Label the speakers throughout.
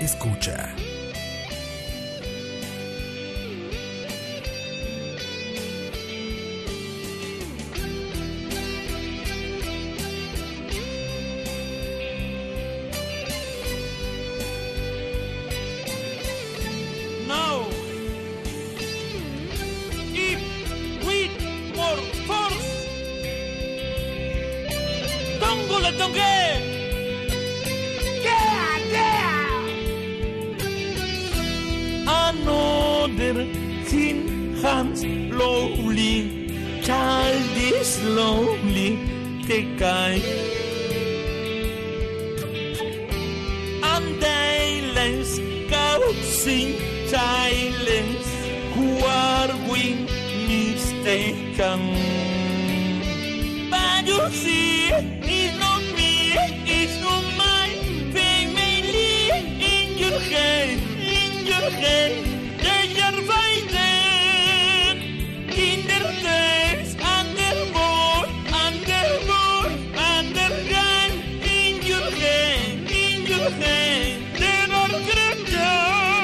Speaker 1: Escucha.
Speaker 2: No. If we were forced, Tongo la tongue. Yeah, yeah. Another thin hands slowly, child is slowly take I. and silence causing silence who are we mistaken but you see it's not me it's not mine they may live in your head in your head they are fighting in their days underboard, underboard, underground, in your hand, in your hand, they are grandeur.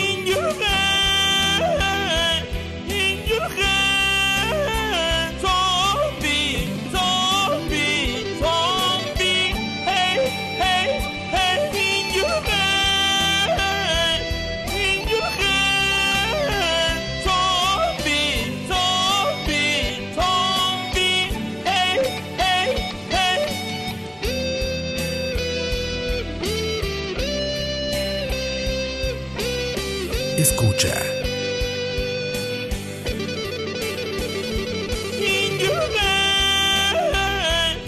Speaker 2: In your hand, in your hand, zombie, zombie, zombie, hey, hey, hey, in your hand, in your hand, zombie, zombie, zombie, hey, hey, hey.
Speaker 1: Escucha.
Speaker 2: In your hand,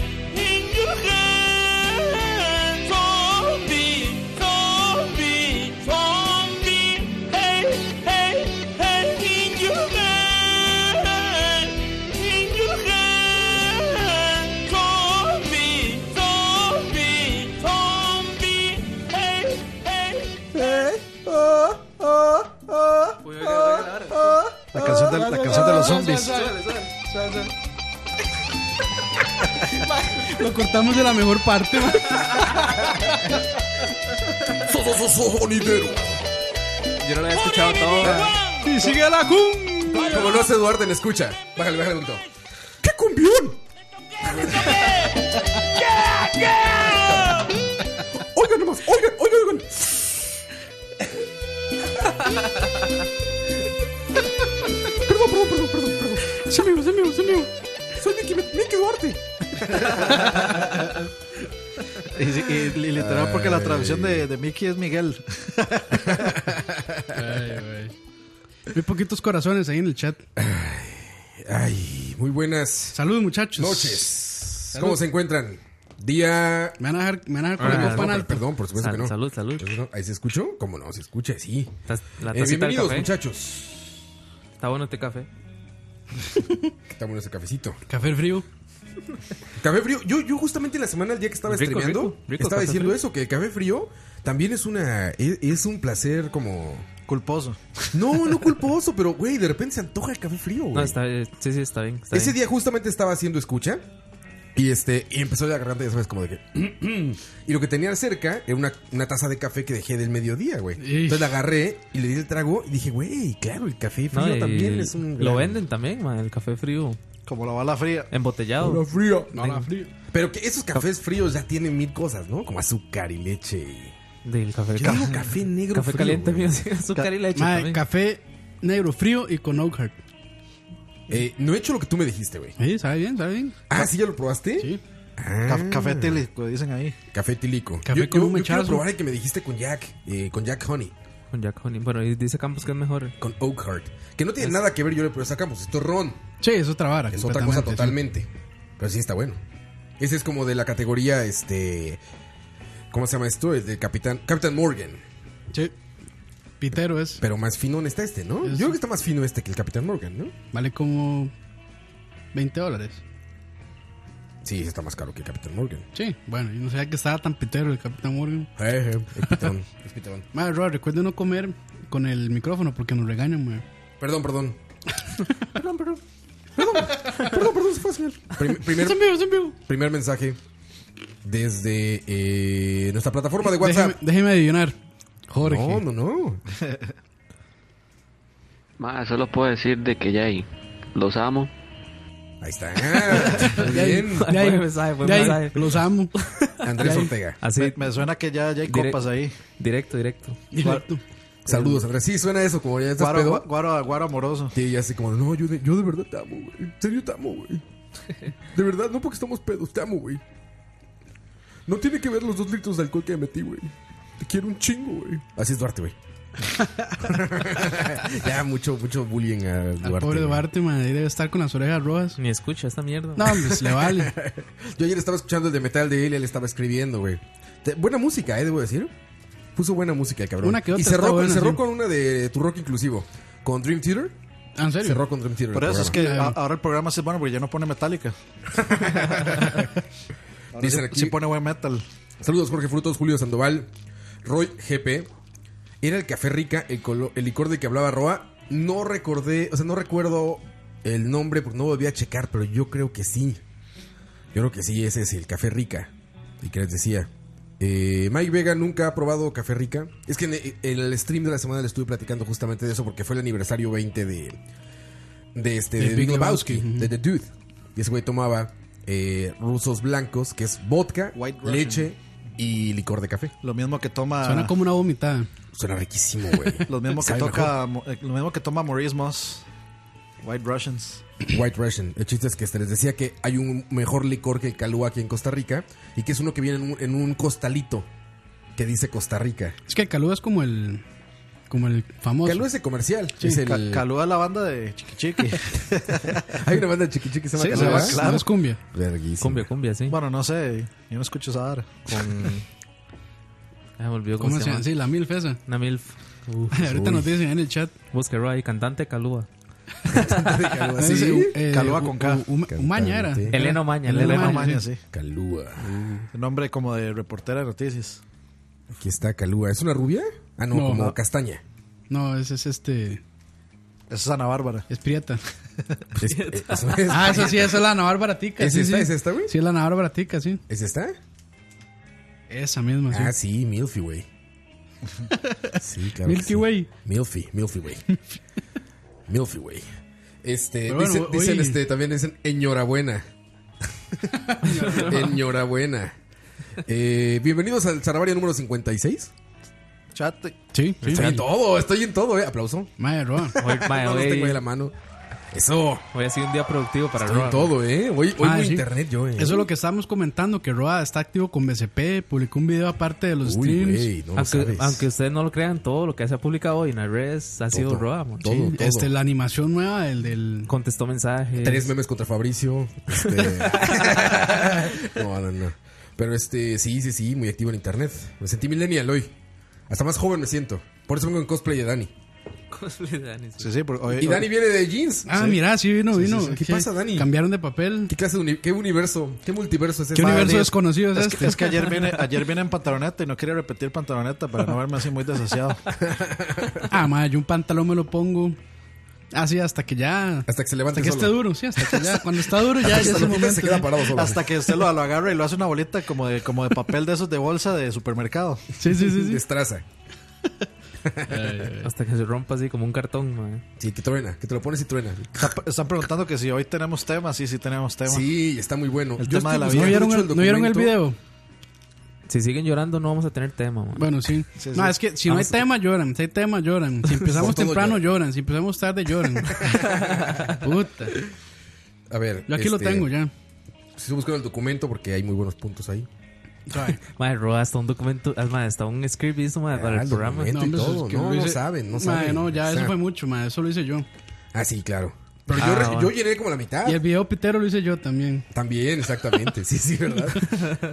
Speaker 2: in your hand, zombie, zombie, zombie, hey, hey, hey, in your hand, in your hand, zombie, zombie, zombie, hey, hey.
Speaker 3: La canción de, la canción de los zombies.
Speaker 4: Lo cortamos de la mejor parte, man.
Speaker 1: Sonidero.
Speaker 5: Yo no lo había escuchado todo.
Speaker 4: Y sigue la cum.
Speaker 5: Como lo hace Eduardo en escucha. Bájale, bájale un toque.
Speaker 1: ¡Qué cumbión!
Speaker 2: Yeah, yeah!
Speaker 1: Oigan nomás, oigan, oigan, oigan. Perdón, perdón, perdón, perdón, perdón. Es mío, es mío, es mío. Soy Mickey, Mickey Duarte.
Speaker 3: Y, sí- y- y literal, porque la traducción de, de Mickey es Miguel.
Speaker 4: Muy poquitos corazones ahí en el chat.
Speaker 5: Ay, muy buenas
Speaker 4: Saludos, muchachos.
Speaker 5: noches. ¿Cómo se encuentran? Día.
Speaker 4: Me van a dejar, me van a dejar con la
Speaker 5: Ah,
Speaker 4: copa en
Speaker 5: no,
Speaker 4: alto.
Speaker 5: perdón, por supuesto
Speaker 6: Sal-
Speaker 5: que no.
Speaker 6: Salud, salud.
Speaker 5: ¿No? ¿Ahí se escuchó? ¿Cómo no? Se escucha, sí.
Speaker 6: Taz- La tacita
Speaker 5: Eh,
Speaker 6: del
Speaker 5: bienvenidos,
Speaker 6: café.
Speaker 5: muchachos.
Speaker 6: Está bueno este café.
Speaker 5: ¿Qué tal bueno ese cafecito?
Speaker 4: Café frío.
Speaker 5: Café frío. Yo, yo justamente la semana, el día que estaba
Speaker 6: Rico,
Speaker 5: streameando,
Speaker 6: rico, rico
Speaker 5: estaba
Speaker 6: café
Speaker 5: diciendo
Speaker 6: frío.
Speaker 5: eso, que el café frío también es una... Es, es un placer como...
Speaker 3: Culposo.
Speaker 5: No, no culposo, pero güey, de repente se antoja el café frío. güey.
Speaker 6: No, está, eh, sí, sí, está bien. está
Speaker 5: Ese
Speaker 6: bien.
Speaker 5: día justamente estaba haciendo escucha y este y empezó la garganta, ya sabes, como de que... y lo que tenía cerca era una, una taza de café que dejé del mediodía, güey.
Speaker 4: Ish.
Speaker 5: Entonces la agarré y le di el trago y dije, güey, claro, el café frío
Speaker 6: No, y
Speaker 5: también es un...
Speaker 6: Lo
Speaker 5: gran-
Speaker 6: venden también, man, el café frío.
Speaker 3: Como la bala fría.
Speaker 6: Embotellado.
Speaker 5: Hola, frío.
Speaker 4: Hola, frío.
Speaker 5: Pero que esos cafés fríos ya tienen mil cosas, ¿no? Como azúcar y leche y...
Speaker 6: Del café
Speaker 5: Yo digo café negro
Speaker 6: Café
Speaker 5: frío,
Speaker 6: caliente
Speaker 5: güey.
Speaker 6: mío, sí, azúcar y leche
Speaker 4: Mae,
Speaker 6: también.
Speaker 4: café negro frío y con Oak Heart.
Speaker 5: Eh, no he hecho lo que tú me dijiste, güey.
Speaker 4: Sí, sabe bien, sabe bien.
Speaker 5: Ah, ¿sí ya lo probaste?
Speaker 4: Sí.
Speaker 5: Ah,
Speaker 3: Ca- Café télico, dicen ahí.
Speaker 5: café tilico.
Speaker 4: Café
Speaker 5: yo,
Speaker 4: con
Speaker 5: yo-
Speaker 4: un
Speaker 5: yo quiero
Speaker 4: mechazo.
Speaker 5: probar el que me dijiste con Jack, eh, con Jack Honey,
Speaker 6: Con Jack Honey. Bueno, y dice Campos que es mejor.
Speaker 5: con Oak Heart. Que no tiene nada que ver, yo le probé sacamos. Esto es ron,
Speaker 4: Sí, es otra vara.
Speaker 5: es otra cosa
Speaker 4: completamente, sí.
Speaker 5: totalmente. Pero sí está bueno. Ese es como de la categoría, este... ¿Cómo se llama esto? El de Capitán, Capitán Morgan.
Speaker 4: Sí. Pitero es.
Speaker 5: Pero más fino está este, ¿no? Yo creo que está más fino este que el Capitán Morgan, ¿no?
Speaker 4: Vale como 20 dólares.
Speaker 5: Sí, está más caro que el Capitán Morgan.
Speaker 4: Sí, bueno, yo no sabía que estaba tan pitero el Capitán Morgan.
Speaker 5: Eh, eh, es pitón, es pitón.
Speaker 4: Madre, Robert, recuerde no comer con el micrófono porque nos regañan, madre.
Speaker 5: Perdón, perdón. perdón, perdón. Perdón, perdón, perdón, se fue, señor. Prim- primer,
Speaker 4: Es en vivo, es en vivo.
Speaker 5: primer mensaje desde eh, nuestra plataforma de WhatsApp.
Speaker 4: Déjeme, déjeme adivinar. Jorge.
Speaker 5: No, no, no.
Speaker 7: Más, solo puedo decir de que ya ahí los amo.
Speaker 5: Ahí está. Muy bien.
Speaker 4: De ahí,
Speaker 6: Buen mensaje, buen
Speaker 4: de ahí,
Speaker 6: mensaje.
Speaker 4: los amo.
Speaker 5: Andrés Ortega.
Speaker 6: Así,
Speaker 3: Me suena que ya, ya hay
Speaker 6: Direct-
Speaker 3: copas ahí.
Speaker 6: directo, directo.
Speaker 4: Directo.
Speaker 5: Saludos, Andrés. Sí, suena eso, como ya estás
Speaker 3: Guaro,
Speaker 5: pedo.
Speaker 3: gua- guaro, guaro amoroso.
Speaker 5: Sí, ya así como, no, yo de, yo de verdad te amo, güey. En serio te amo, güey. De verdad, no porque estamos pedos, te amo, güey. No tiene que ver los dos litros de alcohol que me metí, güey. Te quiero un chingo, güey. Así es Duarte, güey. ya, mucho, mucho bullying a Duarte.
Speaker 4: Al pobre
Speaker 5: güey.
Speaker 4: Duarte, madre, ahí debe estar con las orejas rojas.
Speaker 6: Ni escucha esta mierda.
Speaker 4: No, pues le vale.
Speaker 5: Yo ayer estaba escuchando el de metal de él, él estaba escribiendo, güey. Te- Buena música, eh, debo decir. Puso buena música el cabrón.
Speaker 4: Una que otra
Speaker 5: y cerró,
Speaker 4: está buena,
Speaker 5: cerró
Speaker 4: sí.
Speaker 5: con una de tu rock inclusivo. Con Dream Theater.
Speaker 4: Ah, ¿En serio?
Speaker 5: Cerró con Dream Theater.
Speaker 3: Por
Speaker 5: el
Speaker 3: eso es
Speaker 5: programa.
Speaker 3: que a- ahora el programa es bueno porque ya no pone metálica.
Speaker 5: Dicen
Speaker 3: Sí pone buen metal.
Speaker 5: Saludos Jorge Frutos, Julio Sandoval, Roy GP. Era el café rica, el, colo- el licor de que hablaba Roa. No recordé, o sea, no recuerdo el nombre porque no volví a checar, pero yo creo que sí. Yo creo que sí, ese es el café rica. El que les decía. Eh, Mike Vega nunca ha probado café rica. Es que en, en el stream de la semana le estuve platicando justamente de eso porque fue el aniversario 20 de, de este
Speaker 4: De
Speaker 5: de
Speaker 4: Big
Speaker 5: Big Lebowski,
Speaker 4: Lebowski, ujú.
Speaker 5: de The Dude. Y ese güey tomaba eh, rusos blancos, que es vodka,
Speaker 3: White Russian.
Speaker 5: leche y licor de café.
Speaker 3: Lo mismo que toma.
Speaker 4: Suena como una vomitada.
Speaker 5: Suena riquísimo, güey.
Speaker 3: Lo mismo que
Speaker 5: Sabe
Speaker 3: toca. mo- eh, Lo mismo que toma Maurice Moss. White Russians.
Speaker 5: White Russian. El chiste es que este, les decía que hay un mejor licor que el Calúa aquí en Costa Rica y que es uno que viene en un, en un costalito que dice Costa Rica.
Speaker 4: Es que el Calúa es como el. Como el famoso.
Speaker 5: Calúa es el comercial. es el-
Speaker 3: Ca- Calúa la banda de Chiqui Chiqui.
Speaker 5: hay una banda de chiqui chiqui que se
Speaker 4: Sí,
Speaker 5: llama
Speaker 4: no
Speaker 5: Calúa.
Speaker 4: es- no es cumbia.
Speaker 5: Verguísimo.
Speaker 6: Cumbia, cumbia, sí.
Speaker 3: bueno, no sé. eh, Yo no escucho esa vara.
Speaker 6: Ah, me olvidó cómo,
Speaker 4: ¿Cómo
Speaker 6: se llama.
Speaker 4: Sí, la milf esa.
Speaker 6: Una milf. Uf.
Speaker 4: Ahorita nos dicen en el chat.
Speaker 6: Busca Roy, cantante Calúa.
Speaker 5: Calúa,
Speaker 4: Nos dice,
Speaker 5: sí.
Speaker 4: eh,
Speaker 3: Calúa
Speaker 4: u-
Speaker 3: con K.
Speaker 4: u- u- Umaña era.
Speaker 5: Cantante.
Speaker 6: Eleno Maña,
Speaker 4: Elena
Speaker 6: Elena
Speaker 3: Elena
Speaker 4: Maña,
Speaker 6: Maña.
Speaker 3: Maña,
Speaker 4: sí.
Speaker 3: sí.
Speaker 5: Calúa.
Speaker 3: Nombre como de reportera de noticias.
Speaker 5: Aquí está Calúa. ¿Es una rubia? Ah, no,
Speaker 4: No.
Speaker 5: como
Speaker 4: No.
Speaker 5: castaña.
Speaker 4: No, ese es este.
Speaker 3: Esa es Ana Bárbara.
Speaker 4: Es Prieta.
Speaker 5: Es, es- es-
Speaker 4: Ah, eso sí, esa es la Ana Bárbara Tica.
Speaker 5: ¿Es
Speaker 4: sí,
Speaker 5: esta?
Speaker 4: sí.
Speaker 5: ¿Es esta, güey?
Speaker 4: Sí, es la Ana Bárbara Tica, sí.
Speaker 5: ¿es esta?
Speaker 4: Esa misma, sí.
Speaker 5: Ah, sí, Milky Way. Sí, claro. que
Speaker 4: Milky
Speaker 5: sí.
Speaker 4: Way.
Speaker 5: Milky, Milky Way. Milky Way. Este,
Speaker 4: Pero bueno,
Speaker 5: dicen,
Speaker 4: hoy-
Speaker 5: dicen, este, también dicen enhorabuena. enhorabuena. Eh, bienvenidos al Saravaria número 56.
Speaker 3: Chate.
Speaker 4: Sí, sí.
Speaker 5: Estoy en todo, estoy en todo, eh. Aplauso.
Speaker 4: Madre Roa.
Speaker 6: Hoy, mae,
Speaker 5: No los tengo ahí en la
Speaker 6: hoy,
Speaker 5: mano. Eso.
Speaker 6: hoy ha sido un día productivo para
Speaker 5: Estoy
Speaker 6: Roy.
Speaker 5: en todo, eh. Hoy, hoy
Speaker 4: Ah,
Speaker 5: muy
Speaker 4: sí.
Speaker 5: internet yo, eh.
Speaker 4: Eso es lo que estábamos comentando, que Roa está activo con BCP, publicó un video aparte de los
Speaker 5: Uy,
Speaker 4: streams.
Speaker 5: güey, no lo
Speaker 6: Aunque,
Speaker 5: sabes.
Speaker 6: aunque ustedes no lo crean, todo lo que se ha publicado hoy en las redes ha sido Roa. man.
Speaker 5: Todo,
Speaker 4: Sí,
Speaker 5: todo.
Speaker 4: Este, la animación nueva, el del...
Speaker 6: Contestó mensajes.
Speaker 5: Tres memes contra Fabricio. Este... no, no, no. Pero este, sí, sí, sí, muy activo en internet. Me sentí millennial hoy. Hasta más joven me siento. Por eso vengo en cosplay de Dani.
Speaker 6: Cosplay de Dani, sí.
Speaker 3: Sí, sí. por- hoy-
Speaker 5: Y
Speaker 3: hoy-
Speaker 5: Dani viene de jeans.
Speaker 4: Ah, mira, sí vino, vino.
Speaker 5: sí, sí. ¿Qué
Speaker 4: Sí,
Speaker 5: pasa, Dani?
Speaker 4: Cambiaron de papel.
Speaker 5: ¿Qué clase de uni- qué universo? ¿Qué multiverso es este?
Speaker 4: ¿Qué
Speaker 5: ese? Madre,
Speaker 4: universo desconocido es,
Speaker 3: Es
Speaker 4: este?
Speaker 3: que, es que ayer viene, ayer viene en pantaloneta y no quería repetir pantaloneta para no verme así muy desasiado.
Speaker 4: Ah, madre, yo un pantalón me lo pongo así hasta que ya... Hasta,
Speaker 5: Hasta que se levanta
Speaker 4: que esté duro, sí, hasta que ya... Cuando está duro ya, ya es el momento.
Speaker 5: se queda
Speaker 4: sí.
Speaker 5: parado solo.
Speaker 3: Hasta que usted lo, lo agarra y lo hace una bolita como de, como de papel de esos de bolsa de supermercado.
Speaker 4: Sí, sí, sí, sí.
Speaker 5: Destraza.
Speaker 6: Hasta que se rompa así como un cartón, man.
Speaker 5: Sí, que truena. Que te lo pones y truena.
Speaker 3: Está- están preguntando que si hoy tenemos temas. Sí, sí tenemos temas.
Speaker 5: Sí, está muy bueno.
Speaker 3: El
Speaker 5: Yo estoy
Speaker 3: tema de la
Speaker 5: buscando
Speaker 4: ¿No vieron
Speaker 5: mucho
Speaker 4: el, ¿no vieron el
Speaker 5: documento.
Speaker 4: video?
Speaker 6: Si siguen llorando, no vamos a tener tema, man.
Speaker 4: Bueno, sí.
Speaker 3: Sí,
Speaker 4: No,
Speaker 3: sí.
Speaker 4: es que si no hay tema, lloran. Si hay tema, lloran. Si empezamos
Speaker 5: Por todo
Speaker 4: temprano,
Speaker 5: lloran.
Speaker 4: lloran. Si empezamos tarde, lloran. Puta.
Speaker 5: A ver.
Speaker 4: Yo aquí lo
Speaker 5: este,
Speaker 4: tengo ya.
Speaker 5: Estoy buscando el documento porque hay muy buenos puntos ahí.
Speaker 4: Suave.
Speaker 6: Madre, Roa, hasta un documento, ah, madre, hasta un script hizo, madre, para
Speaker 5: Ah,
Speaker 6: el
Speaker 5: el
Speaker 6: programa.
Speaker 5: documento.
Speaker 4: No, hombre,
Speaker 5: y
Speaker 4: eso
Speaker 5: todo.
Speaker 4: es que
Speaker 5: No,
Speaker 4: lo
Speaker 5: no
Speaker 4: hice-
Speaker 5: saben, no
Speaker 4: Madre,
Speaker 5: saben.
Speaker 4: no,
Speaker 5: O
Speaker 4: ya
Speaker 5: sea,
Speaker 4: eso fue mucho, madre. Eso lo hice yo.
Speaker 5: Ah, sí, claro. Pero yo,
Speaker 6: Ah,
Speaker 5: re-
Speaker 6: bueno.
Speaker 5: yo llené como la mitad.
Speaker 4: Y el video pitero lo hice yo también.
Speaker 5: También, exactamente. Sí, sí, ¿verdad?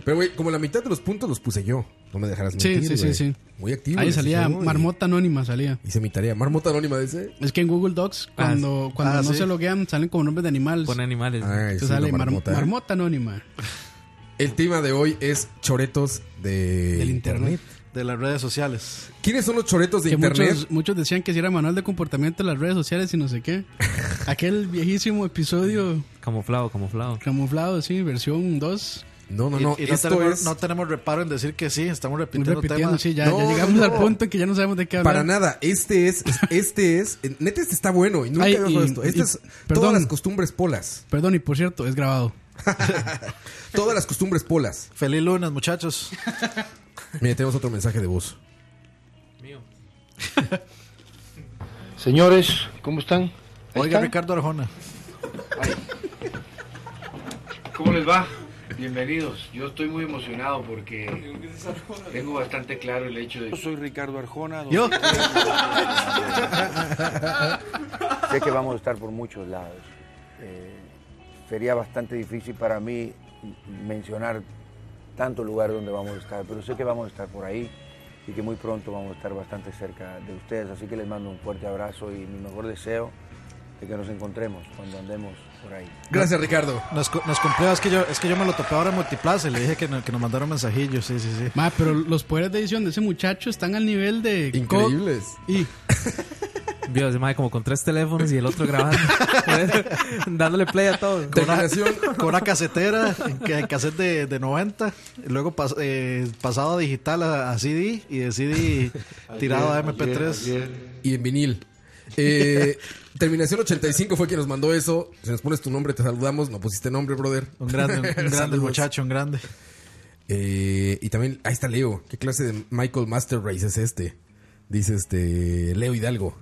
Speaker 5: Pero, güey, como la mitad de los puntos los puse yo. No me dejarás
Speaker 4: Sí,
Speaker 5: mentir,
Speaker 4: sí, sí,
Speaker 5: güey.
Speaker 4: sí.
Speaker 5: Muy activo.
Speaker 4: Ahí
Speaker 5: les
Speaker 4: salía
Speaker 5: dije, ¿no? Y
Speaker 4: marmota anónima, salía.
Speaker 5: Hice mi tarea. Marmota anónima de ese.
Speaker 4: Es que en Google Docs, cuando, cuando
Speaker 3: Ah,
Speaker 4: no
Speaker 3: sí.
Speaker 4: se loguean, salen como nombres de animales.
Speaker 6: Pone animales.
Speaker 5: Ah,
Speaker 4: Entonces
Speaker 5: sí,
Speaker 4: sale
Speaker 5: la
Speaker 4: mar- marmota,
Speaker 5: marmota.
Speaker 4: anónima.
Speaker 5: El tema de hoy es choretos de
Speaker 4: Del internet.
Speaker 3: de las redes sociales.
Speaker 5: ¿Quiénes son los choretos de
Speaker 4: Que
Speaker 5: internet?
Speaker 4: muchos, muchos decían que si era manual de comportamiento en las redes sociales y no sé qué. Aquel viejísimo episodio
Speaker 6: Camuflado, camuflado.
Speaker 4: camuflado, sí, versión 2.
Speaker 5: No, no,
Speaker 3: Y-
Speaker 5: no.
Speaker 3: y, no,
Speaker 5: esto
Speaker 3: tenemos,
Speaker 5: es
Speaker 3: no tenemos reparo en decir que sí, estamos repitiendo,
Speaker 4: Repitiendo,
Speaker 3: temas.
Speaker 4: sí, ya,
Speaker 5: No,
Speaker 4: ya llegamos
Speaker 5: no.
Speaker 4: al punto en que ya no sabemos de qué hablar.
Speaker 5: para nada. Este es, este es. Neta, este está bueno. Y nunca
Speaker 4: Ay,
Speaker 5: había oído
Speaker 4: y-
Speaker 5: esto. Este
Speaker 4: y-
Speaker 5: es todas
Speaker 4: perdón.
Speaker 5: las costumbres polas.
Speaker 4: Perdón, y por cierto, es grabado.
Speaker 5: Todas las costumbres polas.
Speaker 3: Feliz lunes, muchachos.
Speaker 5: Mira, tenemos otro mensaje de voz.
Speaker 8: Señores, ¿cómo están? Ahí
Speaker 3: Oiga,
Speaker 8: está.
Speaker 3: Ricardo Arjona.
Speaker 8: ¿Cómo les va? Bienvenidos. Yo estoy muy emocionado porque tengo bastante claro el hecho de... Yo soy Ricardo Arjona.
Speaker 3: Yo.
Speaker 9: Sé que vamos a estar por muchos lados. Eh, sería bastante difícil para mí mencionar tanto lugar donde vamos a estar, pero sé que vamos a estar por ahí y que muy pronto vamos a estar bastante cerca de ustedes. Así que les mando un fuerte abrazo y mi mejor deseo de que nos encontremos cuando andemos por ahí.
Speaker 5: Gracias, Ricardo.
Speaker 3: Nos, cu- nos cumplió, es que, yo, es que yo me lo topé ahora en Multiplaza y le dije que, no- que nos mandaron mensajillos. Sí, sí, sí.
Speaker 4: Ma, pero los poderes de edición de ese muchacho están al nivel de...
Speaker 5: Increíbles.
Speaker 4: Coke Y
Speaker 6: Vio ese madre como con tres teléfonos y el otro grabando. Dándole play a todo.
Speaker 3: Con una,
Speaker 5: Declaración.
Speaker 3: con una casetera, en ca- en cassette de, de 90, y luego pas- eh, pasado a digital a, a CD y de CD tirado a MP3.
Speaker 5: y en vinil. Eh, terminación 85 fue quien nos mandó eso. Si nos pones tu nombre, te saludamos. No pusiste nombre, brother.
Speaker 3: Un grande, un grande el
Speaker 5: Saludos.
Speaker 3: muchacho, un grande.
Speaker 5: Eh, y también, ahí está Leo. ¿Qué clase de Michael Master Race es este? Dice este Leo Hidalgo.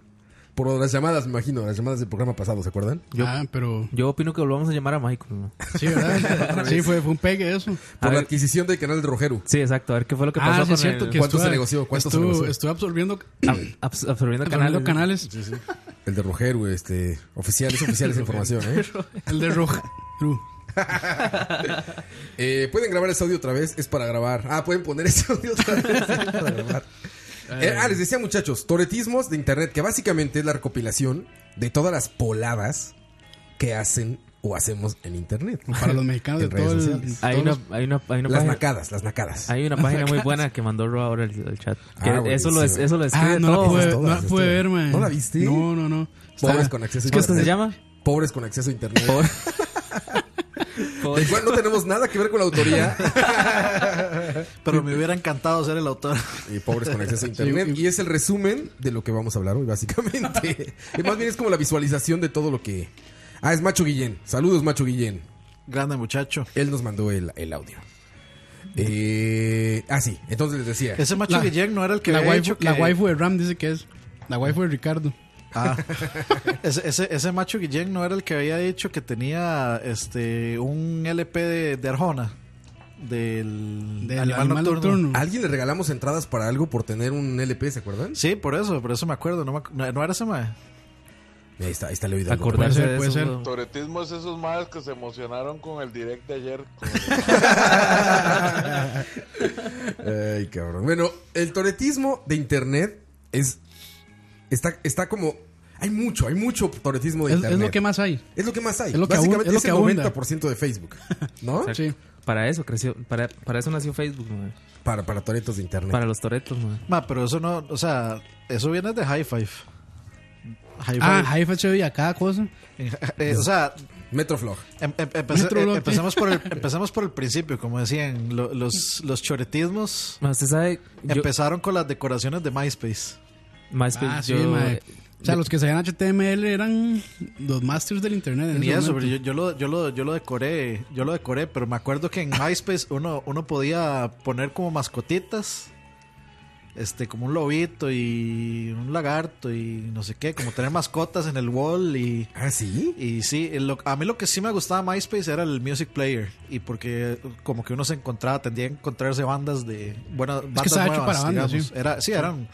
Speaker 5: Por las llamadas, me imagino, las llamadas del programa pasado, ¿se acuerdan?
Speaker 4: Ah, pero...
Speaker 6: Yo opino que volvamos a llamar a Michael. ¿no?
Speaker 4: Sí, ¿verdad? sí, fue, fue un pegue eso.
Speaker 5: Por
Speaker 6: A
Speaker 5: la
Speaker 6: ver.
Speaker 5: adquisición del canal de Rojero.
Speaker 6: Sí, exacto. A ver qué fue lo que pasó
Speaker 4: Ah, sí,
Speaker 6: con
Speaker 4: es cierto
Speaker 6: el-
Speaker 4: que
Speaker 5: ¿Cuánto
Speaker 4: estuve-
Speaker 5: se negoció? ¿Cuánto se
Speaker 4: estuve-
Speaker 5: negoció?
Speaker 4: estuve absorbiendo,
Speaker 6: ab- abs- absorbiendo
Speaker 4: absorbiendo
Speaker 6: canales.
Speaker 4: canales.
Speaker 5: El de Rojero, este. Oficial, es oficial esa información, ¿eh?
Speaker 4: El de roja. Ru.
Speaker 5: Eh, Pueden grabar ese audio otra vez, es para grabar. Ah, pueden poner ese audio otra vez. es para grabar. Eh, ah, les decía muchachos, toretismos de internet, que básicamente es la recopilación de todas las poladas que hacen o hacemos en internet.
Speaker 4: Para los mexicanos de
Speaker 5: En redes
Speaker 4: todo el.
Speaker 5: sociales.
Speaker 6: Hay
Speaker 4: todos
Speaker 6: una,
Speaker 4: los-
Speaker 6: hay una, hay una
Speaker 5: Las
Speaker 6: página.
Speaker 5: nacadas, las nacadas.
Speaker 6: Hay una página muy buena que mandó Roa ahora el, el chat.
Speaker 5: Ah,
Speaker 6: Que eso, lo es,
Speaker 5: buenísimo.
Speaker 6: eso lo
Speaker 4: Ah,
Speaker 6: escribe
Speaker 4: no la
Speaker 6: todo.
Speaker 4: pude,
Speaker 5: todas,
Speaker 4: no la
Speaker 5: todas.
Speaker 4: pude ver, man.
Speaker 5: ¿No la viste?
Speaker 4: No, no, no.
Speaker 5: Pobres
Speaker 4: Está-
Speaker 5: con acceso a
Speaker 6: ¿Es que esto se
Speaker 5: internet.
Speaker 6: llama?
Speaker 5: Pobres con acceso a internet.
Speaker 6: Pobre-
Speaker 5: Del
Speaker 6: Pobre-
Speaker 5: cual no tenemos nada que ver con la autoría.
Speaker 3: Pero me hubiera encantado ser el autor.
Speaker 5: y pobres con acceso a internet. Y es el resumen de lo que vamos a hablar hoy, básicamente. Y más bien es como la visualización de todo lo que. Ah, es Macho Guillén. Saludos, Macho Guillén.
Speaker 3: Grande muchacho.
Speaker 5: Él nos mandó el, el audio. Eh, ah, sí. Entonces les decía.
Speaker 3: Ese macho
Speaker 4: La-
Speaker 3: Guillén no era el que
Speaker 4: La
Speaker 3: había
Speaker 4: waifu,
Speaker 3: dicho que-
Speaker 4: la waifu de Ram dice que es. La waifu de Ricardo.
Speaker 3: Ah. ese, ese, ese macho Guillén no era el que había dicho que tenía este un LP de, de Arjona. Del,
Speaker 4: Del
Speaker 3: animal,
Speaker 4: animal
Speaker 3: nocturno.
Speaker 4: nocturno.
Speaker 5: ¿A alguien le regalamos entradas para algo por tener un LP, ¿se acuerdan?
Speaker 3: Sí, por eso, por eso me acuerdo. No, me ac- no- no era ese mae.
Speaker 5: Ahí está, ahí está Leo Hidalgo.
Speaker 6: Acordarse
Speaker 4: Puede ser,
Speaker 6: de
Speaker 4: puede
Speaker 6: eso.
Speaker 4: ser.
Speaker 6: bro.
Speaker 10: Toretismo es esos madres que se emocionaron con el direct de ayer. con-
Speaker 5: Ay, cabrón. Bueno, el toretismo de internet es. Está, está como. Hay mucho, hay mucho toretismo de
Speaker 4: Es, es
Speaker 5: internet.
Speaker 4: lo que más hay.
Speaker 5: Es lo que más hay.
Speaker 4: es lo que
Speaker 5: Básicamente
Speaker 4: abunda- es lo que abunda.
Speaker 5: es el 90% de Facebook. ¿No?
Speaker 6: Exacto.
Speaker 4: Sí.
Speaker 6: Para eso creció, para, para eso nació Facebook, man.
Speaker 5: Para, para toretos de internet.
Speaker 6: para los toretos, man.
Speaker 3: Ma, pero eso no, o sea, eso viene de High Five. High
Speaker 4: Ah,
Speaker 3: Five.
Speaker 4: Haifa se veía cada cosa.
Speaker 3: Eh, o sea,
Speaker 5: Metroflog.
Speaker 3: Em- em- empece-
Speaker 4: Metrolog.
Speaker 3: em- empecemos, por el, empecemos por el principio, como decían, lo- los, los choretismos
Speaker 6: Ma, Usted sabe, yo,
Speaker 3: empezaron con las decoraciones de MySpace.
Speaker 6: MySpace,
Speaker 4: Ah, sí,
Speaker 6: yo-
Speaker 4: mae. O sea, los que sabían HTML eran los masters del internet. en
Speaker 3: Ni
Speaker 4: ese
Speaker 3: eso, pero
Speaker 4: momento.
Speaker 3: yo, yo lo, yo, lo, yo lo decoré, yo lo decoré, pero me acuerdo que en MySpace uno, uno podía poner como mascotitas, este, como un lobito y un lagarto y no sé qué, como tener mascotas en el wall y...
Speaker 5: ¿Ah, sí?
Speaker 3: Y sí, el lo- a mí lo que sí me gustaba MySpace era el Music Player y porque como que uno se encontraba, tendía a encontrarse bandas de... Buenas, bandas
Speaker 4: estaba hecho
Speaker 3: nuevas,
Speaker 4: para bandas,
Speaker 3: digamos.
Speaker 4: sí.
Speaker 3: Era, sí, eran...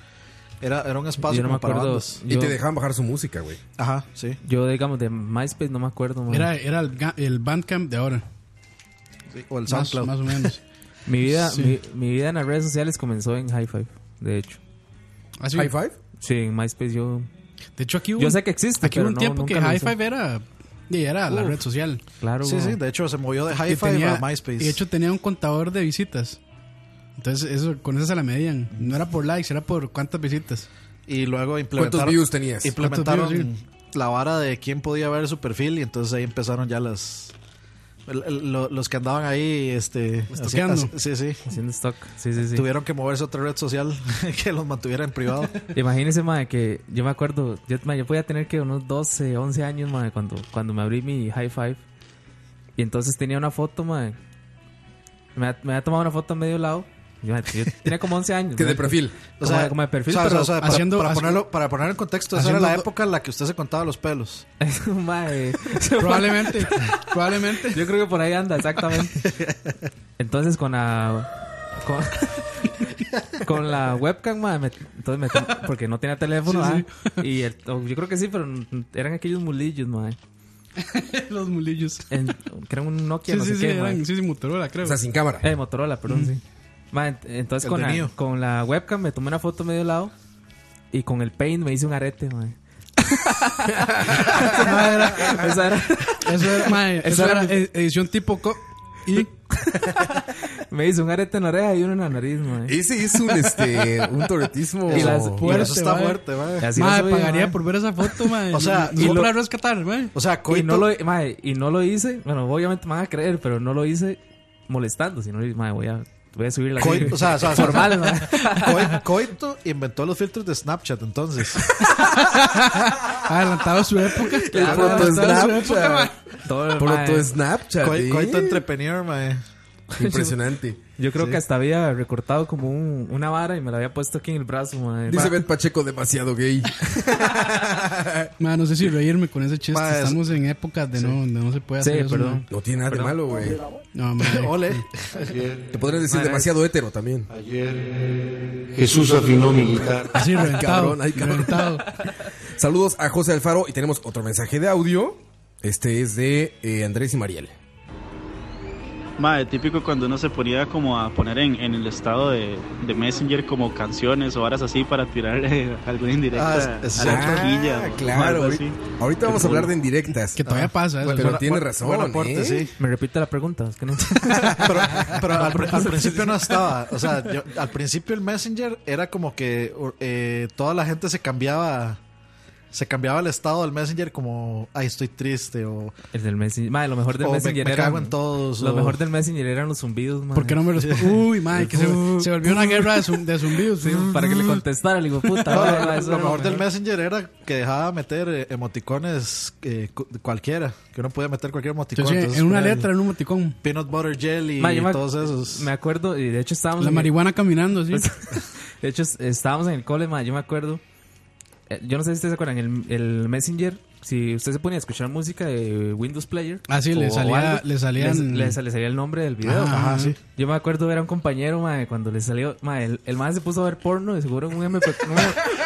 Speaker 3: Era, era un espacio
Speaker 6: Yo no me
Speaker 3: como para
Speaker 6: acuerdo,
Speaker 3: bandas.
Speaker 6: yo- Y te dejaban
Speaker 5: bajar su música, güey.
Speaker 3: Ajá, sí.
Speaker 6: Yo, digamos, de MySpace no me acuerdo. man.
Speaker 4: Era, era el, ga- el Bandcamp de ahora.
Speaker 3: o el
Speaker 4: más,
Speaker 6: SoundCloud.
Speaker 4: más o menos.
Speaker 6: Mi vida,
Speaker 4: Sí.
Speaker 6: mi, mi vida en las redes sociales comenzó en High Five, de hecho.
Speaker 4: ¿Ah, sí? ¿High Five?
Speaker 6: Sí, en MySpace yo.
Speaker 4: De hecho, aquí hubo
Speaker 6: Yo
Speaker 4: un-
Speaker 6: sé que existe,
Speaker 4: Aquí
Speaker 6: pero
Speaker 4: hubo un
Speaker 6: no,
Speaker 4: tiempo que
Speaker 6: nunca lo
Speaker 4: High
Speaker 6: usé.
Speaker 4: Five era, y era la
Speaker 6: Uf,
Speaker 4: red social.
Speaker 6: claro,
Speaker 3: Sí,
Speaker 6: güey.
Speaker 3: sí, de hecho se movió de
Speaker 4: Y
Speaker 3: Hi-Fi
Speaker 4: tenía-
Speaker 3: a MySpace.
Speaker 4: Y de hecho tenía un contador de visitas. Entonces, eso, con eso se la medían. No era por likes, era por cuántas visitas.
Speaker 3: Y luego implementaron.
Speaker 5: views tenías?
Speaker 3: Implementaron
Speaker 4: ¿Cuántos
Speaker 3: la vara de quién podía ver su perfil y entonces ahí empezaron ya las. el- el- lo- los que andaban ahí, este.
Speaker 6: Estoqueando.
Speaker 3: haci- haci- sí, sí.
Speaker 6: Haciendo stock. Sí, sí, sí.
Speaker 3: Tuvieron que moverse a otra red social que los mantuviera en privado.
Speaker 6: Imagínese, madre, que yo me acuerdo, yo, mae, yo podía tener que unos 12, 11 años, madre, cuando, cuando me abrí mi high five. Y entonces tenía una foto, madre. Me, ha- me había tomado una foto a medio lado. Yo, mae, yo tenía como 11 años.
Speaker 5: Que de
Speaker 6: mae.
Speaker 5: perfil.
Speaker 6: Como, de- como de perfil,
Speaker 3: o sea,
Speaker 6: pero
Speaker 3: o sea, para,
Speaker 6: haciendo-
Speaker 3: para
Speaker 6: haci-
Speaker 3: ponerlo, para poner en contexto, esa era
Speaker 6: haciendo
Speaker 3: la
Speaker 6: do-
Speaker 3: época en la que usted se contaba los pelos.
Speaker 6: Mae.
Speaker 4: Probablemente, probablemente.
Speaker 6: Yo creo que por ahí anda, exactamente. Entonces con la... Con, con la webcam, madre, me- entonces me tom- porque no tenía teléfono,
Speaker 4: Sí,
Speaker 6: ah, y el- o yo creo que sí, pero n- eran aquellos mulillos, madre.
Speaker 4: Los mulillos.
Speaker 6: En- que eran un Nokia,
Speaker 4: Sí,
Speaker 6: no
Speaker 4: sí,
Speaker 6: sé
Speaker 4: sí,
Speaker 6: qué,
Speaker 4: eran-
Speaker 6: madre.
Speaker 4: sí, sí, Motorola, creo.
Speaker 6: Eh, Motorola, perdón,
Speaker 4: Ujú.
Speaker 6: sí. Ma, ent- entonces
Speaker 4: El
Speaker 6: con
Speaker 4: de
Speaker 6: la,
Speaker 4: mío.
Speaker 6: con la webcam me tomé una foto medio lado y con el paint me hice un arete, madre. esa era,
Speaker 4: Eso era, mae,
Speaker 6: esa
Speaker 4: eso
Speaker 6: era
Speaker 4: era
Speaker 6: mi-
Speaker 4: e- edición tipo co- y
Speaker 6: me hice un arete en la oreja y uno en la nariz, madre.
Speaker 5: Ese es un, este, un toretismo
Speaker 6: Y las-
Speaker 5: fuerte,
Speaker 6: eso está
Speaker 5: mae.
Speaker 6: fuerte, mae.
Speaker 5: Y así
Speaker 4: Mae,
Speaker 5: lo soy,
Speaker 4: pagaría
Speaker 5: mae.
Speaker 4: por ver esa foto, mae.
Speaker 6: O sea,
Speaker 4: Nos
Speaker 6: y
Speaker 4: vamos
Speaker 6: lo-
Speaker 4: a rescatar, mae.
Speaker 3: O sea,
Speaker 6: y no, lo, mae, y no lo hice, bueno, obviamente me van a creer, pero no lo hice molestando, sino, mae, voy a, voy a subir la
Speaker 3: Coi- o sea, o sea, o sea,
Speaker 6: formal, mae.
Speaker 3: Coi- Coito inventó los filtros de Snapchat entonces.
Speaker 4: Adelantado su época.
Speaker 3: Claro,
Speaker 5: Proto
Speaker 3: adelantado su época,
Speaker 5: Snapchat.
Speaker 3: mae.
Speaker 6: Todo,
Speaker 5: Proto
Speaker 6: mae.
Speaker 5: Snapchat.
Speaker 3: Coi-
Speaker 5: ¿eh?
Speaker 3: Coito entrepreneur, mae.
Speaker 5: Impresionante.
Speaker 6: Yo creo
Speaker 3: Sí.
Speaker 6: que hasta había recortado como un- una vara y me la había puesto aquí en el brazo, madre.
Speaker 5: Dice Ben Pacheco demasiado gay.
Speaker 4: Mae, no sé si reírme con ese chiste.
Speaker 6: Mae, es-
Speaker 4: Estamos en épocas de no, de no se puede
Speaker 6: Sí,
Speaker 4: hacer eso,
Speaker 6: perdón.
Speaker 4: mae.
Speaker 5: No tiene nada de
Speaker 4: Perdón.
Speaker 5: malo, güey.
Speaker 4: No, mae.
Speaker 3: Ole.
Speaker 5: Te podrían decir
Speaker 4: Madre.
Speaker 5: demasiado hétero también.
Speaker 8: Jesús afinó mi guitarra.
Speaker 4: Así,
Speaker 5: Ay,
Speaker 4: reventado,
Speaker 5: cabrón, ay, cabrón.
Speaker 4: reventado.
Speaker 5: Saludos a José Alfaro y tenemos otro mensaje de audio. Este es de eh, Andrés y Mariel.
Speaker 11: Mae, típico cuando uno se ponía como a poner en, en el estado de, de Messenger como canciones o horas así para tirarle alguna indirecta
Speaker 5: Ah, es-
Speaker 11: a la
Speaker 5: ah,
Speaker 11: chiquilla. o
Speaker 5: claro,
Speaker 11: algo
Speaker 5: ahorita-
Speaker 11: así.
Speaker 5: Ahorita vamos a
Speaker 11: Qué
Speaker 5: hablar de
Speaker 11: cool.
Speaker 5: indirectas. Ah,
Speaker 4: Que todavía pasa ¿eh? eso.
Speaker 5: ¿eh? Pero
Speaker 4: Buen-
Speaker 5: tiene
Speaker 4: buen-
Speaker 5: razón.
Speaker 4: buen aporte,
Speaker 5: ¿eh?
Speaker 4: sí.
Speaker 6: Me repite la pregunta, es que no
Speaker 3: Ah, Pero al, pr- al principio no estaba. O sea, yo- al principio el Messenger era como que u- eh, toda la gente se cambiaba. Se cambiaba el estado del Messenger como, ay, estoy triste o...
Speaker 6: El del Messenger. Madre, lo mejor del
Speaker 3: O me-
Speaker 6: Messenger
Speaker 3: me
Speaker 6: eran-
Speaker 3: cago en todos,
Speaker 6: Lo
Speaker 3: o-
Speaker 6: mejor del Messenger eran los zumbidos, madre.
Speaker 4: ¿Por qué no me responde? Uy, mae, que se, se volvió una guerra de, zum- de zumbidos.
Speaker 6: Para que le contestara, le digo, puta,
Speaker 3: No,
Speaker 6: madre,
Speaker 3: lo-
Speaker 6: madre, eso
Speaker 3: lo
Speaker 6: era
Speaker 3: mejor del Messenger era que dejaba meter eh, emoticones eh, cu- cualquiera. Que uno podía meter cualquier emoticón.
Speaker 4: Entonces,
Speaker 3: entonces
Speaker 4: en una
Speaker 3: ponía
Speaker 5: pues,
Speaker 3: el
Speaker 4: letra, en un emoticón.
Speaker 3: Peanut butter jelly
Speaker 6: Madre,
Speaker 3: y
Speaker 6: yo me-
Speaker 3: todos esos.
Speaker 6: Me acuerdo, y de hecho estábamos. en
Speaker 4: La
Speaker 6: el- Pues,
Speaker 4: marihuana caminando, así.
Speaker 6: De hecho, es- estábamos en el cole, madre, yo me acuerdo. Eh, Yo no sé si ustedes se acuerdan, el, el Messenger, si usted se ponía a escuchar música de Windows Player.
Speaker 4: Ah, sí, le
Speaker 6: o- o
Speaker 4: salía-
Speaker 6: algo,
Speaker 4: le salían-
Speaker 6: Le, le sal- le salía el nombre del video.
Speaker 4: Ajá, Ajá, sí.
Speaker 6: Yo me acuerdo, era un compañero, madre, cuando le salió. Madre, el, el madre se puso a ver porno, de seguro en un MP.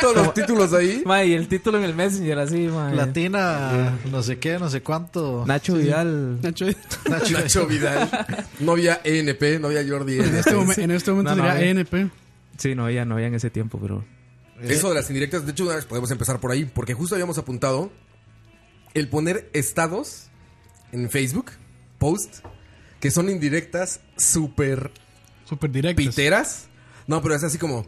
Speaker 5: Todos los títulos ahí.
Speaker 6: Madre, y el título en el Messenger, así, eh. madre.
Speaker 3: Latina, no sé qué, no sé cuánto.
Speaker 6: Nacho Vidal.
Speaker 4: Nacho,
Speaker 3: Nacho-
Speaker 5: Nacho Vidal. No había ENP, no había Jordi. E
Speaker 4: En este, momen- en este momento
Speaker 6: No, no,
Speaker 4: sería
Speaker 6: eh.
Speaker 4: ENP.
Speaker 6: Sí, no había, no había en ese tiempo, pero.
Speaker 4: Eh,
Speaker 5: Eso de las indirectas, de hecho, una vez podemos empezar por ahí, porque justo habíamos apuntado el poner estados en Facebook, post, que son indirectas súper
Speaker 4: Súper directas.
Speaker 5: piteras. No, pero es así como,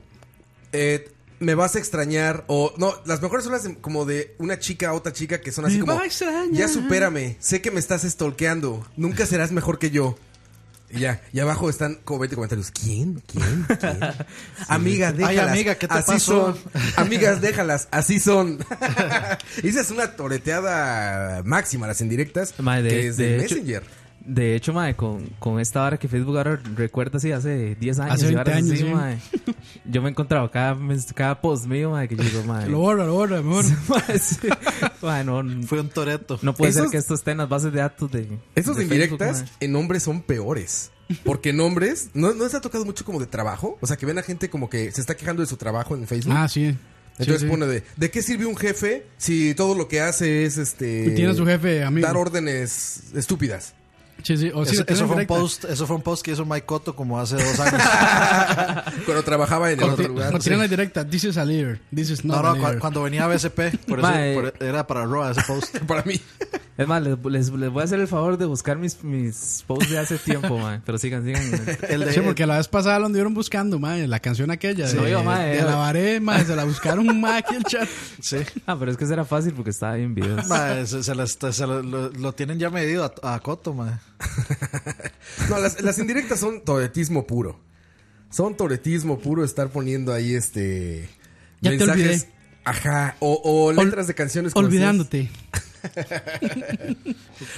Speaker 5: eh, me vas a extrañar, o no, las mejores son las de- como de una chica a otra chica que son así
Speaker 4: Me
Speaker 5: como,
Speaker 4: va a extrañar.
Speaker 5: ya supérame, sé que me estás stalkeando, nunca serás mejor que yo. Y ya, y abajo están como 20 comentarios. ¿Quién? ¿Quién? ¿Quién? Amiga,
Speaker 3: Ay,
Speaker 5: déjalas.
Speaker 3: amiga, ¿qué te
Speaker 5: así
Speaker 3: pasó?
Speaker 5: son. Amigas, déjalas. Así son. Esa es una toreteada máxima, las indirectas.
Speaker 6: Mae, de-
Speaker 5: que es de
Speaker 6: de hecho-
Speaker 5: Messenger.
Speaker 6: De hecho, mae, con, con esta hora que Facebook ahora recuerda así hace 10 años.
Speaker 4: Hace
Speaker 6: y
Speaker 4: 20
Speaker 6: varas así,
Speaker 4: años, sí.
Speaker 6: mae, Yo me he encontrado cada, mes- cada post mío, mae, que yo digo, mae.
Speaker 4: Lo borra, lo borra, mejor.
Speaker 3: Fue un toreto.
Speaker 6: No puede ser
Speaker 5: Esos-
Speaker 6: que esto esté en las bases de datos de.
Speaker 5: Estos
Speaker 6: de
Speaker 5: indirectas
Speaker 6: Facebook,
Speaker 5: en hombres son peores. Porque en hombres, ¿no, ¿no les ha tocado mucho como de trabajo? O sea, que ven a gente como que se está quejando de su trabajo en Facebook.
Speaker 4: Ah, sí.
Speaker 5: Entonces
Speaker 4: Sí, sí.
Speaker 5: pone de, ¿de qué sirve un jefe si todo lo que hace es este...
Speaker 4: Y tiene a su jefe amigo.
Speaker 5: Dar órdenes estúpidas.
Speaker 4: Sí, sí. O sí,
Speaker 3: eso,
Speaker 4: lo tienen
Speaker 3: eso fue un
Speaker 4: directa.
Speaker 3: post, eso fue un post que hizo Mike Cotto como hace dos años.
Speaker 5: Cuando trabajaba en el
Speaker 4: Cuando
Speaker 5: otro
Speaker 4: ti-
Speaker 5: lugar.
Speaker 4: cuando tiran la directa, this is a leader, this is not
Speaker 3: No,
Speaker 4: a eh,
Speaker 3: no,
Speaker 4: leader.
Speaker 3: cu- cuando venía a BSP, por eso
Speaker 6: Mae.
Speaker 3: por- era para Roa ese post.
Speaker 5: Para mí.
Speaker 6: mae. Es más, les, les- les voy a hacer el favor de buscar mis, mis posts de hace tiempo, mae. Pero sigan, sigan.
Speaker 3: El de-
Speaker 4: Sí, porque la vez pasada lo anduvieron buscando, mae, la canción aquella.
Speaker 6: Sí,
Speaker 4: de,
Speaker 6: yo, mae,
Speaker 4: de
Speaker 6: yo-
Speaker 4: la varé, mae, se la buscaron, mae, aquí el chat.
Speaker 3: Sí.
Speaker 6: Ah, pero es que eso era fácil porque estaba ahí en videos.
Speaker 3: Mae, se, se las- se lo, lo- lo tienen ya medido a, a Cotto, mae.
Speaker 5: No, las, las indirectas son toretismo puro. Son toretismo puro estar poniendo ahí este...
Speaker 4: Ya te olvidé.
Speaker 5: Ajá, o, o letras de canciones. como
Speaker 4: Olvidándote.
Speaker 5: decías.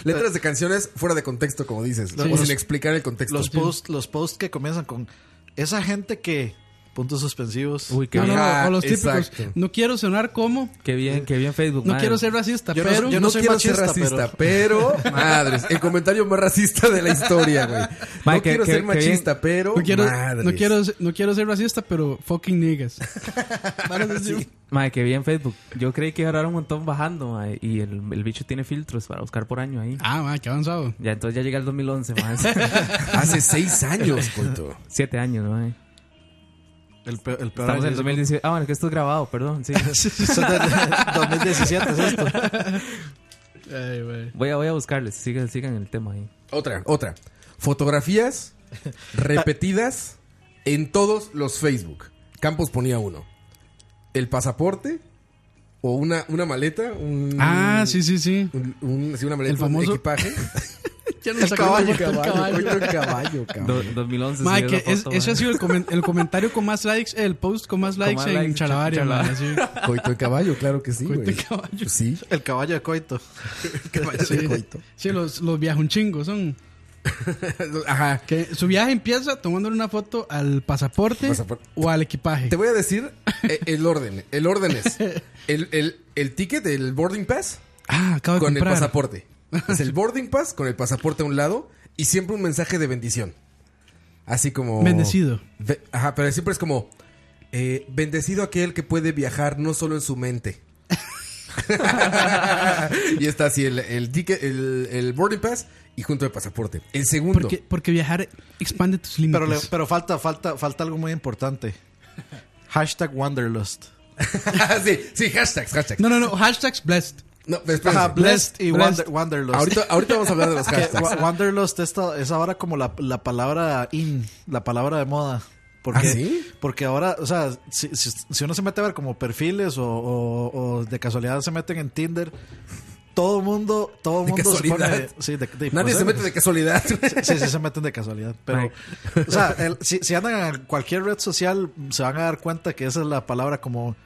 Speaker 5: Letras de canciones fuera de contexto, como dices.
Speaker 3: Sí.
Speaker 5: O
Speaker 3: Los-
Speaker 5: sin explicar el contexto.
Speaker 3: Los posts los posts que comienzan con esa gente que puntos suspensivos.
Speaker 6: Uy, qué
Speaker 4: No, no,
Speaker 6: bien.
Speaker 5: Ajá,
Speaker 4: no, o los típicos.
Speaker 5: exacto.
Speaker 4: No quiero sonar como,
Speaker 6: Qué bien, qué bien Facebook,
Speaker 4: no
Speaker 6: mae.
Speaker 4: quiero ser racista,
Speaker 3: Yo no-
Speaker 4: pero
Speaker 3: yo
Speaker 5: no,
Speaker 3: soy
Speaker 5: quiero ser
Speaker 3: machista,
Speaker 5: racista, pero... Madres, el comentario más racista de la historia, güey.
Speaker 6: Mae,
Speaker 5: no
Speaker 6: que-
Speaker 5: quiero
Speaker 6: que-
Speaker 5: ser
Speaker 6: que
Speaker 5: machista, pero...
Speaker 4: no quiero,
Speaker 5: madres.
Speaker 4: no, quiero, ser- no quiero ser racista, pero fucking niggas.
Speaker 6: Mae, qué bien Facebook. Yo creí que ahora era un montón bajando, mae. Y el, el bicho tiene filtros para buscar por año ahí.
Speaker 4: Ah, mae, qué avanzado.
Speaker 6: Ya, entonces ya llega el 2011, mae.
Speaker 5: Hace seis años, coito.
Speaker 6: Siete años, mae.
Speaker 3: El peor, el peor
Speaker 6: Estamos en el
Speaker 3: año.
Speaker 6: 2018. Ah, bueno, que esto es grabado, perdón. Sí.
Speaker 3: Eso es del- 2017 es esto.
Speaker 4: Ay, güey.
Speaker 6: Voy a, voy a buscarles. Sigan, sigan el tema ahí.
Speaker 5: Otra, otra. Fotografías repetidas en todos los Facebook. Campos ponía uno. El pasaporte o una, una maleta, un,
Speaker 4: Ah, sí, sí, sí.
Speaker 5: Mm. un- un- sí, una maleta,
Speaker 4: El famoso-
Speaker 5: un equipaje.
Speaker 4: Ya no
Speaker 3: El
Speaker 4: sacó
Speaker 3: caballo,
Speaker 4: el caballo.
Speaker 5: coito, un caballo, cabrón.
Speaker 6: Do- 2011.
Speaker 4: Mae,
Speaker 6: subió
Speaker 4: que
Speaker 6: la
Speaker 4: es-
Speaker 6: foto,
Speaker 4: ese
Speaker 6: mae.
Speaker 4: ha sido el, comen- el comentario con más likes, el post con más likes
Speaker 6: más
Speaker 4: en
Speaker 6: likes,
Speaker 4: Chalabaria,
Speaker 6: Chalabaria.
Speaker 4: mae, sí.
Speaker 5: Coito de caballo, claro que sí.
Speaker 4: Coito
Speaker 5: güey.
Speaker 4: de caballo.
Speaker 5: Sí,
Speaker 3: El caballo de Coito.
Speaker 5: caballo de coito.
Speaker 4: Sí, los, los viajunchingos son.
Speaker 5: Ajá.
Speaker 4: Que su viaje empieza tomándole una foto al pasaporte,
Speaker 5: Pasaporte.
Speaker 4: o al equipaje.
Speaker 5: Te voy a decir eh, el orden. El orden es el, el, el ticket, el boarding pass.
Speaker 4: Ah, acabo de
Speaker 5: con el
Speaker 4: comprar.
Speaker 5: pasaporte. Es el boarding pass con el pasaporte a un lado y siempre un mensaje de bendición. Así como.
Speaker 4: Bendecido.
Speaker 5: Ve- Ajá, pero siempre es como. eh, bendecido aquel que puede viajar no solo en su mente. y está así el, el, ticket- el, el boarding pass y junto el pasaporte. El segundo.
Speaker 4: Porque, porque viajar expande tus límites.
Speaker 3: Pero, le- pero falta, falta, falta algo muy importante. Hashtag Wanderlust.
Speaker 5: Ah, sí, sí, hashtags, hashtags.
Speaker 4: No, no, no. Hashtags blessed.
Speaker 5: No, espérense.
Speaker 3: Ajá, Blessed y
Speaker 4: Blessed.
Speaker 3: Wander- Wanderlust.
Speaker 5: ahorita, ahorita vamos a hablar de los
Speaker 3: Que
Speaker 5: hashtags.
Speaker 3: Wa- Wanderlust esta- es ahora como la, la palabra in, la palabra de moda. Porque,
Speaker 5: ¿Ah, sí?
Speaker 3: porque ahora, o sea, si, si- si uno se mete a ver como perfiles o, o- o de casualidad se meten en Tinder, todo mundo, todo
Speaker 5: ¿De
Speaker 3: mundo se pone.
Speaker 5: casualidad?
Speaker 3: Sí, de- de-
Speaker 5: Nadie
Speaker 3: pues,
Speaker 5: se
Speaker 3: eh,
Speaker 5: mete de casualidad.
Speaker 3: Sí, sí, se meten de casualidad. Pero, o sea, el- si, si andan en cualquier red social, se van a dar cuenta que esa es la palabra como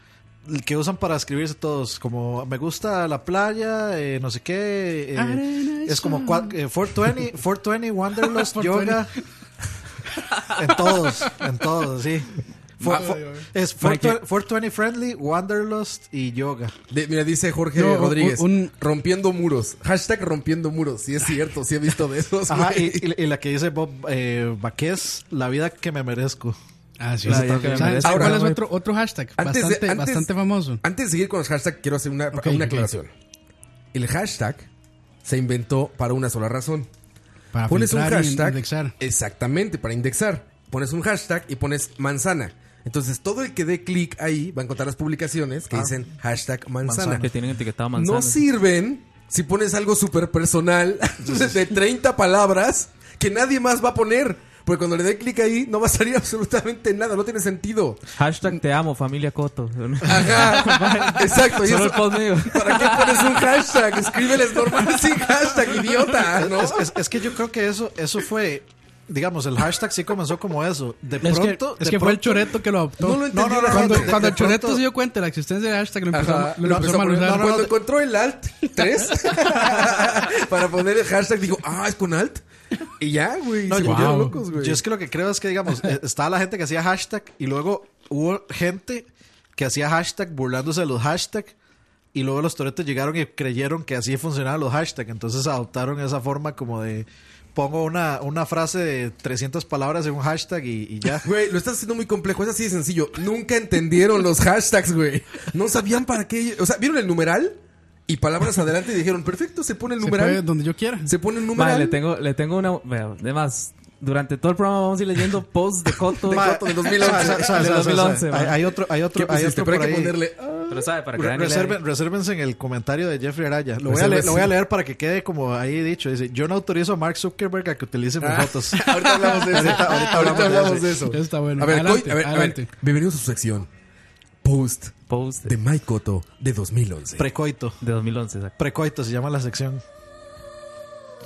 Speaker 3: que usan para escribirse todos. Como me gusta la playa, eh, no sé qué. eh,
Speaker 4: Arena
Speaker 3: es
Speaker 4: es
Speaker 3: como
Speaker 4: suave.
Speaker 3: cua- eh, 420, 420, Wanderlust,
Speaker 4: 420.
Speaker 3: Yoga. En todos, en todos, sí. Fo-
Speaker 5: Ma-
Speaker 3: fo- es 420, 420 eh, Friendly, Wanderlust y Yoga.
Speaker 5: De- mira, dice Jorge
Speaker 4: No, un-
Speaker 5: Rodríguez,
Speaker 4: un-
Speaker 5: rompiendo muros. Hashtag rompiendo muros. Sí, es cierto, sí he visto de esos.
Speaker 3: Ajá, y,
Speaker 5: güey.
Speaker 3: y- y la que dice Bob eh, Baquez, la vida que me merezco.
Speaker 4: Ah, sí.
Speaker 6: La
Speaker 4: eso
Speaker 6: vida que
Speaker 4: está bien.
Speaker 6: me
Speaker 4: ¿Saben-
Speaker 6: merezco.
Speaker 4: saben
Speaker 5: Ahora,
Speaker 4: cuál es
Speaker 6: güey.
Speaker 4: otro, otro hashtag?
Speaker 5: Antes de-
Speaker 4: bastante,
Speaker 5: antes-
Speaker 4: bastante famoso.
Speaker 5: Antes de seguir con los hashtags, quiero hacer una,
Speaker 4: Ok,
Speaker 5: una
Speaker 4: ok.
Speaker 5: aclaración. El hashtag se inventó para una sola razón.
Speaker 4: Para
Speaker 5: Pones un
Speaker 4: filtrar y
Speaker 5: hashtag.
Speaker 4: indexar.
Speaker 5: Exactamente, para indexar. Pones un hashtag y pones manzana. Entonces, todo el que dé clic ahí va a encontrar las publicaciones
Speaker 4: Ah.
Speaker 5: que dicen hashtag manzana.
Speaker 6: Ah, Que tienen etiquetado manzana.
Speaker 5: No sirven si pones algo súper personal de 30 palabras que nadie más va a poner. Porque cuando le dé clic ahí no va a salir absolutamente nada, no tiene sentido.
Speaker 6: Hashtag te amo, familia Coto.
Speaker 5: Ajá, exacto. y
Speaker 6: Solo el
Speaker 5: Ah, eso-
Speaker 6: post mío.
Speaker 5: ¿Para qué pones un hashtag? Escríbeles normal sin hashtag, idiota, ¿no?
Speaker 3: Es, es- es que yo creo que eso, eso fue digamos, el hashtag sí comenzó como eso. De
Speaker 4: es que,
Speaker 3: pronto.
Speaker 4: es
Speaker 3: de
Speaker 4: que fue el
Speaker 3: pronto-
Speaker 4: Choreto que lo adoptó. cuando,
Speaker 3: de- de
Speaker 4: cuando el
Speaker 3: pronto-
Speaker 4: Choreto se dio cuenta de la existencia del hashtag, lo empezó,
Speaker 5: Ajá,
Speaker 4: a- lo
Speaker 5: lo
Speaker 4: empezó
Speaker 5: empezó
Speaker 4: a
Speaker 5: a poner-
Speaker 4: maludar.
Speaker 5: no, no, Cuando encontró el alt 3 para poner el hashtag, dijo, ah, es con alt. Y ya, güey.
Speaker 3: No,
Speaker 5: se
Speaker 3: yo,
Speaker 5: volvieron
Speaker 3: yo-
Speaker 5: locos, güey.
Speaker 3: yo es que lo que creo es que, digamos, eh, estaba la gente que hacía hashtag y luego hubo gente que hacía hashtag burlándose de los hashtags y luego los toretos llegaron y creyeron que así funcionaban los hashtags. Entonces adoptaron esa forma como de pongo una, una frase de 300 palabras en un hashtag y, y ya.
Speaker 5: Güey, lo estás haciendo muy complejo. Es así de sencillo. Nunca entendieron los hashtags, güey. No sabían para qué. O sea, vieron el numeral y palabras adelante y dijeron, perfecto, se pone el numeral.
Speaker 6: puede
Speaker 4: donde yo quiera.
Speaker 5: Se pone el numeral.
Speaker 6: Madre, le tengo, le tengo una. vea, Además, durante todo el programa vamos a ir leyendo posts de Coto.
Speaker 5: De Coto del 2011.
Speaker 6: Del
Speaker 5: O sea, o sea, o sea, o sea,
Speaker 6: 2011,
Speaker 3: hay-
Speaker 6: madre.
Speaker 3: hay otro- hay otro- ¿Qué hay pusiste? otro Pero hay por que ahí. ponerle, ah.
Speaker 6: Pero sabe, para que
Speaker 3: Re-
Speaker 6: Dani lea
Speaker 3: reserven-
Speaker 6: ahí.
Speaker 3: resérvense en el comentario de Jeffrey Araya. Lo voy, a
Speaker 6: Reserva-
Speaker 3: leer, lo voy a leer para que quede como ahí dicho. Dice, yo no autorizo a Mark Zuckerberg a que utilice mis
Speaker 5: Ah,
Speaker 3: fotos.
Speaker 5: ahorita hablamos de eso.
Speaker 3: Ahorita- ahorita hablamos de eso.
Speaker 4: Está bueno.
Speaker 5: A ver,
Speaker 4: Adelante,
Speaker 5: Coy- a ver, a ver,
Speaker 4: adelante.
Speaker 5: bienvenidos a su sección. Post,
Speaker 6: Post.
Speaker 5: de Mike Cotto de 2011.
Speaker 3: Precoito.
Speaker 6: De 2011, exacto.
Speaker 3: Precoito se llama la sección.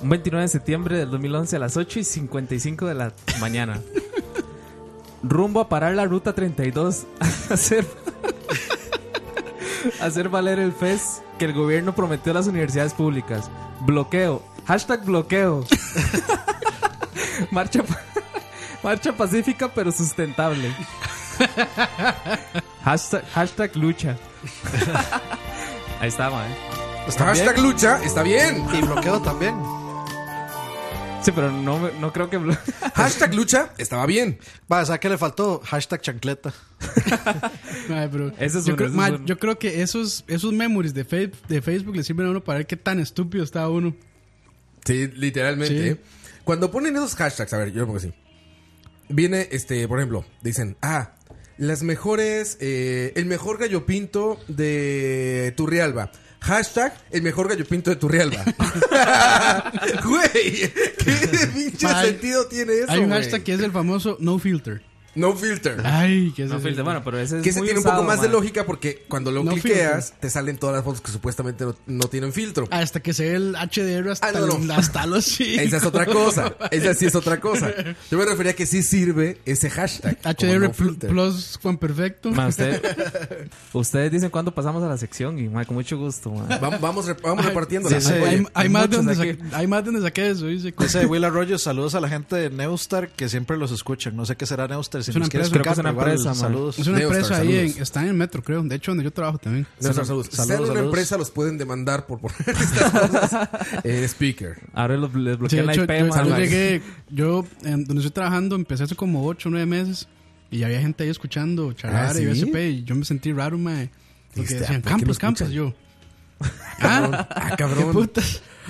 Speaker 6: Un 29 de septiembre del 2011 a las 8 y 55 de la mañana. Rumbo a parar la ruta 32 a hacer, a hacer valer el FES que el gobierno prometió a las universidades públicas. Bloqueo. Hashtag bloqueo. marcha, pa- marcha pacífica pero sustentable. hashtag, hashtag lucha. Ahí ¿eh? está, man.
Speaker 5: Hashtag lucha, está bien.
Speaker 3: Y bloqueo también.
Speaker 6: Sí, pero no, me- no creo que.
Speaker 5: Hashtag lucha estaba bien.
Speaker 3: Va, o sea, que le faltó hashtag chancleta.
Speaker 4: Madre, pero
Speaker 3: Ese es
Speaker 4: yo,
Speaker 3: bueno,
Speaker 4: creo,
Speaker 3: ese es
Speaker 4: madre,
Speaker 3: bueno.
Speaker 4: yo creo que esos, esos memories de, Fe- de Facebook le sirven a uno para ver qué tan estúpido está uno.
Speaker 5: Sí, literalmente.
Speaker 4: Sí.
Speaker 5: ¿eh? Cuando ponen esos hashtags, a ver, yo lo pongo así. Viene, este, por ejemplo, dicen, ah, las mejores, eh, el mejor gallo pinto de Turrialba. Hashtag, el mejor gallo pinto de Turrialba. Güey, ¿qué pinche
Speaker 4: Madre,
Speaker 5: sentido tiene eso?
Speaker 4: Hay un
Speaker 5: güey?
Speaker 4: hashtag que es el famoso no filter.
Speaker 5: No filter.
Speaker 4: Ay, que ese
Speaker 6: No
Speaker 4: es-
Speaker 6: filter, bueno, pero ese es
Speaker 5: Que se
Speaker 6: muy
Speaker 5: tiene un
Speaker 6: usado,
Speaker 5: poco más de
Speaker 6: madre.
Speaker 5: lógica porque cuando lo
Speaker 4: No
Speaker 5: cliqueas
Speaker 4: filter.
Speaker 5: te salen todas las fotos que supuestamente no, no tienen filtro.
Speaker 4: Hasta que se ve el HDR hasta,
Speaker 5: Ah, no, no.
Speaker 4: el- hasta los cinco.
Speaker 5: Esa es otra cosa. Esa sí es otra cosa. Yo me refería a que sí sirve ese hashtag. como
Speaker 4: HDR
Speaker 5: no
Speaker 4: pl-
Speaker 5: filter.
Speaker 4: Plus Juan Perfecto.
Speaker 6: Ma, usted- ustedes dicen cuándo pasamos a la sección y ma, con mucho gusto. ma.
Speaker 5: Vam- Vamos, rep- vamos repartiendo.
Speaker 4: Hay-
Speaker 3: Dice-
Speaker 4: hay, hay
Speaker 3: hay
Speaker 4: más de
Speaker 3: muchos
Speaker 4: donde
Speaker 3: aquí.
Speaker 4: saqué, hay más de donde saqué eso. Dice,
Speaker 3: Dice Will Arroyo, saludos a la gente de Neustar que siempre los escuchan. No sé qué será Neustar, si
Speaker 4: Es una
Speaker 3: nos quieres
Speaker 4: empresa, creo que
Speaker 3: explicar,
Speaker 4: es una
Speaker 3: pero igual,
Speaker 4: empresa, man.
Speaker 3: saludos.
Speaker 4: Es una empresa ahí, en- está en el metro, creo. De hecho, donde yo trabajo también.
Speaker 5: Nuestros saludos. Si están en una empresa, los pueden demandar por poner estas cosas en speaker.
Speaker 6: Ahora los- les
Speaker 4: Sí, de
Speaker 6: bloquean
Speaker 4: hecho,
Speaker 6: la IP.
Speaker 4: yo,
Speaker 6: ma.
Speaker 4: yo llegué, yo en donde estoy trabajando empecé hace como 8 o 9 meses y había gente ahí escuchando charlar
Speaker 5: Ah,
Speaker 4: y
Speaker 5: ¿sí?
Speaker 4: BSP y yo me sentí raro, mae. Porque
Speaker 5: Dijiste,
Speaker 4: decían,
Speaker 5: "Ah, ¿por qué
Speaker 4: Campos,
Speaker 5: lo
Speaker 4: Campos, yo.
Speaker 5: escuchan?" Ah, cabrón.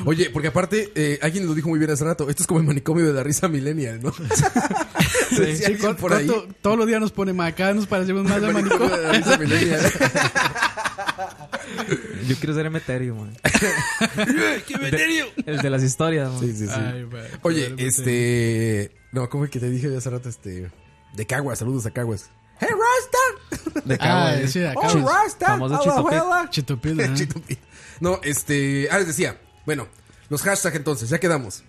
Speaker 5: Oye, porque aparte, eh, alguien lo dijo muy bien hace rato. Esto es como el manicomio de la risa millennial, ¿no?
Speaker 4: Sí,
Speaker 5: Decía alguien
Speaker 4: Cot-
Speaker 5: por ahí.
Speaker 4: Coto todos los días nos pone, mae, acá nos parecemos más de manicomio.
Speaker 5: de la risa millennial.
Speaker 6: Yo quiero ser Emeterio, man.
Speaker 4: ¡Qué veterio!
Speaker 6: El de las historias. ma.
Speaker 5: Sí, sí, sí.
Speaker 4: Ay, güey,
Speaker 6: pues,
Speaker 5: Oye,
Speaker 4: poder
Speaker 6: eh.
Speaker 5: este. No, ¿cómo es que te dije hace rato? Este. De Caguas, saludos a Caguas. ¡Hey, Rasta!
Speaker 6: De
Speaker 4: Ah,
Speaker 6: Caguas.
Speaker 4: sí, de acá.
Speaker 5: ¡Oh, Rasta!
Speaker 6: famoso
Speaker 5: ¡Hola,
Speaker 6: Chito Pit.
Speaker 5: abuela!
Speaker 4: Chitopil, ajá.
Speaker 5: Chitopil. No, este. Ah, les decía. Bueno, los hashtags entonces, ya quedamos.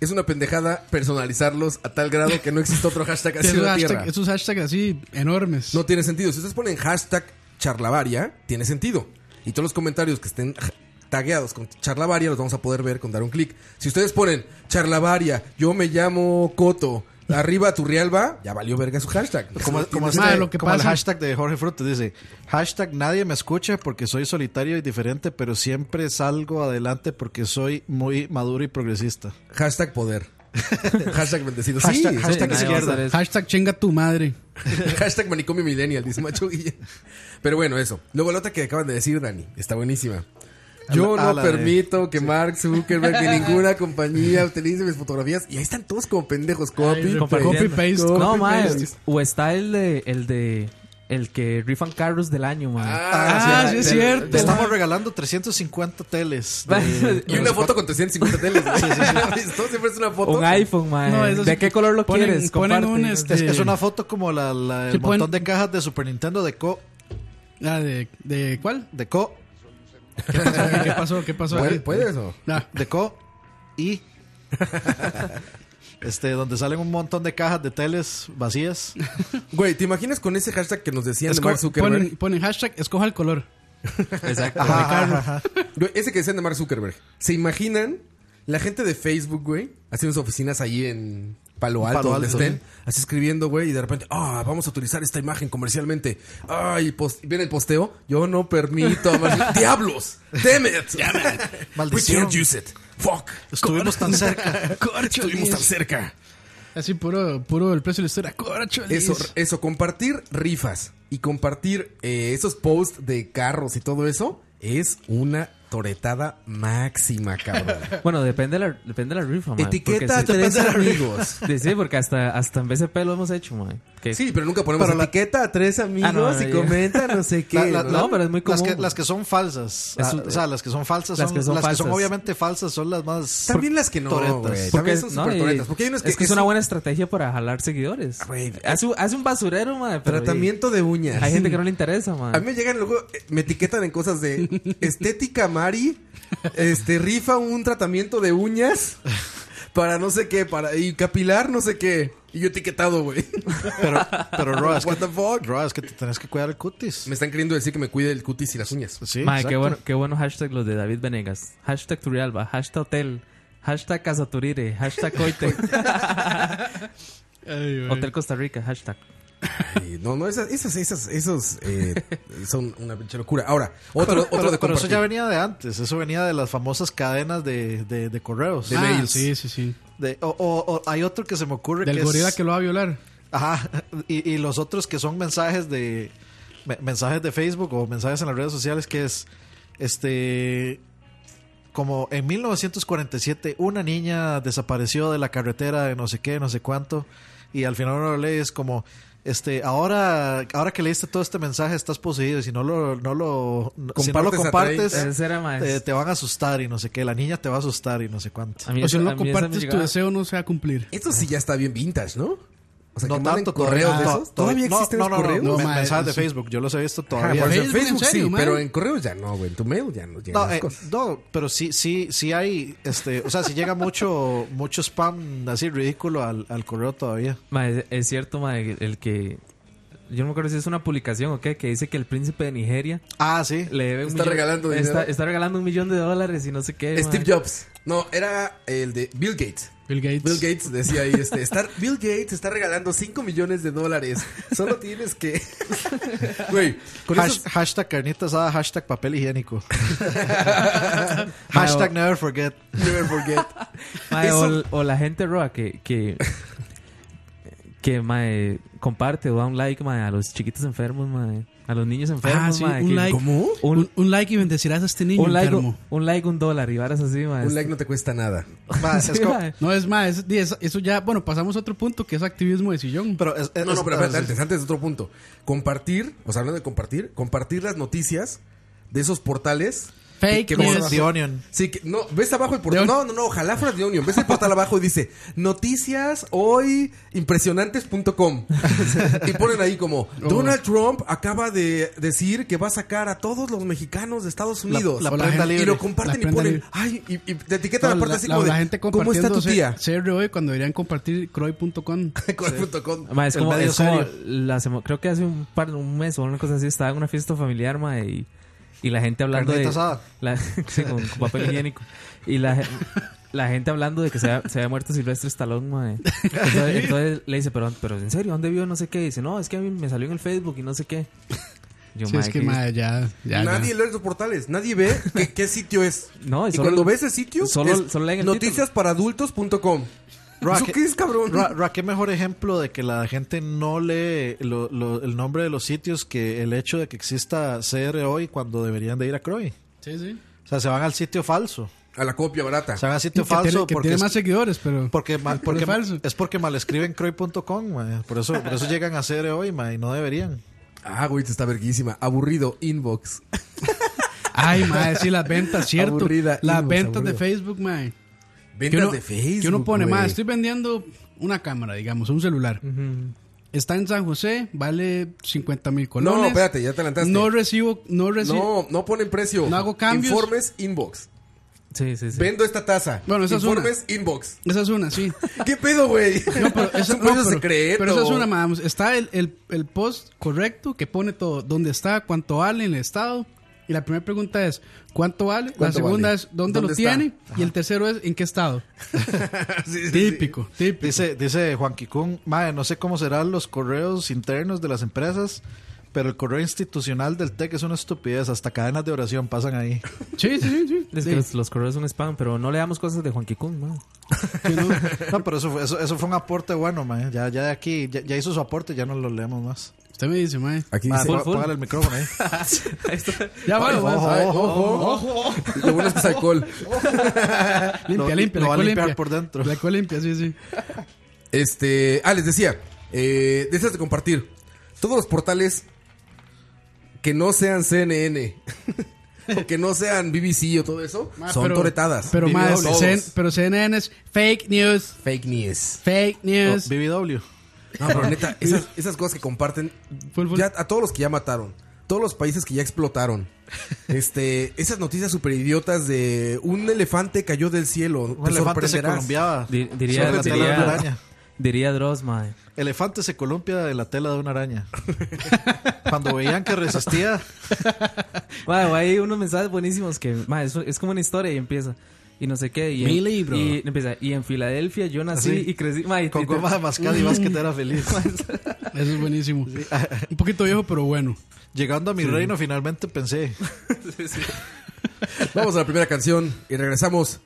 Speaker 5: Es una pendejada personalizarlos a tal grado que no existe otro hashtag así
Speaker 4: Sí,
Speaker 5: en
Speaker 4: esos,
Speaker 5: la
Speaker 4: hashtag-
Speaker 5: tierra.
Speaker 4: esos hashtags así enormes.
Speaker 5: No tiene sentido. Si ustedes ponen hashtag charlavaria, tiene sentido. Y todos los comentarios que estén ja- tagueados con charlavaria los vamos a poder ver con dar un clic. Si ustedes ponen charlavaria, yo me llamo Coto, arriba tu va, ya valió verga su hashtag.
Speaker 3: Como,
Speaker 5: Eso
Speaker 3: como,
Speaker 5: tiene-
Speaker 3: este-
Speaker 4: Madre, lo que
Speaker 3: como el
Speaker 4: pasa-
Speaker 3: hashtag de Jorge Frutos dice, hashtag nadie me escucha porque soy solitario y diferente, pero siempre salgo adelante porque soy muy maduro y progresista.
Speaker 5: hashtag poder. hashtag bendecido. Sí,
Speaker 3: Hashtag-
Speaker 5: sí,
Speaker 3: hashtag
Speaker 5: nadie
Speaker 3: izquierda.
Speaker 5: va a hacer
Speaker 4: Hashtag chinga tu madre.
Speaker 5: eso. hashtag manicomio millennial, dice Macho Guille. Pero bueno, eso. Luego la otra que acaban de decir, Dani, está buenísima. Yo
Speaker 3: Ah,
Speaker 5: no
Speaker 3: la de-
Speaker 5: permito que Mark Zuckerberg ni ninguna compañía utilice mis fotografías. Y ahí están todos como pendejos. Copy,
Speaker 6: Compartiendo.
Speaker 4: Copy paste.
Speaker 6: No,
Speaker 4: Copy
Speaker 6: ma,
Speaker 4: paste.
Speaker 6: O está el de. El de el que rifan carros del año, man.
Speaker 4: Ah, sí, es cierto.
Speaker 3: Te estamos regalando 350 teles. de-
Speaker 5: Y una foto con 350 teles. güey. Esto siempre es una foto.
Speaker 6: Un iPhone, man.
Speaker 4: No, eso sí
Speaker 6: ¿De qué
Speaker 4: que
Speaker 6: color lo
Speaker 4: ponen-
Speaker 6: quieres?
Speaker 4: ponen
Speaker 6: Comparte.
Speaker 4: un, este,
Speaker 3: Es, es una foto como la, la-
Speaker 4: Sí,
Speaker 3: el
Speaker 4: pueden-
Speaker 3: montón de cajas de Super Nintendo de Co.
Speaker 4: Ah, ¿de, de cuál?
Speaker 3: De Co.
Speaker 4: ¿Qué pasó? Ah. ¿Qué pasó? ¿Qué pasó?
Speaker 5: ¿Puede, puede eso?
Speaker 4: Ah,
Speaker 3: De Co. Y Este, donde salen un montón de cajas de teles vacías.
Speaker 5: Güey, ¿te imaginas con ese hashtag que nos decían de
Speaker 3: Esco-
Speaker 5: Mark Zuckerberg?
Speaker 4: Ponen, ponen hashtag, escoja el color.
Speaker 5: Exacto. Ese que decían de Mark Zuckerberg. ¿Se imaginan la gente de Facebook, güey? Haciendo sus oficinas ahí en Palo Alto,
Speaker 3: Palo
Speaker 5: donde
Speaker 3: Alto,
Speaker 5: estén.
Speaker 3: sí.
Speaker 5: Así escribiendo, güey, y de repente, ah, vamos a utilizar esta imagen comercialmente. Ay, pos- viene el posteo. Yo no permito. a Mark- ¡Diablos! ¡Damn it! ¡Damn it!
Speaker 3: Maldición.
Speaker 5: We can't use it. ¡Fuck!
Speaker 3: Estuvimos tan cerca.
Speaker 5: Corcho, Estuvimos tan
Speaker 4: Dios.
Speaker 5: cerca.
Speaker 4: Así puro, puro el precio de la historia. Coracho,
Speaker 5: Eso,
Speaker 4: Liz.
Speaker 5: eso, compartir rifas y compartir eh, esos posts de carros y todo eso es una toretada máxima, cabrón.
Speaker 6: Bueno, depende de la, depende de la rifa, mae,
Speaker 5: Etiqueta
Speaker 6: porque
Speaker 5: a tres
Speaker 6: depende de la rifa.
Speaker 5: amigos.
Speaker 6: Sí, sí, porque hasta, hasta en BCP lo hemos hecho, mae. Que-
Speaker 5: Sí, pero nunca ponemos
Speaker 6: Pero la-
Speaker 5: etiqueta a tres amigos
Speaker 6: Ah, no, no,
Speaker 5: y
Speaker 6: ya.
Speaker 5: comenta no sé qué.
Speaker 3: La- la- la-
Speaker 6: No, pero es muy común.
Speaker 3: Las que, las que son falsas.
Speaker 6: Es
Speaker 3: Ah,
Speaker 6: un-
Speaker 3: o sea, las que son falsas
Speaker 6: las
Speaker 3: son,
Speaker 6: que son
Speaker 3: las que son
Speaker 6: falsas.
Speaker 3: obviamente falsas son las más.
Speaker 5: También las que no,
Speaker 3: toretas.
Speaker 6: Porque
Speaker 5: güey. También
Speaker 6: es,
Speaker 5: son
Speaker 6: no,
Speaker 5: súper
Speaker 6: y-
Speaker 5: toretas, porque hay unas que-
Speaker 6: es que es
Speaker 5: es
Speaker 6: una
Speaker 5: un-
Speaker 6: buena estrategia para jalar seguidores. Hace, un- hace un basurero, mae. pero-
Speaker 5: Tratamiento de uñas.
Speaker 6: Hay gente que no le interesa, mae.
Speaker 5: A mí me llegan luego, eh, me etiquetan en cosas de estética Mari, este, rifa un tratamiento de uñas para no sé qué, para, y capilar no sé qué. Y yo etiquetado, güey.
Speaker 3: Pero, pero Roa, es que,
Speaker 5: What the fuck?
Speaker 3: Roa, es que te tenés que cuidar el cutis.
Speaker 5: Me están queriendo decir que me cuide el cutis y las uñas.
Speaker 3: Sí,
Speaker 6: Mae, qué,
Speaker 3: exacto.
Speaker 6: bueno, qué bueno hashtag los de David Venegas. Hashtag Turrialba, hashtag hotel, hashtag Casaturire, hashtag coite. hotel Costa Rica, hashtag.
Speaker 5: Y no, no, esas, esas, esas, esos eh, son una pinche locura. Ahora, otro,
Speaker 3: Pero-
Speaker 5: otro
Speaker 3: pero-
Speaker 5: de
Speaker 3: pero eso
Speaker 5: compartir.
Speaker 3: ya venía de antes. Eso venía de las famosas cadenas de, de- de correos.
Speaker 4: De Ah, mails. sí, sí, sí.
Speaker 3: o, o- o hay otro que se me ocurre
Speaker 4: Del
Speaker 3: que
Speaker 4: gorila
Speaker 3: es-
Speaker 4: que lo va a violar.
Speaker 3: Ajá. Y, y los otros que son mensajes de me- mensajes de Facebook o mensajes en las redes sociales que es este como en 1947 una niña desapareció de la carretera de no sé qué, no sé cuánto y al final uno lo lee es como este ahora ahora que leíste todo este mensaje estás poseído y si no lo no lo si no lo
Speaker 6: Compartes a
Speaker 3: compartes eh,
Speaker 6: treinta. Ese era más.
Speaker 3: te, te van a asustar y no sé qué, la niña te va a asustar y no sé cuánto.
Speaker 6: A mí
Speaker 4: O si no compartes, tu deseo no se va a cumplir.
Speaker 5: Esto sí ya está bien vintage, ¿no? O sea,
Speaker 3: No
Speaker 5: que manden
Speaker 3: tanto
Speaker 5: correos
Speaker 3: todavía.
Speaker 5: de
Speaker 3: No,
Speaker 5: esos. ¿Todavía
Speaker 3: Ah, no,
Speaker 5: existen
Speaker 3: no,
Speaker 5: los
Speaker 3: no, no,
Speaker 5: correos? Ah,
Speaker 3: no, Men- ma, mensajes de eso- Facebook, yo los he visto todavía.
Speaker 5: por en
Speaker 3: Facebook, ¿en
Speaker 5: Facebook
Speaker 3: serio,
Speaker 5: sí,
Speaker 3: man?
Speaker 5: pero en correos ya no, güey. En tu mail ya no llegan
Speaker 3: No,
Speaker 5: las
Speaker 3: eh,
Speaker 5: cosas.
Speaker 3: no, pero sí, sí, sí hay, este, o sea, sí llega mucho, mucho spam así ridículo al, al correo todavía.
Speaker 6: Mae, es- es cierto, mae, el- el que... Yo no me acuerdo si es una publicación o qué, que dice que el príncipe de Nigeria...
Speaker 3: Ah, sí.
Speaker 6: Le debe un
Speaker 5: Está regalando dinero.
Speaker 6: está, está regalando un millón de dólares y no sé qué.
Speaker 5: Steve
Speaker 6: mae.
Speaker 5: Jobs. No, era el de Bill Gates.
Speaker 4: Bill Gates.
Speaker 5: Bill Gates decía ahí, este, está- Bill Gates está regalando 5 millones de dólares. Solo tienes que... Güey, con
Speaker 3: Hash-
Speaker 5: esos-
Speaker 3: Hashtag carnitas asada, hashtag papel higiénico. hashtag never forget.
Speaker 5: Never forget.
Speaker 6: Mae,
Speaker 5: Eso-
Speaker 6: o, l- o la gente roa que... que que mae, comparte o da un like mae, a los chiquitos enfermos, mae, a los niños enfermos.
Speaker 4: Ah, sí,
Speaker 6: mae,
Speaker 4: un
Speaker 6: que-
Speaker 4: like.
Speaker 5: ¿Cómo?
Speaker 4: Un, un like y bendecirás a este niño
Speaker 6: un like,
Speaker 4: enfermo.
Speaker 6: un, un like, un dólar y varas así, mae.
Speaker 5: Un like no te cuesta nada.
Speaker 3: Ma, es
Speaker 6: Sí,
Speaker 3: como-
Speaker 6: mae.
Speaker 4: No, es más, es- di, eso, eso ya, bueno, pasamos a otro punto que es activismo de sillón.
Speaker 3: pero es- es-
Speaker 5: No, no, pero
Speaker 3: es-
Speaker 5: espérate, antes, antes de otro punto. Compartir, o sea, hablando de compartir, compartir las noticias de esos portales.
Speaker 4: Fake
Speaker 5: ves
Speaker 4: news.
Speaker 5: abajo.
Speaker 3: The Onion.
Speaker 5: Sí, que, no, ves abajo el portal. No, no, no, ojalá fuera The Onion. Ves el portal abajo y dice noticias hoy impresionantes.com. y ponen ahí como Donald Trump acaba de decir que va a sacar a todos los mexicanos de Estados Unidos.
Speaker 3: la
Speaker 5: O
Speaker 3: prenda
Speaker 5: gente-
Speaker 3: libre.
Speaker 5: Y lo
Speaker 4: La
Speaker 5: comparten y
Speaker 4: prenda
Speaker 5: ponen,
Speaker 4: libre.
Speaker 5: ay, y, y te etiquetan
Speaker 4: No,
Speaker 5: la parte
Speaker 4: la,
Speaker 5: así
Speaker 4: la-
Speaker 5: como
Speaker 4: la
Speaker 5: de,
Speaker 4: gente
Speaker 5: ¿cómo
Speaker 4: compartiendo
Speaker 5: está tu tía?
Speaker 4: CROE E cuando deberían compartir croy.com.
Speaker 5: Con.com.
Speaker 6: Ma, es
Speaker 3: El
Speaker 6: como,
Speaker 3: medio
Speaker 6: es como
Speaker 3: serio.
Speaker 6: la semo- creo que hace un par, un mes o una cosa así, estaba en una fiesta familiar, ma, y, y la gente hablando
Speaker 3: Carnita
Speaker 6: de...
Speaker 3: asada.
Speaker 6: La, sí, con, con papel higiénico. Y la, ge- la gente hablando de que se había, se había muerto Silvestre Stallone, ma. Entonces, entonces le dice, pero, pero ¿en serio? ¿Dónde vio? No sé qué. Y dice, no, es que a mí me salió en el Facebook y no sé qué. Yo,
Speaker 4: Sí,
Speaker 6: ma,
Speaker 4: es que,
Speaker 6: que-
Speaker 4: ma, ya, ya, ya.
Speaker 5: Nadie lee los portales, nadie ve qué, qué sitio es.
Speaker 6: No, y
Speaker 5: y
Speaker 6: solo-
Speaker 5: cuando ves el sitio,
Speaker 6: solo-
Speaker 5: es
Speaker 6: solo leen el
Speaker 5: noticiasparaadultos.com.
Speaker 3: Ra,
Speaker 5: ¿Eso
Speaker 3: que-
Speaker 5: qué es, cabrón?
Speaker 3: Ra, Ra, qué mejor ejemplo de que la gente no lee lo- lo- el nombre de los sitios que el hecho de que exista CR hoy cuando deberían de ir a Croy.
Speaker 4: Sí, sí.
Speaker 3: O sea, se van al sitio falso.
Speaker 5: A la copia barata.
Speaker 3: Se van al
Speaker 4: Que
Speaker 3: sitio
Speaker 4: tiene-
Speaker 3: falso
Speaker 4: que
Speaker 3: porque
Speaker 4: tiene
Speaker 3: es-
Speaker 4: más seguidores, Pues, pero...
Speaker 3: Porque, ma-
Speaker 4: Pero
Speaker 3: porque-
Speaker 4: falso.
Speaker 3: es porque mal escriben croy.com, ma. por eso por eso llegan a ser hoy, ma, y no deberían.
Speaker 5: Ah, güey, está verguísima. Aburrido, inbox.
Speaker 4: Ay, madre, sí, las ventas, cierto.
Speaker 5: Aburrida,
Speaker 4: las
Speaker 5: inbox,
Speaker 4: ventas
Speaker 5: aburrido.
Speaker 4: de Facebook, madre.
Speaker 5: Ventas
Speaker 4: uno-
Speaker 5: de Facebook.
Speaker 4: Que uno pone,
Speaker 5: güey.
Speaker 4: madre, estoy vendiendo una cámara, digamos, un celular. Está en San José, vale 50 mil colones.
Speaker 5: No, espérate, ya te adelantaste.
Speaker 4: No recibo, no recibo.
Speaker 5: No, no ponen precio.
Speaker 4: No hago cambios.
Speaker 5: Informes, inbox.
Speaker 6: Sí, sí, sí.
Speaker 5: Vendo esta taza.
Speaker 4: Bueno, esa es una.
Speaker 5: Informes inbox.
Speaker 4: Esa es una, sí.
Speaker 5: ¿Qué pedo, güey?
Speaker 4: No, pero
Speaker 5: Es
Speaker 4: esa, no,
Speaker 5: un proceso
Speaker 4: pero-
Speaker 5: secreto.
Speaker 4: pero esa es una, madam. Está el, el, el post correcto que pone todo. ¿Dónde está? ¿Cuánto vale en el estado? Y la primera pregunta es, ¿cuánto vale? la
Speaker 3: ¿Cuánto
Speaker 4: segunda
Speaker 3: vale?
Speaker 4: es, ¿dónde,
Speaker 3: ¿Dónde
Speaker 4: lo
Speaker 3: está?
Speaker 4: tiene? Y el tercero es, ¿en qué estado?
Speaker 3: típico, típico. Dice, dice Juan Kikun, "Mae, no sé cómo serán los correos internos de las empresas, pero el correo institucional del TEC es una estupidez. Hasta cadenas de oración pasan ahí.
Speaker 4: Sí, sí, sí.
Speaker 6: Es que los, los correos son spam, pero no le damos cosas de Juan Kikun, ¿no?
Speaker 3: No, pero eso fue, eso, eso fue un aporte bueno, mae. Ya, ya de aquí, ya, ya hizo su aporte, ya no lo leemos más.
Speaker 4: Usted me dice, mae.
Speaker 5: Aquí
Speaker 3: Mae,
Speaker 5: dice-
Speaker 3: apá-
Speaker 5: Full, full.
Speaker 3: apágale el micrófono ahí.
Speaker 4: Ya, bueno,
Speaker 3: Ojo,
Speaker 4: bueno, sabe.
Speaker 3: ojo, ojo,
Speaker 4: Ojo.
Speaker 5: Lo bueno es que es alcohol.
Speaker 4: limpia,
Speaker 3: Lo-
Speaker 4: limpia,
Speaker 3: lo
Speaker 4: la
Speaker 3: va a
Speaker 4: cual
Speaker 3: limpiar
Speaker 4: limpia.
Speaker 3: por dentro.
Speaker 4: La cual limpia, sí, sí.
Speaker 5: Este. Ah, les decía. Eh, deseas de compartir. Todos los portales que no sean CNN o que no sean BBC o todo eso
Speaker 4: Ma,
Speaker 5: son
Speaker 4: pero-
Speaker 5: toretadas.
Speaker 4: Pero, mae,
Speaker 5: Todos.
Speaker 4: CN pero CNN es fake news.
Speaker 5: Fake news.
Speaker 4: Fake news.
Speaker 3: BBW.
Speaker 5: No, pero neta, esas, esas cosas que comparten. Ya, a todos los que ya mataron. Todos los países que ya explotaron. Este, esas noticias super idiotas de un elefante cayó del cielo. te
Speaker 3: elefante se
Speaker 5: sorprenderás.
Speaker 3: columpiaba.
Speaker 6: Di- diría,
Speaker 3: Sobre la tela de una araña.
Speaker 6: diría, diría Dross, mae.
Speaker 3: Elefante se columpia de la tela de una araña. Cuando veían que resistía,
Speaker 6: Mae, güey, hay unos mensajes buenísimos que, mae, es, es como una historia y empieza. Y no sé qué. Y en,
Speaker 4: Mi libro.
Speaker 6: Y, empieza, y en Filadelfia yo nací
Speaker 3: Así.
Speaker 6: y crecí. Mae,
Speaker 3: Ah, con
Speaker 6: te-
Speaker 3: goma de mascar y
Speaker 6: Mm.
Speaker 3: Vázquez era feliz.
Speaker 4: Eso es buenísimo. Un poquito viejo, pero bueno.
Speaker 3: Llegando a mi reino, finalmente pensé.
Speaker 5: Vamos a la primera canción y regresamos.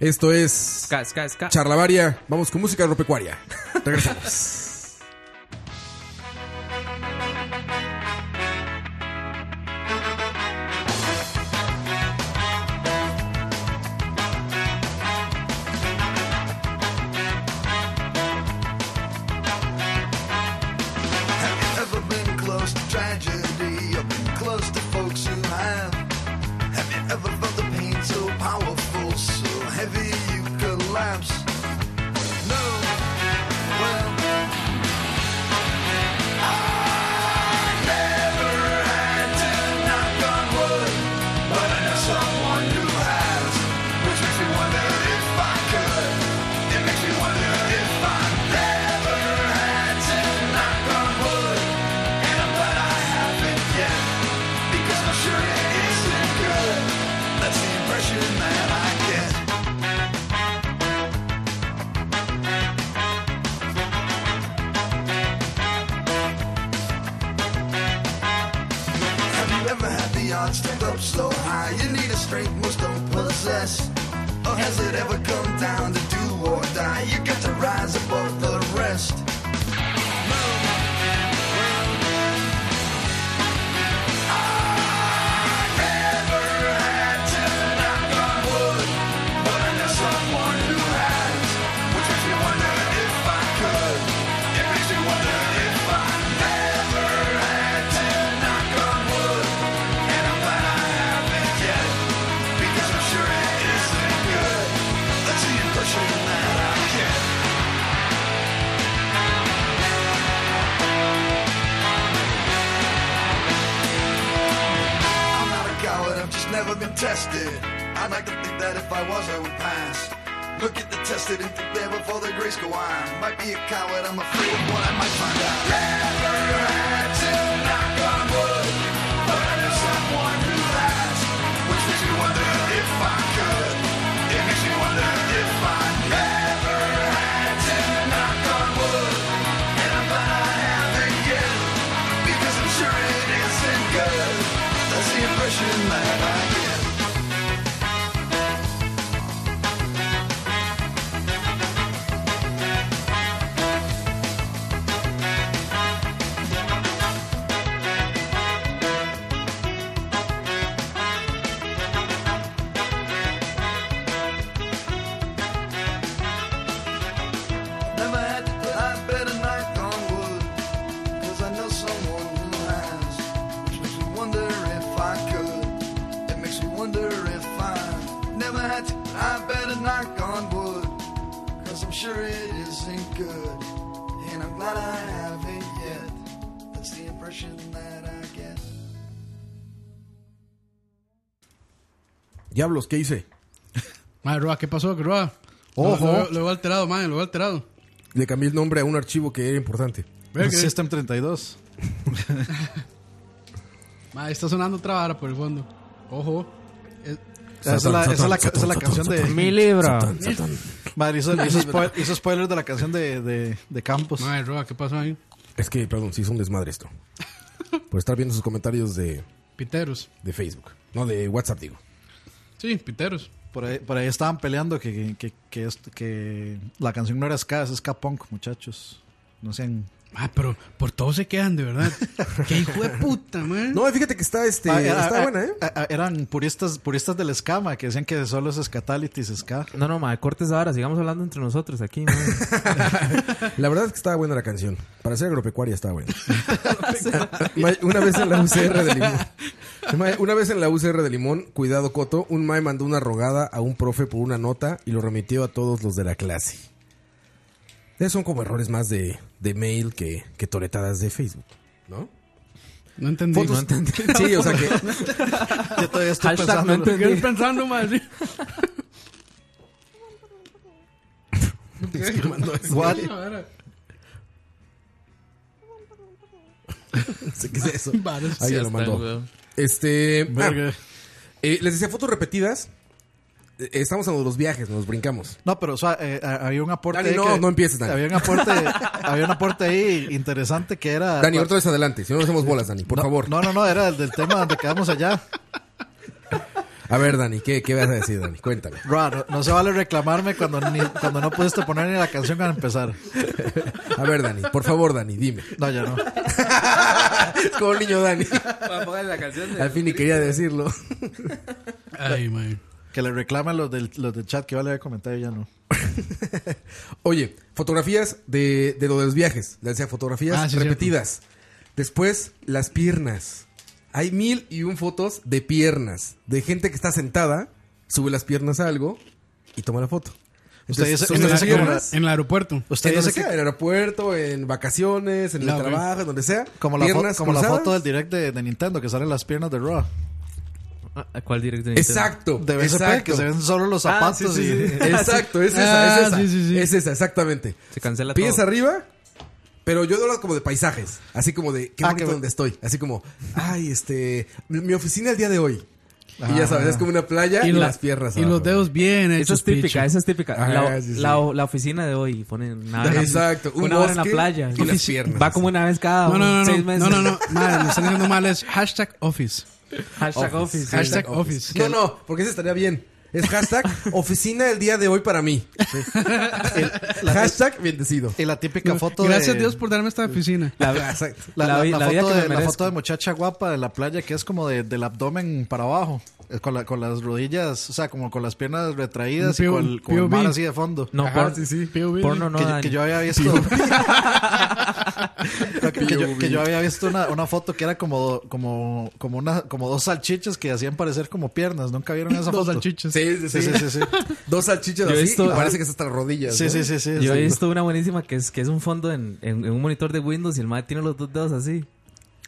Speaker 5: Esto es
Speaker 6: Ska, ska, ska.
Speaker 5: Charlavaria. Vamos con música agropecuaria. Regresamos.
Speaker 12: Have you ever been close to tragedy or been close to folks who have? Have you ever felt the pain so powerful, so heavy you collapse? No. Well, I never had to knock on wood, but I know someone who has, which makes me wonder if I could. It makes me wonder if I never had to knock on wood. And I'm glad I haven't yet, because I'm sure it isn't good. That's the impression that I get. Have you ever had the odds stacked up so high you need a strength most don't possess? Or has it ever come down to do or die? You got to rise above the rest. No. I never had to knock on wood, but I know someone who has, which makes me wonder if I could. It makes me wonder if I never had to knock on wood, and I'm glad I haven't yet, because I'm sure it isn't good. That's the impression that I get. I'm not a coward, I've just never been tested. I'd like to think that if I was, I would pass. Look at the tested and think there before the grace go on. Might be a coward, I'm afraid of what I might find out. Never had to knock on wood, but I know someone who has. Which makes me wonder if I could. It makes me wonder if I never had to knock on wood. And I'm glad I haven't yet, because I'm sure it isn't good. That's the impression that I get. Never had to put I better knock on wood. Cause I know someone who has. Which makes me wonder if I could. It makes me wonder if I never had to I better knock on wood. Cause I'm sure it isn't good. And I'm glad I haven't yet. That's the impression that I get.
Speaker 5: Diablos, ¿qué hice?
Speaker 4: Madre, Roa, ¿qué pasó, Roa? Lo-
Speaker 5: Ojo.
Speaker 4: Lo, veo- lo veo alterado, madre, lo veo alterado.
Speaker 5: Le cambié el nombre a un archivo que era importante.
Speaker 4: Verga.
Speaker 3: System 32.
Speaker 4: Madre, está sonando otra vara por el fondo. Ojo. Es-
Speaker 3: Esa es la, esa es la, esa es la canción de.
Speaker 4: Mi libro.
Speaker 3: Madre, hizo, hizo spoil- hizo spoiler de la canción de, de, de Campos.
Speaker 4: Madre, Roa, ¿qué pasó ahí?
Speaker 5: Es que, perdón, sí es un desmadre esto. Por estar viendo sus comentarios de,
Speaker 4: Piteros.
Speaker 5: de Facebook. No, de WhatsApp, digo.
Speaker 4: Sí, piteros.
Speaker 3: Por ahí, por ahí estaban peleando que, que, que, esto- que la canción no era ska, es ska punk, muchachos. No sean.
Speaker 4: Ah, pero por todos se quedan, de verdad. Qué hijo de puta, Ah, man.
Speaker 5: No, fíjate que está este.
Speaker 3: Ah,
Speaker 4: está buena,
Speaker 5: ¿eh?
Speaker 3: eran puristas, puristas del ska, ma, que decían que solo es skatalities ska.
Speaker 6: No, no, madre, cortes ahora, sigamos hablando entre nosotros aquí, madre.
Speaker 5: La verdad es que estaba buena la canción. Para ser agropecuaria estaba buena. Mae, una vez en la UCR de Limón. Mae, Una vez en la UCR de Limón, cuidado Coto, un mae mandó una rogada a un profe por una nota y lo remitió a todos los de la clase. Esos son como errores más de, de mail que, que toretadas de Facebook. ¿No?
Speaker 4: No entendí.
Speaker 5: Fotos-
Speaker 4: No entendí.
Speaker 5: Sí, o sea que.
Speaker 4: Yo
Speaker 3: todavía
Speaker 4: Hashtag
Speaker 3: estoy pensando.
Speaker 4: no entendí. Estoy pensando, madre.
Speaker 5: Es que mandó eso.
Speaker 4: What?
Speaker 5: No sé ¿Qué es eso?
Speaker 4: Vale,
Speaker 5: Ahí
Speaker 4: sí
Speaker 5: ya lo
Speaker 4: está,
Speaker 5: mandó.
Speaker 4: weón.
Speaker 5: Este. ah,
Speaker 4: Verga.
Speaker 5: eh, les decía fotos repetidas. Eh, Estamos en los viajes, nos brincamos.
Speaker 3: No, pero o sea, eh, a- había un aporte.
Speaker 5: Dani,
Speaker 3: ahí
Speaker 5: no,
Speaker 3: que-
Speaker 5: no empieces, Dani.
Speaker 3: Había un aporte, había un aporte ahí interesante que era. pues,
Speaker 5: Dani, otra vez adelante. Si no, nos hacemos bolas, Dani, por
Speaker 3: No,
Speaker 5: favor.
Speaker 3: No, no, no, era el del tema donde quedamos allá.
Speaker 5: A ver, Dani, ¿qué, ¿qué vas a decir, Dani? Cuéntame.
Speaker 3: Ra, no, no se vale reclamarme cuando, ni- cuando no pudiste poner ni la canción al empezar.
Speaker 5: A ver, Dani, por favor, Dani, dime.
Speaker 3: No, ya no.
Speaker 5: Es como el niño Dani.
Speaker 6: Póngale la canción
Speaker 5: Al fin ni quería decirlo.
Speaker 4: Ay, man.
Speaker 3: Que le reclaman los del, los del chat que vale el comentario, ya no.
Speaker 5: Oye, fotografías de, de lo de los viajes. Les decía, fotografías
Speaker 3: Ah, sí,
Speaker 5: repetidas. Después, las piernas. Hay mil y un fotos de piernas. De gente que está sentada, sube las piernas a algo y toma la foto. Entonces, son
Speaker 4: en,
Speaker 5: las
Speaker 4: el- en el-
Speaker 5: piernas.
Speaker 4: en el aeropuerto.
Speaker 5: en donde sea, en el aeropuerto, en vacaciones, en
Speaker 4: No,
Speaker 5: el
Speaker 4: güey.
Speaker 5: trabajo, en donde sea.
Speaker 3: Como la, fo-
Speaker 5: Piernas
Speaker 3: como la
Speaker 5: cruzadas.
Speaker 3: foto del direct de, de Nintendo que salen las piernas de Raw.
Speaker 6: ¿Cuál directo?
Speaker 5: Exacto.
Speaker 3: De BSP,
Speaker 5: exacto.
Speaker 3: que se ven solo los
Speaker 6: Ah,
Speaker 3: zapatos
Speaker 6: sí, sí,
Speaker 3: y.
Speaker 6: sí.
Speaker 5: Exacto, es esa,
Speaker 6: Ah,
Speaker 5: es esa.
Speaker 6: sí,
Speaker 5: Es esa, exactamente.
Speaker 6: Se cancela
Speaker 5: Pies
Speaker 6: todo.
Speaker 5: arriba, pero yo hablo como de paisajes. Así como de qué
Speaker 3: Ah,
Speaker 5: bonito
Speaker 3: qué bu-
Speaker 5: donde estoy. Así como, ay, este. Mi oficina el día de hoy. Y ya
Speaker 6: Ah.
Speaker 5: sabes, es como una playa y,
Speaker 6: Y la-
Speaker 5: las piernas.
Speaker 4: Y los
Speaker 5: abajo.
Speaker 4: dedos bien
Speaker 6: Esa
Speaker 4: hechos,
Speaker 6: es típica,
Speaker 4: picho.
Speaker 6: esa es típica.
Speaker 5: Ajá,
Speaker 6: la,
Speaker 5: Ah, sí, sí.
Speaker 6: la- la oficina de hoy pone una hora,
Speaker 5: Exacto, un
Speaker 6: una hora en la
Speaker 5: bosque
Speaker 6: playa.
Speaker 5: y las piernas.
Speaker 6: Va como una vez cada
Speaker 4: No, no, no, no.
Speaker 6: seis meses.
Speaker 4: No, no, no. Madre, me están diciendo mal. Es hashtag office.
Speaker 6: Hashtag office. sí.
Speaker 4: Hashtag office.
Speaker 5: No, no, porque ese estaría bien. Es hashtag oficina el día de hoy para mí. hashtag bendecido.
Speaker 3: Y la típica foto
Speaker 4: Gracias
Speaker 3: de-
Speaker 4: Dios por darme esta oficina.
Speaker 6: La-
Speaker 3: La,
Speaker 6: La
Speaker 3: la-
Speaker 6: vi-
Speaker 3: la
Speaker 6: la vida
Speaker 3: foto
Speaker 6: que me
Speaker 3: de, la
Speaker 6: merezco.
Speaker 3: foto de muchacha guapa de la playa que es como de- del abdomen para abajo, eh, con, la- con las rodillas, o sea, como con las piernas retraídas
Speaker 4: Un
Speaker 3: y
Speaker 4: P-
Speaker 3: con el, con el
Speaker 4: POV.
Speaker 3: mar así de fondo.
Speaker 6: No,
Speaker 3: Ajá,
Speaker 6: por-
Speaker 3: sí,
Speaker 5: sí.
Speaker 6: porno no,
Speaker 3: que, yo-
Speaker 6: Dani.
Speaker 3: que yo había visto. que, que yo, que yo había visto una, una foto que era como, como, como, una, como dos salchichas que hacían parecer como piernas. ¿Nunca vieron esa foto?
Speaker 4: Dos salchichas.
Speaker 5: Sí, sí, sí.
Speaker 3: Sí, sí, sí, sí.
Speaker 5: Dos salchichas
Speaker 6: Yo
Speaker 5: así
Speaker 6: esto-
Speaker 5: y parece que es hasta las rodillas.
Speaker 3: Sí,
Speaker 5: ¿no?
Speaker 3: sí, sí, sí.
Speaker 6: Yo he
Speaker 3: exacto.
Speaker 6: visto una buenísima que es, que es un fondo en, en- en un monitor de Windows y el madre tiene los dos dedos así.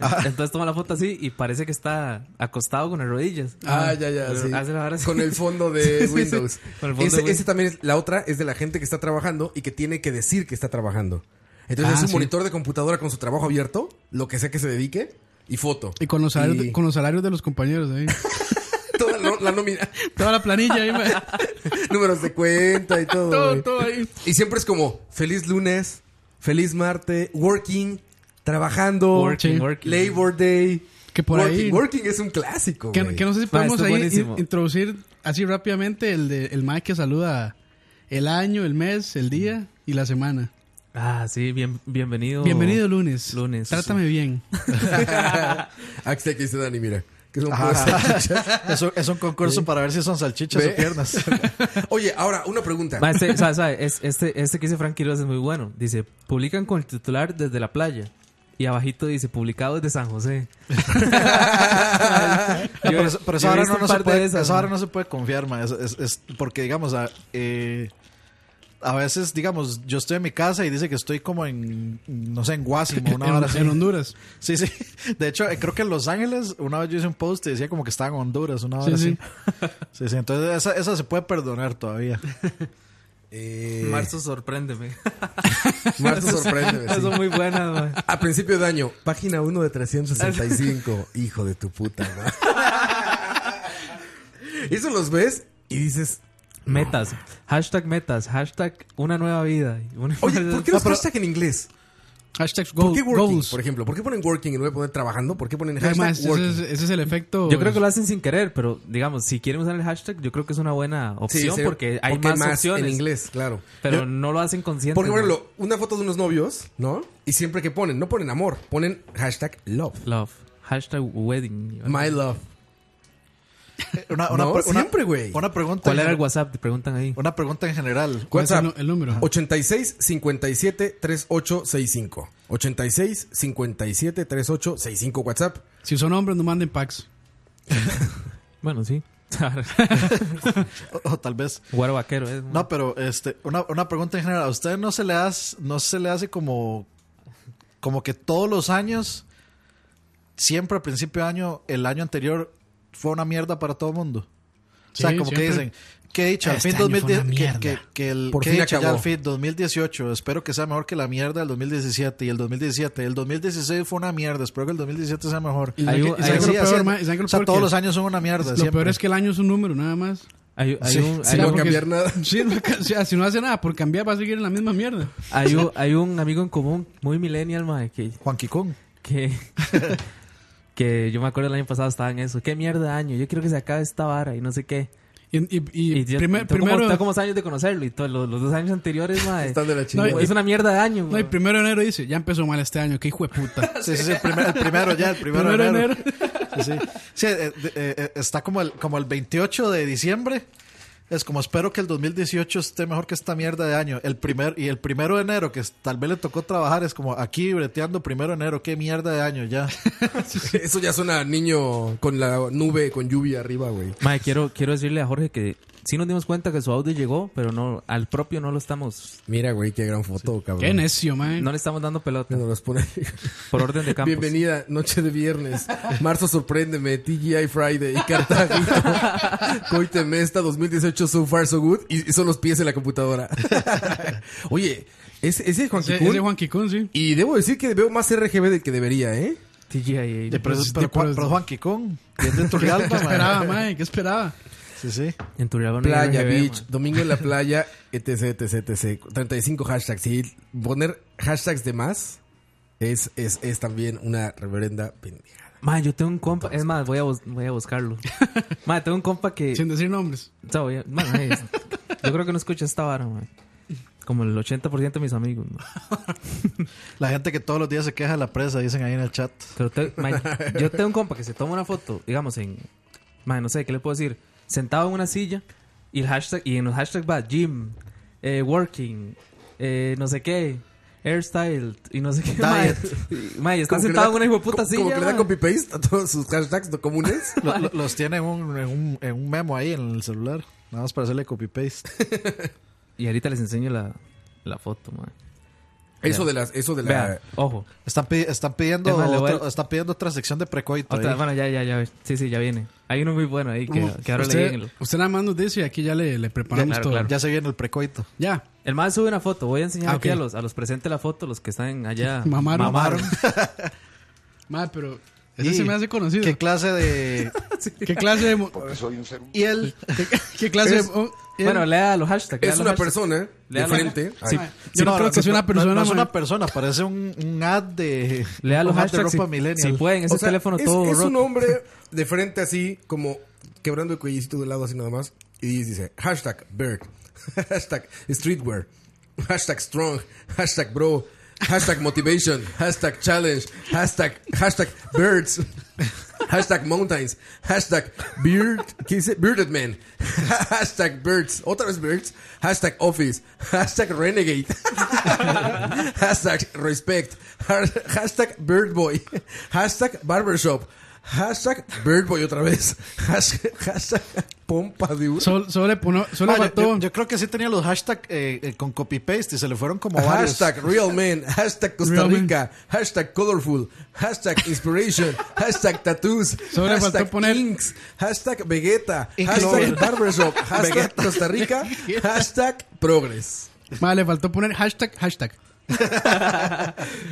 Speaker 3: Ah.
Speaker 6: Entonces toma la foto así y parece que está acostado con las rodillas.
Speaker 5: Ah, ya, ya,
Speaker 6: Pero
Speaker 5: sí.
Speaker 6: hace la vara así.
Speaker 5: Con el fondo
Speaker 6: Sí,
Speaker 5: de
Speaker 6: sí,
Speaker 5: Windows.
Speaker 6: sí. Con el fondo
Speaker 5: ese,
Speaker 6: de Windows.
Speaker 5: ese también es, la otra es de la gente que está trabajando y que tiene que decir que está trabajando. Entonces
Speaker 4: Ah,
Speaker 5: es un
Speaker 4: sí.
Speaker 5: monitor de computadora con su trabajo abierto, lo que sea que se dedique, y foto.
Speaker 4: Y con los salarios, de, con los salarios de los compañeros ¿eh? ahí.
Speaker 5: toda la, la nómina,
Speaker 4: Toda la planilla ahí, madre.
Speaker 5: números de cuenta y todo.
Speaker 4: Todo,
Speaker 5: güey.
Speaker 4: todo ahí.
Speaker 5: Y siempre es como, feliz lunes, feliz martes, working, trabajando,
Speaker 6: Working, working.
Speaker 5: Labor Day.
Speaker 4: Que por
Speaker 5: working,
Speaker 4: ahí-
Speaker 5: Working es un clásico.
Speaker 4: Que,
Speaker 5: güey.
Speaker 4: que no sé si
Speaker 6: Ma, Ah,
Speaker 4: podemos
Speaker 6: está
Speaker 4: ahí
Speaker 6: buenísimo.
Speaker 4: in- introducir así rápidamente el de el Mike que saluda el año, el mes, el día y la semana.
Speaker 6: Ah, sí, bien, bienvenido.
Speaker 4: Bienvenido lunes.
Speaker 6: Lunes.
Speaker 4: Trátame bien.
Speaker 5: Axel que Ah, dice Dani, mira. Que son puras
Speaker 3: Ajá.
Speaker 5: salchichas.
Speaker 3: es, un, es un concurso para ver si son salchichas
Speaker 5: Ve.
Speaker 3: o piernas.
Speaker 5: Oye, ahora, una pregunta.
Speaker 6: Ma, este, sabe, sabe, es- este, este que dice Frank Quiroz es muy bueno. Dice, publican con el titular desde la playa. Y abajito dice, publicado desde San José.
Speaker 3: No, pero, pero esa
Speaker 6: ahora
Speaker 3: hora no, no se puede, esa hora no se puede confiar, ma. Es, es- es porque, digamos, a- eh, a veces, digamos, yo estoy en mi casa y dice que estoy como en, no sé, en Guasimo, una
Speaker 4: En-
Speaker 3: hora así.
Speaker 4: en Honduras.
Speaker 3: Sí, sí. De hecho, eh, creo que en Los Ángeles, una vez yo hice un post y decía como que estaba en Honduras, una hora
Speaker 4: Sí,
Speaker 3: así. Sí, sí. Entonces, esa, esa se puede perdonar todavía.
Speaker 6: Marzo sorpréndeme.
Speaker 5: Eh. Marzo Ah, sorprende.
Speaker 6: Eso es muy buena, man.
Speaker 5: A principio de año, página 1 de 365. Hijo de tu puta, madre. Eso los ves y dices.
Speaker 6: Metas. Hashtag metas. Hashtag una nueva vida.
Speaker 5: Oye, ¿por qué los hashtag en inglés?
Speaker 4: Hashtags
Speaker 5: ¿Por qué
Speaker 6: goal-
Speaker 5: working,
Speaker 6: goals.
Speaker 5: por ejemplo? ¿Por qué ponen working y no voy a poner trabajando? ¿Por qué ponen
Speaker 4: No,
Speaker 5: hashtag
Speaker 4: ma, ese-
Speaker 5: working?
Speaker 4: ese- ese es el efecto.
Speaker 6: Yo creo que lo hacen sin querer, pero digamos, si quieren usar el hashtag, yo creo que es una buena opción
Speaker 5: sería-
Speaker 6: porque hay
Speaker 5: porque
Speaker 6: más,
Speaker 5: más en
Speaker 6: opciones.
Speaker 5: inglés, claro.
Speaker 6: Pero
Speaker 5: Yo-
Speaker 6: no lo hacen consciente.
Speaker 5: Porque, por
Speaker 6: man.
Speaker 5: ejemplo, una foto de unos novios, ¿no? Y siempre que ponen, no ponen amor, ponen hashtag love.
Speaker 6: Love. Hashtag wedding.
Speaker 5: My love.
Speaker 3: Eh, Una, Ah, una
Speaker 5: No,
Speaker 3: pre- una-
Speaker 5: siempre, güey.
Speaker 3: Una pregunta.
Speaker 6: ¿Cuál
Speaker 3: en
Speaker 6: era el
Speaker 3: gen-
Speaker 6: WhatsApp? Te preguntan ahí.
Speaker 3: Una pregunta en general.
Speaker 5: WhatsApp.
Speaker 4: el número?
Speaker 5: 86 57 38 65. 86 57 38 65 WhatsApp.
Speaker 4: Si son hombres, no manden packs.
Speaker 6: bueno, sí.
Speaker 3: o, o tal vez.
Speaker 6: Guaro vaquero,
Speaker 4: ¿eh?
Speaker 6: es.
Speaker 3: No, pero este, una, una pregunta en general. ¿A usted no se le hace, no se le hace como, como que todos los años, siempre al principio de año, el año anterior fue una mierda para todo el mundo? o sea,
Speaker 4: Sí,
Speaker 3: como
Speaker 4: siempre.
Speaker 3: que dicen, que he dicho al
Speaker 4: Este
Speaker 3: fin
Speaker 4: año fue
Speaker 3: 2010
Speaker 4: una
Speaker 3: que,
Speaker 4: mierda.
Speaker 3: que- que el
Speaker 4: Por
Speaker 3: que
Speaker 4: fin
Speaker 3: he dicho ya
Speaker 4: acabó.
Speaker 3: al fin 2018, espero que sea mejor que la mierda del 2017 y el 2017, el 2016 fue una mierda, espero que el 2017 sea mejor.
Speaker 4: Y saben que- y saben que
Speaker 3: así,
Speaker 4: lo peor,
Speaker 3: así,
Speaker 4: ma, y saben que lo
Speaker 3: o sea,
Speaker 4: peor
Speaker 3: todos
Speaker 4: que-
Speaker 3: los años son una mierda.
Speaker 4: Lo
Speaker 3: siempre.
Speaker 4: peor es que el año es un número, nada más.
Speaker 6: Hay, hay un- hay
Speaker 4: no
Speaker 6: un-
Speaker 4: porque-
Speaker 6: cambiar nada.
Speaker 4: Sí, no ca- o sea, si no hace nada por cambiar, va a seguir en la misma mierda.
Speaker 6: Hay un, hay un amigo en común, muy millennial, mae, que...
Speaker 3: Juan Quicón.
Speaker 6: Que, que yo me acuerdo el año pasado estaba en eso. ¿Qué mierda de año? Yo quiero que se acabe esta vara y no sé qué.
Speaker 4: Y, y,
Speaker 6: yo-
Speaker 4: primer-
Speaker 6: tengo como-
Speaker 4: primero-
Speaker 6: tengo como seis años de conocerlo y todos los, los dos años anteriores, mae,
Speaker 4: No, y-
Speaker 6: es una mierda de año.
Speaker 4: No, y primero de enero dice, ya empezó mal este año, qué hijo de puta.
Speaker 3: Sí, sí, sí, el, primer- el primero ya, el primero, de enero. Sí, sí. Sí, eh, de- eh, eh, está como el, como el 28 de diciembre. Es como espero que el 2018 esté mejor que esta mierda de año. El primer, y el primero de enero, que es- tal vez le tocó trabajar, es como aquí breteando primero de enero, qué mierda de año ya.
Speaker 5: Eso ya suena a niño con la nube, con lluvia arriba, güey.
Speaker 6: Mae, quiero, quiero decirle a Jorge que sí nos dimos cuenta que su audio llegó, pero no al propio no lo estamos.
Speaker 5: Mira, güey, qué gran foto, cabrón.
Speaker 4: Qué necio, mae.
Speaker 6: No le estamos dando pelota.
Speaker 5: pone.
Speaker 6: Por orden de Campos.
Speaker 5: Bienvenida, noche de viernes. Marzo sorpréndeme, TGI Friday, Cartagito, Coite Mesta 2018, so far so good. Y y son los pies en la computadora. Oye, ese, ese Juan
Speaker 4: Ese-
Speaker 5: Quicún.
Speaker 4: ese Juan Quicún, sí.
Speaker 5: Y debo decir que veo más RGB del que debería, ¿eh?
Speaker 6: TGI.
Speaker 3: pero, pero- pero Juan Quicón, que es de Turrialba,
Speaker 4: ¿Qué
Speaker 3: mae.
Speaker 4: esperaba, mae? ¿Qué esperaba?
Speaker 3: Sí, sí.
Speaker 6: En Turrialba no hay
Speaker 5: Playa,
Speaker 6: RGB,
Speaker 5: beach,
Speaker 6: mae.
Speaker 5: domingo en la playa, etc, etc, etc. 35 hashtags. Y poner hashtags de más es, es, es también una reverenda pendeja.
Speaker 6: Mae, yo tengo un compa. Es más, voy a, bus- voy a buscarlo. Mae, tengo un compa que.
Speaker 4: Sin decir nombres.
Speaker 6: O sea, voy a- mae, es- yo creo que no escucha esta vara, mae. Como el 80% de mis amigos. mae.
Speaker 3: La gente que todos los días se queja de la presa, dicen ahí en el chat.
Speaker 6: Pero te- mae, yo tengo un compa que se toma una foto, digamos, en. mae, no sé, ¿qué le puedo decir? Sentado en una silla y el hashtag. Y en los hashtags va gym, eh, working, eh, no sé qué. Hairstyle y no sé qué. mae. Y- Mae, está
Speaker 5: Como que
Speaker 6: sentado
Speaker 5: le da-
Speaker 6: en una hijo puta
Speaker 5: como-
Speaker 6: silla.
Speaker 5: Como que le da
Speaker 6: mae.
Speaker 5: copy paste a todos sus hashtags no comunes.
Speaker 3: Lo- lo- los tiene en un, en un- en un memo ahí en el celular, nada más para hacerle copy-paste.
Speaker 6: Y ahorita les enseño la, la foto, mae.
Speaker 5: Eso
Speaker 6: Vean.
Speaker 5: de las- eso de la-
Speaker 6: Vean, ojo.
Speaker 3: Están, pi- están pidiendo
Speaker 6: Es más, le voy a-
Speaker 3: otro- están pidiendo otra sección de precoito.
Speaker 6: Otra,
Speaker 3: ahí.
Speaker 6: bueno, ya, ya, ya. Sí, sí, ya viene. Hay uno muy bueno ahí que,
Speaker 4: Como,
Speaker 6: que ahora
Speaker 4: usted,
Speaker 6: leí.
Speaker 4: usted nada más nos dice y aquí ya le, le preparamos
Speaker 6: claro,
Speaker 4: todo.
Speaker 6: claro.
Speaker 3: Ya se viene el precoito.
Speaker 4: Ya.
Speaker 6: El más sube una foto. Voy a enseñar
Speaker 4: Ah,
Speaker 6: aquí
Speaker 4: ok.
Speaker 6: a los, a los presentes la foto, los que están
Speaker 3: Ah,
Speaker 6: allá.
Speaker 4: Mamaron. Mae, pero ese
Speaker 3: Y-
Speaker 4: se me hace conocido.
Speaker 3: ¿Qué clase de...?
Speaker 4: ¿Qué clase de... mo-
Speaker 12: soy un ser humano.
Speaker 3: ¿Y él?
Speaker 4: ¿Qué, qué clase
Speaker 6: Es-
Speaker 4: de... oh, él-
Speaker 6: Bueno, lea los hashtags. lea
Speaker 5: Es
Speaker 6: los
Speaker 5: una
Speaker 6: hashtags.
Speaker 5: persona
Speaker 6: Lea
Speaker 5: de
Speaker 6: los-
Speaker 5: frente.
Speaker 6: Sí.
Speaker 5: Ay.
Speaker 4: Yo no creo que sea una persona,
Speaker 3: No, es
Speaker 4: man.
Speaker 3: una persona, parece un, un ad de...
Speaker 6: Lea los
Speaker 3: un ad de
Speaker 6: hashtags
Speaker 3: ropa
Speaker 6: si-
Speaker 3: millennial.
Speaker 6: si pueden, ese
Speaker 5: O sea,
Speaker 6: teléfono
Speaker 5: es,
Speaker 6: todo
Speaker 5: es un
Speaker 6: roto.
Speaker 5: hombre de frente así, como quebrando el cuellecito de lado así nada más. Y dice, hashtag bird, hashtag streetwear, hashtag strong, hashtag bro, hashtag motivation, hashtag challenge, hashtag, hashtag birds. Hashtag mountains. Hashtag beard. ¿Qué dice? Bearded man. Hashtag birds. Otra vez birds. Hashtag office. Hashtag renegade. hashtag respect. Hashtag bird boy. Hashtag barbershop. Hashtag Birdboy otra vez. Hashtag, hashtag pompa de uva.
Speaker 4: Solo, le, puno,
Speaker 3: Ma, yo- Yo, yo creo que sí tenía los hashtags eh, con copy-paste y se le fueron como varios.
Speaker 5: Hashtag real men, hashtag Costa
Speaker 3: Real men.
Speaker 5: Rica, hashtag colorful, hashtag inspiration, hashtag tattoos,
Speaker 4: Solo le faltó
Speaker 5: hashtag
Speaker 4: poner-
Speaker 5: inks, hashtag Vegeta,
Speaker 4: Inks.
Speaker 5: hashtag
Speaker 4: No.
Speaker 5: barbershop, hashtag
Speaker 4: Vegeta.
Speaker 5: Costa Rica, hashtag progress.
Speaker 4: Ma, le faltó poner hashtag, hashtag.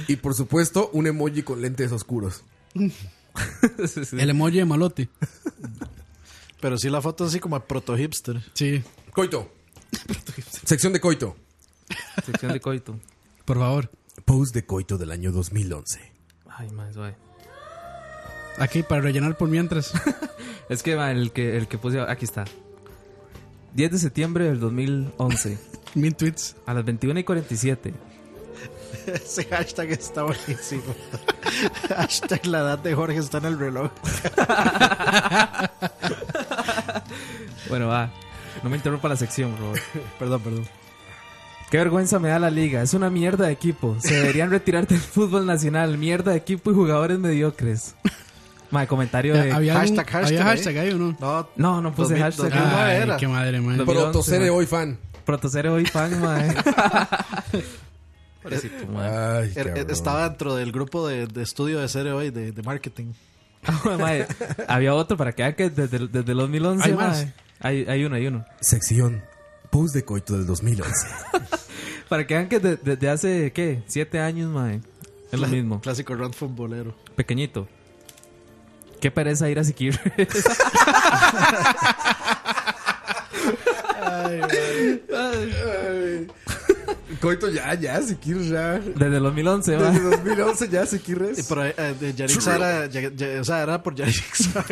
Speaker 5: Y por supuesto, un emoji con lentes oscuros.
Speaker 4: El emoji de malote.
Speaker 3: Pero sí la foto es así como proto-hipster.
Speaker 4: Sí.
Speaker 5: Coito. Sección de coito.
Speaker 6: Sección de coito.
Speaker 4: Por favor.
Speaker 5: Post de coito del año 2011.
Speaker 6: Ay, más, güey.
Speaker 4: Aquí para rellenar por mientras.
Speaker 6: Es que ma, el que, el que puse. Aquí está. 10 de septiembre del 2011.
Speaker 4: Mil tweets.
Speaker 6: A las 21 y 47.
Speaker 3: Ese hashtag está buenísimo. hashtag la edad de Jorge está en el reloj.
Speaker 6: Bueno, va. No me interrumpa la sección, por favor.
Speaker 3: perdón, perdón.
Speaker 6: Qué vergüenza me da la liga. Es una mierda de equipo. Se deberían retirar del fútbol nacional. Mierda de equipo y jugadores mediocres. Ma, comentario de.
Speaker 4: Había un-
Speaker 5: ¿eh?
Speaker 4: Había
Speaker 3: eh.
Speaker 4: hashtag ahí o no?
Speaker 3: No,
Speaker 6: No, no puse hashtag.
Speaker 4: Ay, qué madre, man.
Speaker 6: 2011,
Speaker 5: Protocere
Speaker 6: ma.
Speaker 5: hoy fan.
Speaker 6: Protocere hoy fan, mae.
Speaker 5: Ay,
Speaker 3: Er- er-
Speaker 5: cabrón.
Speaker 3: estaba dentro del grupo de, de estudio de serie hoy, de, de marketing.
Speaker 4: Oh,
Speaker 6: Mae, Había otro para que vean que desde, el- desde el 2011.
Speaker 3: Hay
Speaker 6: Hay,
Speaker 3: más.
Speaker 6: hay, hay uno, hay uno.
Speaker 5: Sección Post de coito del 2011.
Speaker 6: Para que vean que de- desde hace, ¿qué? Siete años, mae. Es lo
Speaker 3: Cla-
Speaker 6: mismo.
Speaker 3: Clásico round futbolero.
Speaker 6: Pequeñito. Qué pereza ir a Siquirres.
Speaker 5: Coito ya, ya, si quieres ya.
Speaker 6: Desde el 2011, va.
Speaker 5: Desde 2011 ya, si quieres.
Speaker 3: Pero eh, de Yarik
Speaker 5: True.
Speaker 3: Sara, ya- ya- o sea, era por Yarixa.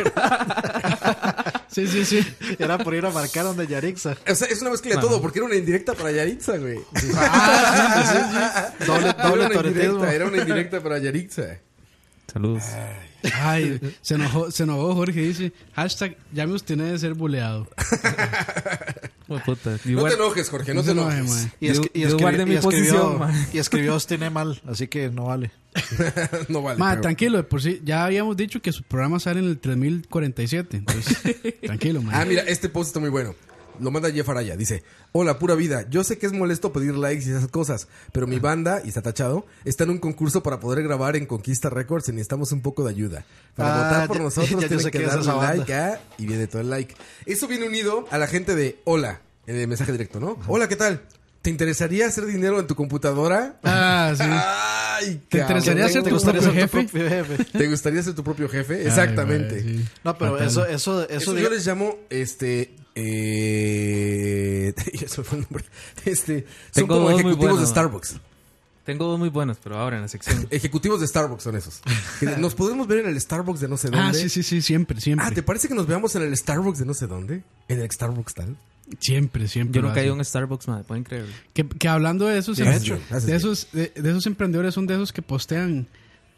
Speaker 4: sí, sí, sí.
Speaker 3: Era por ir a marcar donde Yarixa.
Speaker 5: O sea, es una mezcla de
Speaker 3: Bueno.
Speaker 5: todo, porque era una indirecta para Yaritza, güey.
Speaker 4: Ah,
Speaker 3: Doble-
Speaker 5: Era
Speaker 3: doble
Speaker 5: una
Speaker 3: toretismo.
Speaker 5: indirecta, Era una indirecta para Yaritza.
Speaker 6: Saludos.
Speaker 4: Ay, se enojó, se enojó Jorge. Dice hashtag, ya me obstiné de ser buleado.
Speaker 6: Hue puta.
Speaker 5: No te enojes, Jorge, no te enojes.
Speaker 3: Y, es,
Speaker 5: Yo-
Speaker 3: y,
Speaker 5: yo
Speaker 3: escribi-
Speaker 5: guardé mi
Speaker 3: y escribió,
Speaker 5: posición, man.
Speaker 3: y escribió Ostine mal, así que no vale.
Speaker 5: no vale.
Speaker 4: Ma, tranquilo, de por sí. Ya habíamos dicho que su programa sale en el 3047. Entonces, tranquilo, man.
Speaker 5: Ah, mira, este post está muy bueno. Lo manda Jeff Araya. Dice: Hola, pura vida. Yo sé que es molesto pedir likes y esas cosas, pero
Speaker 3: Ah.
Speaker 5: mi banda, y está tachado, está en un concurso para poder grabar en Conquista Records y necesitamos un poco de ayuda. Para
Speaker 3: Ah,
Speaker 5: votar por
Speaker 3: ya- ya
Speaker 5: nosotros,
Speaker 3: yo sé
Speaker 5: tienen que
Speaker 3: quién es
Speaker 5: darle
Speaker 3: esa banda.
Speaker 5: like ah, y viene todo el like. Eso viene unido a la gente de Hola, en el mensaje directo, ¿no? Hola, ¿qué tal? ¿Te interesaría hacer dinero en tu computadora?
Speaker 4: Ah, sí.
Speaker 5: Ay,
Speaker 4: ¿Te interesaría ser
Speaker 5: cabrón.
Speaker 4: tu propio jefe?
Speaker 5: ¿Te gustaría ser tu propio jefe? Exactamente.
Speaker 4: güey, sí.
Speaker 3: No, pero
Speaker 5: Fatal.
Speaker 3: eso- eso- eso de-
Speaker 5: yo les llamo este. Eh, ya se me fue el nombre. Este, son
Speaker 6: Tengo
Speaker 5: como
Speaker 6: dos muy
Speaker 5: ejecutivos
Speaker 6: buenos,
Speaker 5: de
Speaker 6: man.
Speaker 5: Starbucks.
Speaker 6: Tengo dos muy buenos, pero ahora en la sección.
Speaker 5: Ejecutivos de Starbucks son esos. Que nos podemos ver en el Starbucks de no sé dónde.
Speaker 4: Ah, sí, sí, sí, siempre, siempre.
Speaker 5: Ah, ¿te parece que nos veamos en el Starbucks de no sé dónde? En el Starbucks tal.
Speaker 4: Siempre, siempre.
Speaker 6: Yo
Speaker 4: lo
Speaker 6: nunca he ido
Speaker 4: hacen.
Speaker 6: a un Starbucks, madre, pueden creerlo.
Speaker 4: Que, que hablando de esos,
Speaker 6: De
Speaker 4: em-
Speaker 6: hecho,
Speaker 4: de, esos de, de esos emprendedores son de esos que postean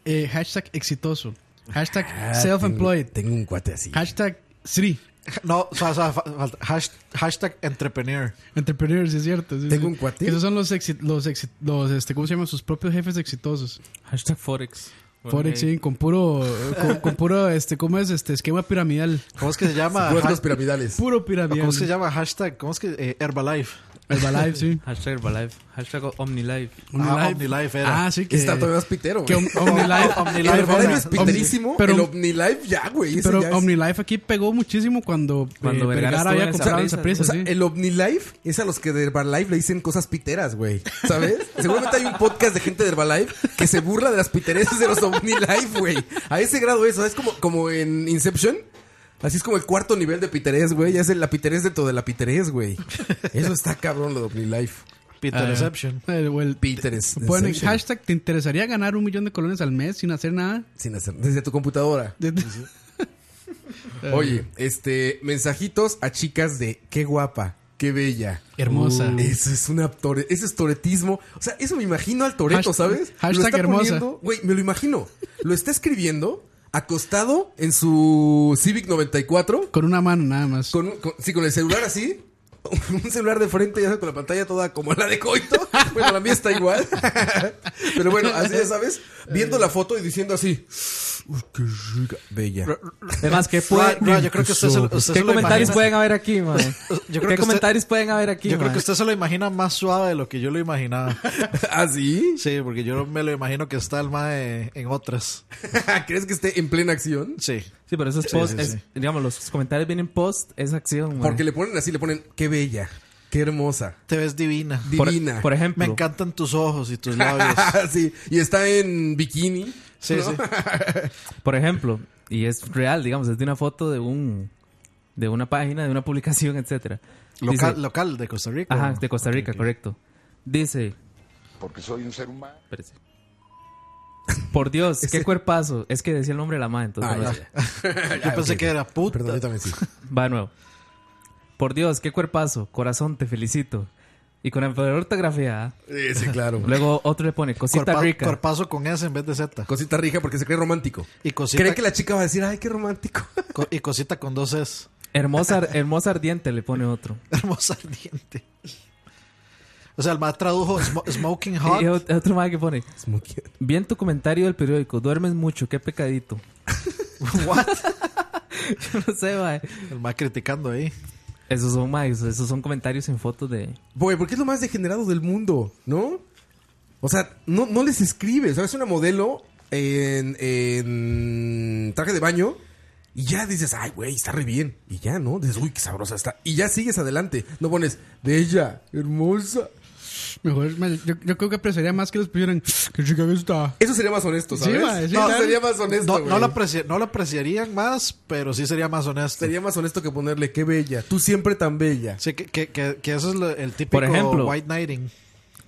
Speaker 4: eh, hashtag exitoso, hashtag
Speaker 5: Ah,
Speaker 4: self-employed,
Speaker 5: Tengo, tengo un cuate así.
Speaker 4: hashtag Sri.
Speaker 3: No, o sea, o sea, fa- falta- hash- hashtag entrepreneur.
Speaker 4: Entrepreneurs, sí es cierto. sí,
Speaker 3: Tengo
Speaker 4: sí.
Speaker 3: un cuate.
Speaker 4: Esos son los, exi- los, exi- los este, ¿cómo se llaman? Sus propios jefes exitosos.
Speaker 6: Hashtag Forex.
Speaker 4: Forex, sí, con puro, con, con puro, este, ¿cómo es? Este, esquema piramidal.
Speaker 3: ¿Cómo es que se llama?
Speaker 5: Puertos piramidales.
Speaker 4: Puro piramidal.
Speaker 3: ¿Cómo es que se llama? Hashtag, ¿cómo es que? eh, Herbalife.
Speaker 4: Herbalife, sí.
Speaker 6: Hashtag Herbalife. Hashtag OmniLife.
Speaker 3: Ah, OmniLife era.
Speaker 4: Ah, sí, que-
Speaker 5: Está todavía más pitero.
Speaker 4: que Om- OmniLife-
Speaker 5: OmniLife,
Speaker 4: Omni-
Speaker 5: es piterísimo.
Speaker 4: Pero-
Speaker 5: el OmniLife ya, güey. ese
Speaker 4: Pero
Speaker 5: ya es-
Speaker 4: OmniLife aquí pegó muchísimo cuando,
Speaker 5: Cuando
Speaker 4: eh,
Speaker 5: Vergara
Speaker 4: Vergara
Speaker 5: estuvo
Speaker 4: había
Speaker 5: en
Speaker 4: comprado esa
Speaker 5: Saprissa,
Speaker 4: presa.
Speaker 5: O sea, el OmniLife es a los que de Herbalife le dicen cosas piteras, güey. ¿Sabes? Seguramente hay un podcast de gente de Herbalife que se burla de las pitereces de los OmniLife, güey. A ese grado eso, es como, como en Inception. Así es como el cuarto nivel de piterés, güey. Ya es el- la piterés dentro de la piterés, güey. Eso está cabrón lo de OmniLife.
Speaker 3: Peterception.
Speaker 4: Ah, el- o el-
Speaker 5: Peter's
Speaker 4: Ponen
Speaker 5: Inception.
Speaker 4: hashtag, ¿te interesaría ganar un millón de colones al mes sin hacer nada?
Speaker 5: Sin hacer, desde tu computadora. Oye, este, mensajitos a chicas de qué guapa, qué bella.
Speaker 4: Hermosa.
Speaker 5: Uh, eso es una tore- eso es toretismo. O sea, eso me imagino al toreto,
Speaker 4: Hashtag-
Speaker 5: ¿sabes?
Speaker 4: hashtag hermosa.
Speaker 5: poniendo- Güey, me lo imagino. Lo está escribiendo acostado en su Civic 94.
Speaker 4: Con una mano nada más.
Speaker 5: Con, con- sí, con el celular así. Un celular de frente, ya sabes, con la pantalla toda como la de Coito. Bueno, la mía está igual. Pero bueno, así ya sabes, viendo la foto y diciendo así. Uy, qué rica. Bella.
Speaker 6: Además, ¿qué puede-
Speaker 3: Ra- yo creo que usted se, lo- usted se
Speaker 6: ¿Qué
Speaker 3: lo
Speaker 6: comentarios
Speaker 3: imagina-
Speaker 6: pueden haber aquí, mae?
Speaker 3: Yo
Speaker 6: ¿Qué
Speaker 3: creo que
Speaker 6: comentarios pueden haber aquí,
Speaker 3: Yo creo
Speaker 6: mae?
Speaker 3: que usted se lo imagina más suave de lo que yo lo imaginaba.
Speaker 5: ¿Ah, sí?
Speaker 3: Sí, porque yo me lo imagino que está el mae en otras.
Speaker 5: ¿Crees que esté en plena acción?
Speaker 3: Sí.
Speaker 6: Sí, pero esos
Speaker 3: Sí,
Speaker 6: post,
Speaker 3: sí,
Speaker 6: es-
Speaker 3: sí.
Speaker 6: digamos, los comentarios vienen post esa acción, mae.
Speaker 5: Porque le ponen así, le ponen, qué bella, qué hermosa.
Speaker 3: Te ves divina.
Speaker 6: Por- e-
Speaker 5: Divina.
Speaker 6: por ejemplo.
Speaker 3: Me encantan tus ojos y tus labios.
Speaker 5: sí, y está en bikini.
Speaker 3: Sí,
Speaker 5: ¿no?
Speaker 3: sí.
Speaker 6: Por ejemplo, y es real, digamos, es de una foto de un de una página, de una publicación, etcétera.
Speaker 3: Local-
Speaker 6: Dice-
Speaker 3: local de Costa Rica.
Speaker 6: Ajá, de Costa Rica, correcto. Dice,
Speaker 12: Porque soy un ser humano.
Speaker 6: espérese. Por Dios, qué cuerpazo. Es que decía el nombre de la madre, entonces.
Speaker 3: Ah,
Speaker 6: no
Speaker 3: ya.
Speaker 6: sé.
Speaker 3: Yo pensé que era puta.
Speaker 5: Perdón, yo también sí.
Speaker 6: Va de nuevo. Por Dios, qué cuerpazo. Corazón, te felicito. Y con la peor ortografía. ¿ah?
Speaker 5: Sí, sí, claro.
Speaker 6: Luego otro le pone cosita
Speaker 3: Corpa-
Speaker 6: rica.
Speaker 3: Corpazo con S en vez de Z.
Speaker 5: Cosita rica porque se cree romántico.
Speaker 3: Y cosita,
Speaker 5: Cree que la chica va a decir, ay, qué romántico.
Speaker 3: co- y cosita con dos S.
Speaker 6: Hermosa, hermosa ardiente le pone otro.
Speaker 3: Hermosa ardiente. O sea, el más tradujo smo- Smoking Hot.
Speaker 6: Y ot- otro más que pone. Vi en tu comentario del periódico, duermes mucho, qué pecadito. What? Yo no sé, mae.
Speaker 3: El más criticando ahí.
Speaker 6: Esos son más, esos son comentarios en fotos de.
Speaker 5: Güey, porque es lo más degenerado del mundo, ¿no? O sea, no, no les escribe. O sea, es una modelo en, en traje de baño y ya dices, ay, güey, está re bien. Y ya, ¿no? Dices, uy, qué sabrosa está. Y ya sigues adelante. No pones, bella, hermosa.
Speaker 4: Mejor, ma, yo, yo creo que apreciaría más que los pidieran. Qué chica que está.
Speaker 5: Eso sería más honesto,
Speaker 4: Sí,
Speaker 5: ¿sabes?
Speaker 4: ma, sí,
Speaker 5: no,
Speaker 4: claro.
Speaker 5: sería más honesto,
Speaker 3: No,
Speaker 5: güey.
Speaker 3: no, lo apreci- no lo apreciarían más, pero sí sería más honesto.
Speaker 5: Sería más honesto que ponerle, qué bella. Tú siempre tan bella.
Speaker 3: Sí, que, que, que, que eso es lo- el típico
Speaker 6: ejemplo.
Speaker 3: white knighting.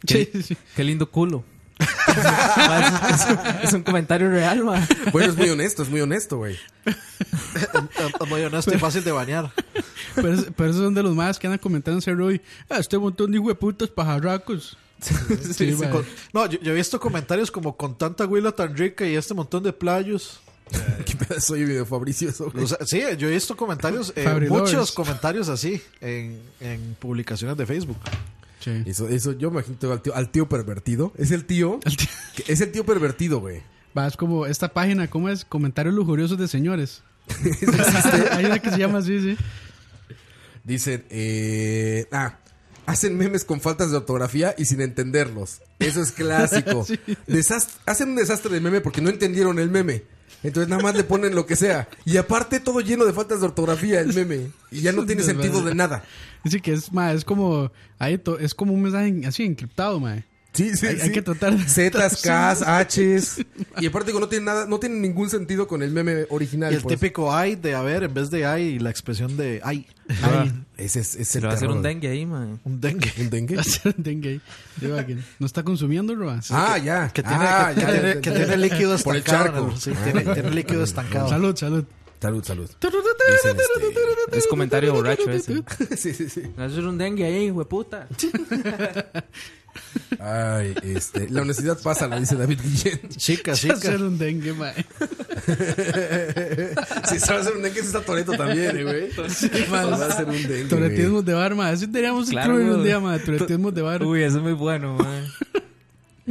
Speaker 6: Qué, qué lindo culo. Mae, es, es un- es un comentario real, mae.
Speaker 5: Bueno, es muy honesto, es muy honesto, güey.
Speaker 3: Muy honesto y fácil de bañar.
Speaker 4: Pero, es- pero esos son de los más que andan comentando en serio hoy. "Ah, este montón de hueputas pajarracos.
Speaker 3: Sí,
Speaker 4: ma.
Speaker 3: con- no, yo, yo he visto comentarios como con tanta huila tan rica y este montón de playos.
Speaker 5: qué pedazo de video Fabricio eso, güey.
Speaker 3: O sea, sí, yo he visto comentarios, eh,
Speaker 4: Fabri
Speaker 3: muchos
Speaker 4: Lawrence.
Speaker 3: comentarios así en, en publicaciones de Facebook.
Speaker 4: Sí.
Speaker 5: Eso, eso, yo me imagino al tío, al tío pervertido. Es el tío. que- es el tío pervertido, güey.
Speaker 4: Va, es como esta página, ¿cómo es? Comentarios lujuriosos de señores. Hay una que se llama así, sí.
Speaker 5: Dicen, eh, ah, hacen memes con faltas de ortografía y sin entenderlos. Eso es clásico. Desast- hacen un desastre de meme porque no entendieron el meme. Entonces nada más le ponen lo que sea. Y aparte todo lleno de faltas de ortografía el meme. Y ya no tiene sentido de nada.
Speaker 4: Dice que es, ma, es como, ahí to- es como un mensaje en- así encriptado, ma.
Speaker 5: Sí, sí,
Speaker 4: Hay-
Speaker 5: sí.
Speaker 4: hay que tratar de-
Speaker 5: Zetas, Ks, Hs. Y aparte digo, no tiene nada, no tiene ningún sentido con el meme original.
Speaker 3: Y el
Speaker 5: pues.
Speaker 3: típico ay de haber en vez de ay y la expresión de ay.
Speaker 6: Ay.
Speaker 5: Ese es, es
Speaker 6: Se
Speaker 5: el
Speaker 6: le va a hacer
Speaker 5: terror.
Speaker 6: un dengue ahí, mae.
Speaker 3: Un dengue.
Speaker 5: ¿Un dengue?
Speaker 4: Dengue. Digo, ¿a quién? No está consumiendo, Roa.
Speaker 5: Ah, ya.
Speaker 3: Que tiene,
Speaker 5: Ah,
Speaker 3: que,
Speaker 5: ya,
Speaker 3: tiene-
Speaker 5: ya,
Speaker 3: que
Speaker 5: ya.
Speaker 3: tiene líquido
Speaker 5: Por el
Speaker 3: estancado.
Speaker 5: charco. Ah.
Speaker 3: en el- sí, tiene, tiene líquido estancado.
Speaker 4: Salud, salud.
Speaker 5: Salud, salud. Dicen, este,
Speaker 6: Es comentario borracho ese.
Speaker 5: sí, sí, sí.
Speaker 6: Va a ser un dengue ahí, hijo de puta.
Speaker 5: Ay, este, la honestidad pasa, la dice David Guillén.
Speaker 3: Chica,
Speaker 4: Va a ser
Speaker 3: chica.
Speaker 4: un dengue, ma.
Speaker 5: Si se va a hacer un dengue, se está Toreto también, eh, güey. se va a hacer un dengue.
Speaker 4: Toretismos de bar, ma. Eso deberíamos
Speaker 6: Claro,
Speaker 4: incluir un
Speaker 6: güey.
Speaker 4: día, ma. Toretismos de bar.
Speaker 6: Uy, eso es muy bueno, mae.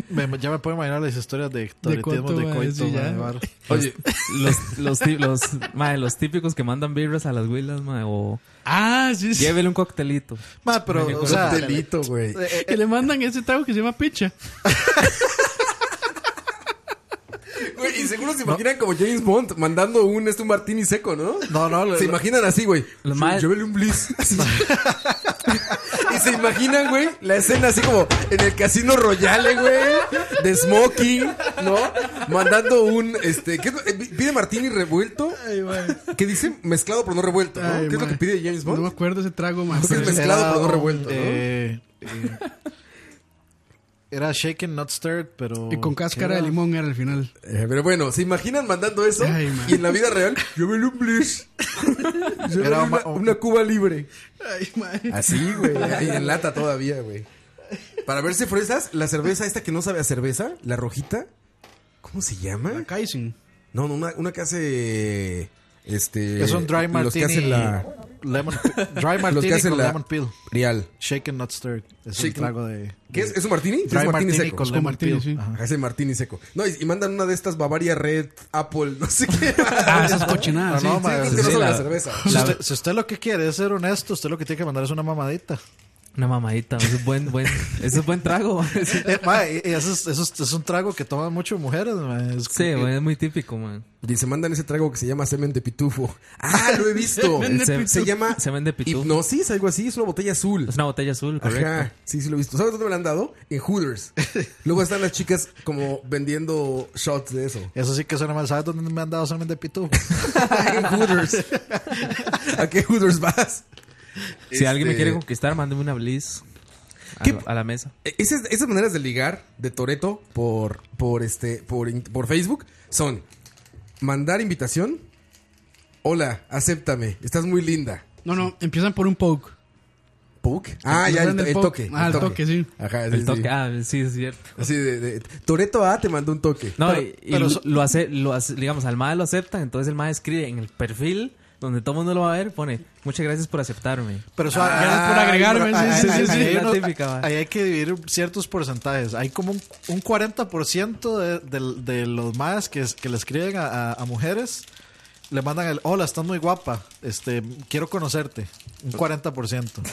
Speaker 3: Me- ya me puedo imaginar las historias de
Speaker 4: coito,
Speaker 3: toretismo de
Speaker 4: ma,
Speaker 3: coito.
Speaker 4: sí,
Speaker 3: ma,
Speaker 4: ya.
Speaker 3: de bar.
Speaker 5: Oye,
Speaker 6: Los, los, ti- los, mae, los típicos que mandan birras a las huilas, mae. O
Speaker 4: Ah, sí, sí.
Speaker 6: llévele un coctelito.
Speaker 3: Ma, pero, o sea,
Speaker 5: un delito, güey.
Speaker 4: Que Eh, le mandan ese trago que se llama picha.
Speaker 5: Güey, Y seguro se imaginan como James Bond mandando un, este, un martini seco, ¿no?
Speaker 3: No, no, lo-
Speaker 5: Se
Speaker 3: lo-
Speaker 5: imaginan así, güey.
Speaker 6: Lo mal-
Speaker 5: Llévele un bliss. y se imaginan, güey, la escena así como en el Casino Royale, güey, de Smokey, ¿no? Mandando un, este, ¿qué es lo- eh, pide martini revuelto? ¿Qué dice? Mezclado pero no revuelto, ¿no?
Speaker 4: Ay,
Speaker 5: ¿Qué es
Speaker 4: ma.
Speaker 5: lo que pide James
Speaker 4: No me
Speaker 5: Bond?
Speaker 4: acuerdo ese trago, ma.
Speaker 5: Creo que es mezclado, pero no revuelto, ¿no?
Speaker 3: eh, eh, era shaken, not stirred, pero.
Speaker 4: Y con cáscara de
Speaker 3: era-
Speaker 4: limón era al final.
Speaker 5: Eh, pero bueno, ¿se imaginan mandando eso?
Speaker 4: Ay, ma.
Speaker 5: y en la vida real, llévele un bliss. Llévele
Speaker 3: Era
Speaker 5: una,
Speaker 3: ma- un-
Speaker 5: una Cuba libre.
Speaker 4: Ay, ma.
Speaker 5: Así, güey. Ahí en lata todavía, güey. Para verse fresas, la cerveza esta que no sabe a cerveza, la rojita. ¿Cómo se llama?
Speaker 4: Kaizen.
Speaker 5: No, no, una, una que hace. Este.
Speaker 3: Es un dry
Speaker 5: Los que
Speaker 3: martini.
Speaker 5: hacen la.
Speaker 3: lemon dry martini
Speaker 5: Los que hacen
Speaker 3: con
Speaker 5: la
Speaker 3: lemon peel.
Speaker 5: Real.
Speaker 3: Shaken not stirred. Es
Speaker 5: Shaken-
Speaker 3: un trago de
Speaker 5: ¿Qué es?
Speaker 3: de-
Speaker 5: ¿Es un martini?
Speaker 3: Dry
Speaker 5: es un martini, seco.
Speaker 3: con lemon peel.
Speaker 5: Ajá,
Speaker 3: Ajá.
Speaker 5: Es el este martini seco. No, y, y mandan una de estas Bavaria Red, Apple, no sé qué.
Speaker 4: Ah, esas cochinadas, sí.
Speaker 5: No, no, ma,
Speaker 4: Sí,
Speaker 5: que no
Speaker 4: sí,
Speaker 5: son
Speaker 4: la-
Speaker 5: la cerveza.
Speaker 3: Si usted, si usted lo que quiere es ser honesto, usted lo que tiene que mandar es una mamadita.
Speaker 6: Una mamadita, eso es buen, buen, eso es buen trago.
Speaker 3: Eh, ma, y- y eso es, eso es- es un trago que toman muchas mujeres. ma, es-
Speaker 6: Sí, güey, es muy típico, man.
Speaker 5: Y se mandan ese trago que se llama semen de pitufo. ¡Ah, lo he visto!
Speaker 6: Semen de
Speaker 5: se,
Speaker 6: pitufo.
Speaker 5: se llama...
Speaker 6: Semen de pitufo.
Speaker 5: Hipnosis, algo así. Es una botella azul.
Speaker 6: Es una botella azul, correcto.
Speaker 5: Ajá, sí, sí lo he visto. ¿Sabes dónde me la han dado? En Hooters. Luego están las chicas como vendiendo shots de eso.
Speaker 3: Eso sí que suena mal. ¿Sabes dónde me han dado semen de pitufo?
Speaker 5: en Hooters. ¿A qué Hooters vas?
Speaker 6: Si alguien me
Speaker 5: Este,
Speaker 6: quiere conquistar, mándeme una Blizz a,
Speaker 5: ¿Qué- Eh,
Speaker 6: a la mesa.
Speaker 5: Esas, esas maneras de ligar de Toreto por, por, este, por, in- por Facebook son mandar invitación. Hola, acéptame. Estás muy linda.
Speaker 4: No, no, empiezan por un poke.
Speaker 5: ¿Poke? Ah, ya,
Speaker 4: Empiezan
Speaker 5: el,
Speaker 4: del
Speaker 5: el
Speaker 4: poke.
Speaker 5: toque.
Speaker 4: Ah, el toque, sí.
Speaker 5: Ajá,
Speaker 6: El toque, ah, sí, es cierto.
Speaker 5: Así de, de- Toreto A te mandó un toque.
Speaker 6: No,
Speaker 5: Pero-
Speaker 6: y, y
Speaker 5: pero
Speaker 6: lo-
Speaker 5: so-
Speaker 6: lo hace, lo hace- digamos, al MAE lo aceptan, entonces el MAE escribe en el perfil donde todo el mundo lo va a ver, pone, muchas gracias por aceptarme.
Speaker 3: Pero eso- Ah, pero ahí- ahí- ahí hay unos- Ahí hay que dividir ciertos porcentajes. Hay como un, un 40% de, de- de los más que, es- que le escriben a, a- a mujeres. Le mandan el, hola, estás muy guapa, este, quiero conocerte. Un 40%.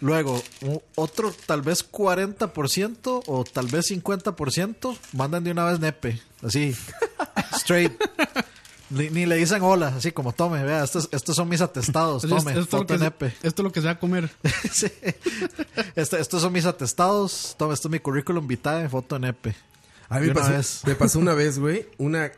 Speaker 3: Luego, u- otro tal vez 40% o tal vez 50% mandan de una vez nepe, así, straight. Ni, ni le dicen hola, así como tome, vea, estos, estos son mis atestados,
Speaker 4: Esto es-
Speaker 3: tome,
Speaker 4: esto es lo
Speaker 3: foto
Speaker 4: que se-
Speaker 3: nepe.
Speaker 4: Esto es lo que se va a comer.
Speaker 3: Este- estos son mis atestados. Toma, esto es mi currículum vitae, foto en E EPE.
Speaker 5: A mí
Speaker 3: De
Speaker 5: me
Speaker 3: una
Speaker 5: pasó,
Speaker 3: vez.
Speaker 5: me pasó una vez, güey, una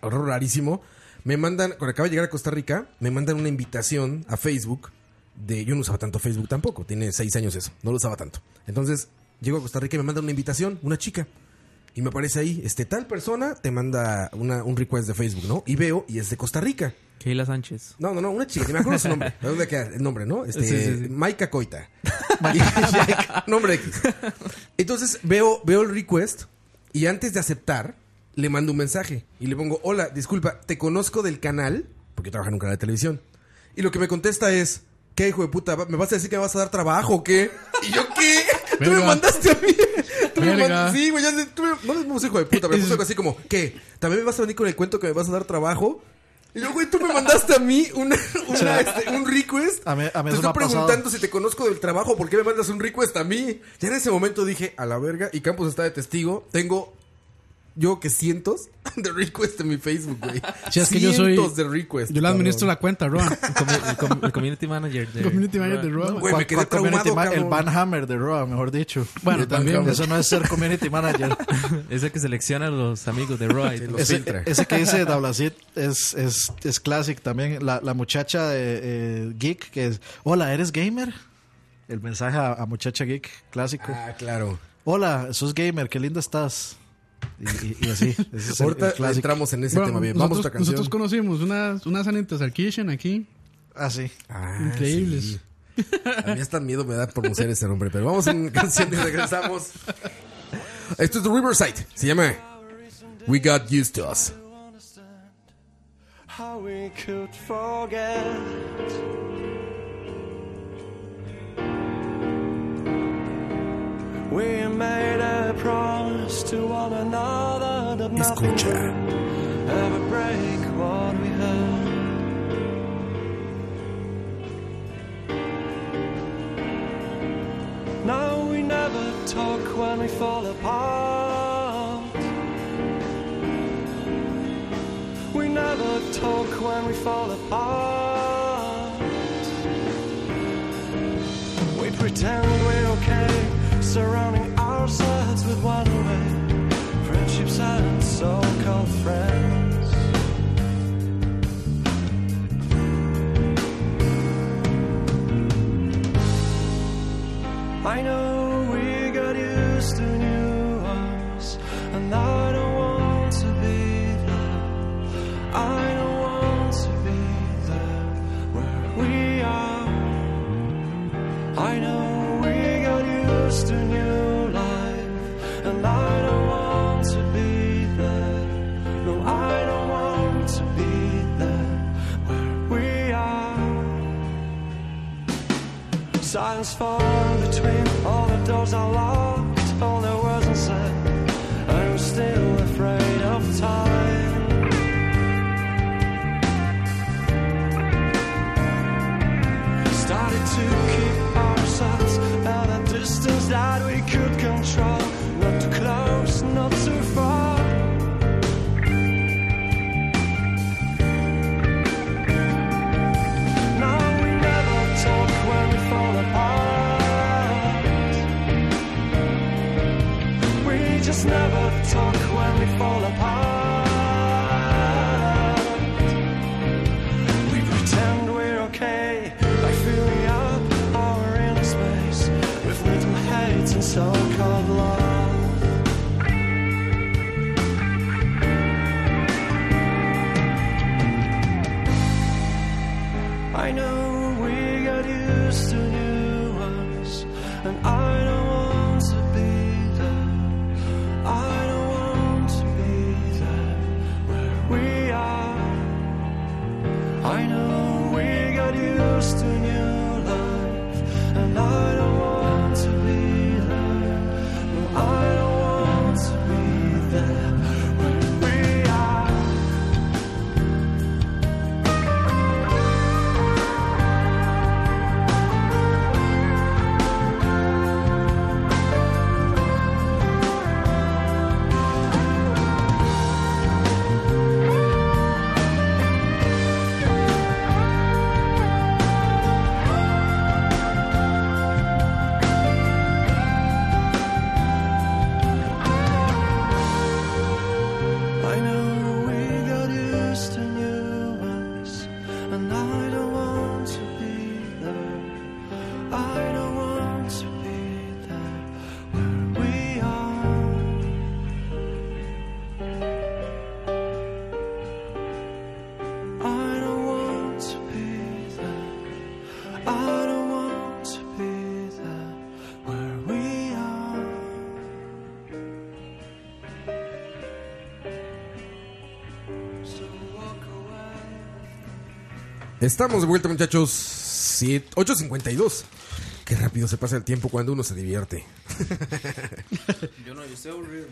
Speaker 5: horror rarísimo. Me mandan, cuando acabo de llegar a Costa Rica, me mandan una invitación a Facebook de yo no usaba tanto Facebook tampoco, tiene seis años eso, no lo usaba tanto. Entonces, llego a Costa Rica y me mandan una invitación, una chica. Y me aparece ahí, este tal persona te manda una, un request de Facebook, ¿no? Y veo, y es de Costa Rica.
Speaker 6: Keila Sánchez.
Speaker 5: No, no, no, una chica, ni me acuerdo su nombre. ¿De dónde queda el nombre, no? Este,
Speaker 6: Sí, sí, sí.
Speaker 5: Maika Coita. Maika, nombre X. Entonces veo, veo el request y antes de aceptar, le mando un mensaje y le pongo: Hola, disculpa, te conozco del canal, porque yo trabajo en un canal de televisión. Y lo que me contesta es: ¿Qué hijo de puta? ¿Me vas a decir que me vas a dar trabajo o qué? ¿Y yo qué? Tú me
Speaker 2: Verga.
Speaker 5: mandaste a mí. Tú me
Speaker 2: Verga.
Speaker 5: mandaste- sí, güey, ya sé, tú me- no les puse hijo de puta, me puso algo así como: ¿Qué? ¿También me vas a venir con el cuento que me vas a dar trabajo? Y yo, güey, tú me mandaste a mí una, una,
Speaker 3: sea,
Speaker 5: este, un request.
Speaker 3: A mí, a mí
Speaker 5: te
Speaker 3: eso me
Speaker 5: estoy
Speaker 3: ha pasado.
Speaker 5: preguntando si te conozco del trabajo, ¿por qué me mandas un request a mí? Ya en ese momento dije, a la verga, y Campos está de testigo. Tengo, yo que cientos de requests en mi Facebook, güey.
Speaker 4: Si es que yo soy.
Speaker 5: Cientos de requests.
Speaker 4: Yo le administro
Speaker 5: cabrón.
Speaker 4: la cuenta, Roa.
Speaker 6: El, com- el community manager de
Speaker 4: Community manager de Roa.
Speaker 5: No, güey, me quedé
Speaker 3: ¿Cuál community
Speaker 5: traumado,
Speaker 3: ma- El
Speaker 5: cabrón.
Speaker 3: Van Hammer de Roa, mejor dicho.
Speaker 4: Bueno,
Speaker 3: El
Speaker 4: también.
Speaker 3: Van Hammer. Eso no es ser community manager.
Speaker 6: Es el que selecciona a los amigos de Roy.
Speaker 3: ese, ese que dice Dablacit es, es, es classic también. La, la muchacha de eh, geek que es, hola, ¿eres gamer? El mensaje a, a muchacha geek clásico.
Speaker 5: Ah, claro.
Speaker 3: Hola, sos gamer, qué linda estás. Y, y- y así. Ese es el-
Speaker 5: Ahorita
Speaker 3: el clásico.
Speaker 5: entramos en ese
Speaker 4: Bueno,
Speaker 5: tema bien.
Speaker 4: nosotros,
Speaker 5: Vamos a otra canción.
Speaker 4: Nosotros conocimos unas, unas anitas al kitchen aquí.
Speaker 3: Ah, sí.
Speaker 5: Ah,
Speaker 4: Increíbles.
Speaker 5: sí. A mí hasta miedo me da pronunciar ese nombre, pero vamos a una canción y regresamos. Esto es The Riverside. Se llama We Got Used to Us.
Speaker 13: how we could forget. We made a promise to one another that nothing would ever break what we had. Now we never talk when we fall apart. We never talk when we fall apart. We pretend we're okay, surrounding ourselves with one way friendships and so called friends. I know we got used to new ones, and I don't want to be there. I don't want to be there where we are. I know we got used to new life, and I don't want to be there. No, I don't want to be there where we are. is far between. All the doors are locked, all the words unsaid. I'm still afraid of time. Started to keep ourselves at a distance that we could control. Not too close, not too far. No, we never talk when we fall apart. We just never talk when we fall apart. We pretend we're okay by filling up our inner space with little hate and so-called love. I know we got used to new ones, and I don't want to be there. I don't want to be there where we are. I know we got used to new life, and I don't want to be there. No, I don't want to be there where we are. I know we got used to new ones, and I don't want to be there. I don't want to be there where we are. I don't want to be there. I don't want to be there where we are. So walk away.
Speaker 5: Estamos de vuelta, muchachos. Siete- 8.52. Qué rápido se pasa el tiempo cuando uno se divierte.
Speaker 6: Yo no, yo estoy aburrido.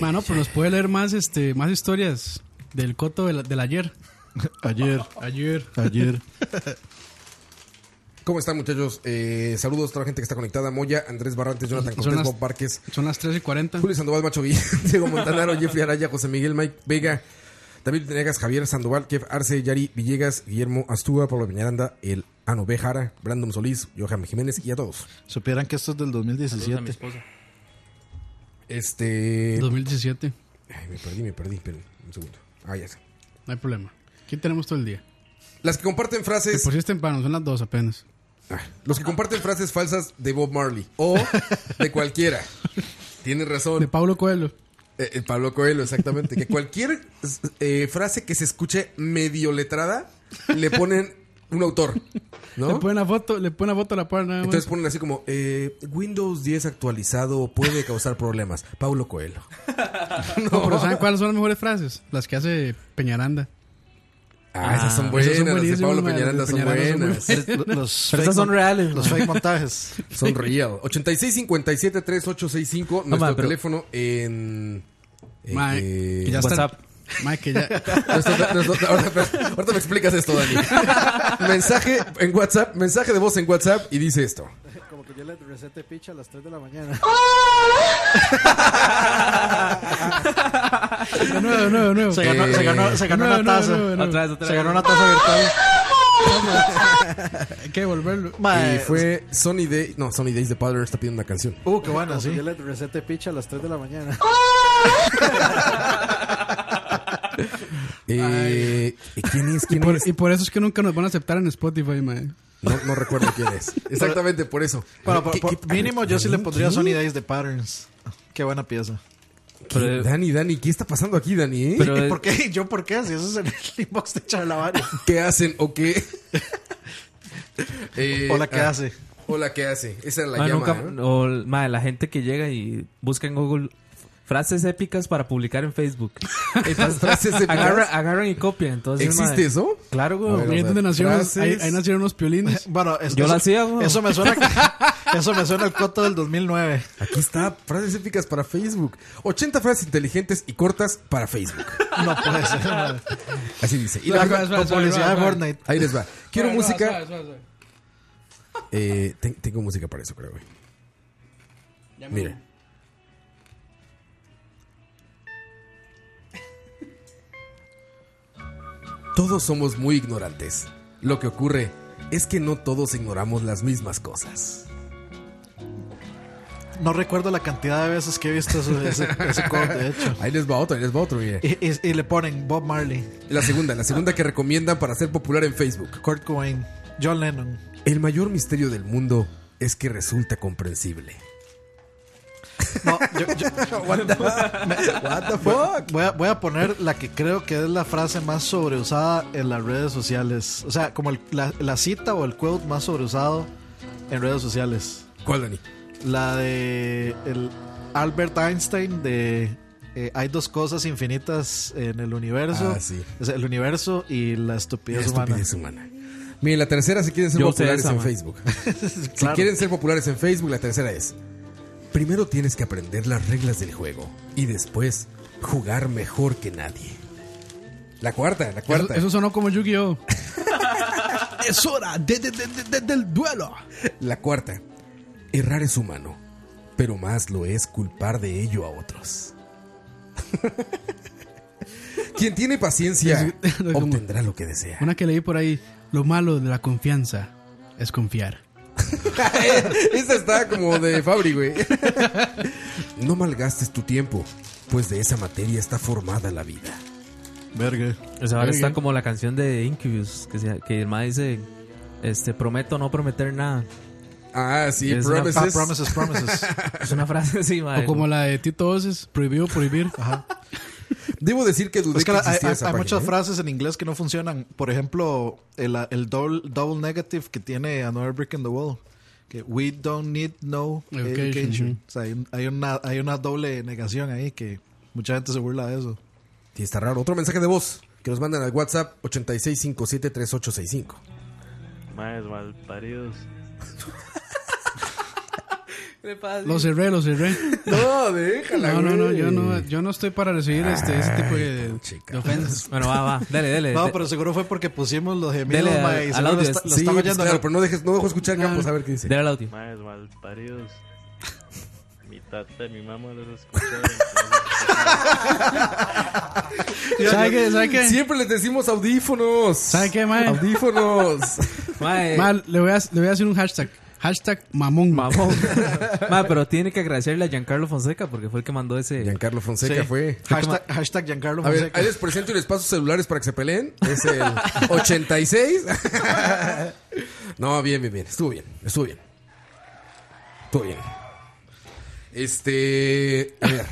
Speaker 4: Mano, pues nos puede leer más, este, más historias del coto del, del ayer.
Speaker 3: Ayer.
Speaker 4: Ayer.
Speaker 3: Ayer.
Speaker 5: ¿Cómo están, muchachos? Eh, saludos a toda la gente que está conectada. Moya, Andrés Barrantes, Jonathan
Speaker 4: Son
Speaker 5: Cortés,
Speaker 4: las-
Speaker 5: Bob Parques.
Speaker 4: Son las 3 y 40.
Speaker 5: Julio Sandoval, Macho Guillén, Diego Montanaro, Jeffrey Araya, José Miguel, Mike Vega, David Venegas, Javier Sandoval, Kev Arce, Yari Villegas, Guillermo Astúa, Pablo Peñaranda, el Ano B. Jara, Brandon Solís, Johan Jiménez y a todos.
Speaker 3: Supieran que esto es del 2017.
Speaker 4: Eh.
Speaker 5: Este.
Speaker 4: 2017.
Speaker 5: Ay, me perdí, me perdí, pero un segundo. Ah, ya sé.
Speaker 4: No hay problema. Aquí tenemos todo el día.
Speaker 5: Las que comparten
Speaker 4: Te
Speaker 5: frases.
Speaker 4: pusiste en pano, son las dos apenas.
Speaker 5: Los que comparten frases falsas de Bob Marley o de cualquiera. Tienen razón.
Speaker 4: De Pablo Coelho.
Speaker 5: Eh, eh, Pablo Coelho, exactamente. Que cualquier s- eh, frase que se escuche medio letrada, le ponen un autor.
Speaker 4: Le
Speaker 5: ¿No?
Speaker 4: ponen la foto, le ponen la foto a la par nada más.
Speaker 5: Entonces ponen así como, eh, Windows 10 actualizado puede causar problemas. Pablo Coelho.
Speaker 4: no. pero ¿saben cuáles son las mejores frases? Las que hace Peñaranda.
Speaker 5: Ah, esas son buenas. las de
Speaker 4: buenísimas,
Speaker 5: Pablo
Speaker 4: madre,
Speaker 5: Peñaranda
Speaker 4: de
Speaker 5: son
Speaker 4: Peñaranda son
Speaker 5: buenas.
Speaker 4: muy buenas.
Speaker 3: Pero esas son reales, los fake
Speaker 5: montajes. Son real. 86 57 3865, nuestro
Speaker 4: ma, pero-
Speaker 5: teléfono en. en-
Speaker 4: Ma,
Speaker 5: eh,
Speaker 4: que ya está- Ma, que ya-
Speaker 5: Nuestro te- nuestro- ahorita, ahorita me explicas esto, Dani. mensaje en WhatsApp, mensaje de voz en WhatsApp y dice esto.
Speaker 3: Como que yo le recete picha a las 3 de la mañana.
Speaker 4: De nuevo, de nuevo, de nuevo.
Speaker 3: Se ganó,
Speaker 5: Eh,
Speaker 3: se ganó, se ganó
Speaker 4: De nuevo,
Speaker 3: una
Speaker 4: de
Speaker 3: taza.
Speaker 4: nuevo, de nuevo.
Speaker 3: Se ganó una taza virtual.
Speaker 4: Hay que devolverlo.
Speaker 5: y fue Sony Day. No, Sony Days de Padre está pidiendo una canción.
Speaker 3: Uh, qué buena, sí. Yo le recete picha a las 3 de la mañana.
Speaker 5: Eh, ¿Quién es?
Speaker 4: Y
Speaker 5: ¿Quién
Speaker 4: por,
Speaker 5: es?
Speaker 4: y por eso es que nunca nos van a aceptar en Spotify, mae.
Speaker 5: No, no recuerdo quién es. Exactamente por eso.
Speaker 3: Bueno,
Speaker 5: ¿Qué-
Speaker 3: por- por-
Speaker 5: qué-
Speaker 3: mínimo yo sí le pondría
Speaker 5: ¿Qué?
Speaker 3: Sony Days de Patterns. Qué buena pieza.
Speaker 5: ¿Qué? Dani, Dani, ¿qué está pasando aquí, Dani? eh?
Speaker 3: ¿Y por qué? ¿Yo por qué? Si eso es en el inbox de Charlavaria.
Speaker 5: ¿Qué hacen o qué? Eh,
Speaker 3: Hola, ¿qué
Speaker 5: ah,
Speaker 3: hace?
Speaker 5: Hola, ¿qué hace? Esa es la
Speaker 6: Ah,
Speaker 5: llama.
Speaker 6: nunca-
Speaker 5: ¿no?
Speaker 6: o, madre, la gente que llega y busca en Google Frases épicas para publicar en Facebook. Entonces,
Speaker 5: ¿Frases épicas?
Speaker 6: agarra- agarran y copian. Entonces,
Speaker 5: ¿Existe
Speaker 6: mae,
Speaker 5: eso?
Speaker 6: Claro, güey.
Speaker 5: A ver, Miren a ver. dónde nacieron-
Speaker 4: ahí- ahí
Speaker 3: nacieron unos piolines. Bueno, es-
Speaker 6: Yo
Speaker 3: eso,
Speaker 6: lo hacía, güey.
Speaker 3: Eso me suena, eso me suena al coto del 2009.
Speaker 5: Aquí está, frases épicas para Facebook. 80 frases inteligentes y cortas para Facebook.
Speaker 3: No puede ser.
Speaker 5: Así dice.
Speaker 3: Espera,
Speaker 5: luego-
Speaker 3: espera, espera, espera, espera, espera.
Speaker 5: Ahí les va. Quiero
Speaker 4: Suave,
Speaker 5: música.
Speaker 4: suave, suave, suave.
Speaker 5: Eh, ten- tengo música para eso, creo, güey. Mira. Todos somos muy ignorantes. Lo que ocurre es que no todos ignoramos las mismas cosas.
Speaker 3: No recuerdo la cantidad de veces que he visto eso- ese, ese cover, de hecho.
Speaker 5: Ahí les va otro, ahí les va otro, mire.
Speaker 3: Y, y- y le ponen Bob Marley,
Speaker 5: La segunda, la segunda que recomiendan para ser popular en Facebook.
Speaker 3: Kurt Cobain, John Lennon.
Speaker 5: El mayor misterio del mundo es que resulta comprensible. What the,
Speaker 3: fuck? Voy a, voy a poner la que creo que es la frase más sobreusada en las redes sociales. O sea, como el- la, la cita o el quote más sobreusado en redes sociales.
Speaker 5: ¿Cuál, Dani?
Speaker 3: La de el Albert Einstein de eh, hay dos cosas infinitas en el universo.
Speaker 5: Ah, sí.
Speaker 3: O sea, el universo y la estupidez,
Speaker 5: La estupidez
Speaker 3: humana.
Speaker 5: Miren, la tercera si quieren ser
Speaker 3: Yo sé
Speaker 5: populares
Speaker 3: esa,
Speaker 5: en
Speaker 3: man.
Speaker 5: Facebook. Si
Speaker 3: Claro.
Speaker 5: quieren ser populares en Facebook, la tercera es. Primero tienes que aprender las reglas del juego y después jugar mejor que nadie. La cuarta, la
Speaker 4: Eso,
Speaker 5: cuarta.
Speaker 4: eso sonó como Yu-Gi-Oh!
Speaker 5: es hora del duelo. La cuarta. Errar es humano, pero más lo es culpar de ello a otros. Quien tiene paciencia obtendrá lo que desea.
Speaker 4: Una que leí por ahí. Lo malo de la confianza es confiar.
Speaker 5: Esa está como de Fabri, güey. No malgastes tu tiempo, pues de esa materia está formada la vida.
Speaker 3: Verga.
Speaker 6: O sea, ahora
Speaker 5: Verga.
Speaker 6: está como la canción de Incubus, que, se- que el mae dice, este, prometo no prometer nada.
Speaker 5: Ah, sí,
Speaker 6: una-
Speaker 5: promises.
Speaker 6: es una frase así, mae.
Speaker 4: O como la de Tito Oces, prohibido prohibir.
Speaker 5: Debo decir que dudé
Speaker 3: Es que la- hay,
Speaker 5: existía
Speaker 3: hay-
Speaker 5: esa
Speaker 3: hay
Speaker 5: página,
Speaker 3: muchas
Speaker 5: ¿eh?
Speaker 3: frases en inglés que no funcionan. Por ejemplo, el, el double, double negative que tiene Another Brick in the Wall. Que we don't need no
Speaker 4: Education.
Speaker 3: education. O sea, hay, un- hay una, hay una doble negación ahí que mucha gente se burla de eso.
Speaker 5: Sí, está raro. Otro mensaje de voz que nos mandan al WhatsApp 86573865.
Speaker 11: Más mal paridos.
Speaker 4: Lo cerré, lo cerré.
Speaker 5: No, déjala,
Speaker 4: No, no, no,
Speaker 5: güey.
Speaker 4: yo no, yo no estoy para recibir este, ese tipo de, de ofensas.
Speaker 6: Bueno, va, va. Dale, dale.
Speaker 3: No,
Speaker 6: De-
Speaker 3: pero seguro fue porque pusimos los gemidos,
Speaker 6: Dele
Speaker 3: ma,
Speaker 6: al-
Speaker 3: y
Speaker 6: al
Speaker 3: seguro lo,
Speaker 6: audio.
Speaker 3: está- lo
Speaker 6: Sí,
Speaker 3: estaba
Speaker 6: pues
Speaker 3: oyendo.
Speaker 5: Claro, pero no dejes, no dejo escuchar Campos a ver qué dice.
Speaker 6: Dale al audio.
Speaker 11: Más mal paridos. Mi tata y mi mamá los escucharon. entonces-
Speaker 4: ¿Sabe qué? ¿Sabe qué?
Speaker 5: Siempre les decimos audífonos.
Speaker 4: ¿Sabe qué, mae?
Speaker 5: Audífonos.
Speaker 6: Mae.
Speaker 4: Mal, le voy, a, le voy a hacer un hashtag. Hashtag mamón.
Speaker 6: Mamón. Mae, pero tiene que agradecerle a Giancarlo Fonseca porque fue el que mandó ese.
Speaker 5: Giancarlo Fonseca
Speaker 6: Sí.
Speaker 5: fue.
Speaker 3: Hashtag, hashtag Giancarlo
Speaker 5: A ver,
Speaker 3: Fonseca.
Speaker 5: ahí les presento y les paso celulares para que se peleen. Es el 86. no, bien, bien, bien. Estuvo bien, estuvo bien. Estuvo bien. Este. A ver.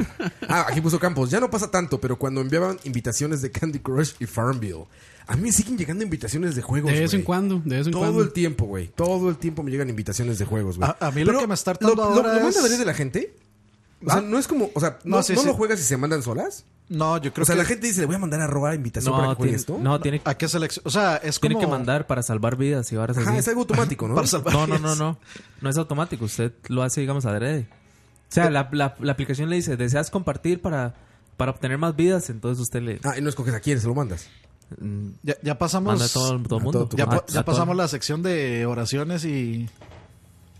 Speaker 5: Ah, aquí puso Campos. Ya no pasa tanto, pero cuando enviaban invitaciones de Candy Crush y Farmville, a mí me siguen llegando invitaciones de juegos.
Speaker 4: De vez en
Speaker 5: güey.
Speaker 4: cuando, de vez en
Speaker 5: Todo
Speaker 4: cuando. Ah,
Speaker 5: el tiempo, güey. Todo el tiempo me llegan invitaciones de juegos, güey.
Speaker 3: A- a mí lo que me está hartando
Speaker 5: lo,
Speaker 3: ahora
Speaker 5: lo, lo
Speaker 3: es-
Speaker 5: manda venir de la gente? O sea, no es como. O sea, no,
Speaker 3: No, sí,
Speaker 5: no
Speaker 3: sí.
Speaker 5: lo juegas y se mandan solas.
Speaker 3: No, yo creo
Speaker 5: O sea,
Speaker 3: que-
Speaker 5: la gente dice, le voy a mandar a robar invitación para que juegue
Speaker 6: tiene,
Speaker 5: esto.
Speaker 6: no, tiene,
Speaker 3: ¿A qué selección? O sea, es
Speaker 6: tiene
Speaker 3: como...
Speaker 6: que mandar para salvar vidas y varas
Speaker 5: Ajá,
Speaker 6: así.
Speaker 5: es algo automático, ¿no?
Speaker 6: Para salvar no, no, no, no. No es automático. Usted lo hace, digamos, adrede. O sea, la, la, la aplicación le dice, deseas compartir para, para obtener más vidas, entonces usted le...
Speaker 5: Ah, y no escoges a quién, se lo mandas.
Speaker 6: Mm,
Speaker 3: Ya, ya pasamos...
Speaker 6: Manda a todo- todo el mundo.
Speaker 3: Ya,
Speaker 6: A-
Speaker 3: po-
Speaker 6: a
Speaker 3: ya
Speaker 6: todo.
Speaker 3: pasamos la sección de oraciones y...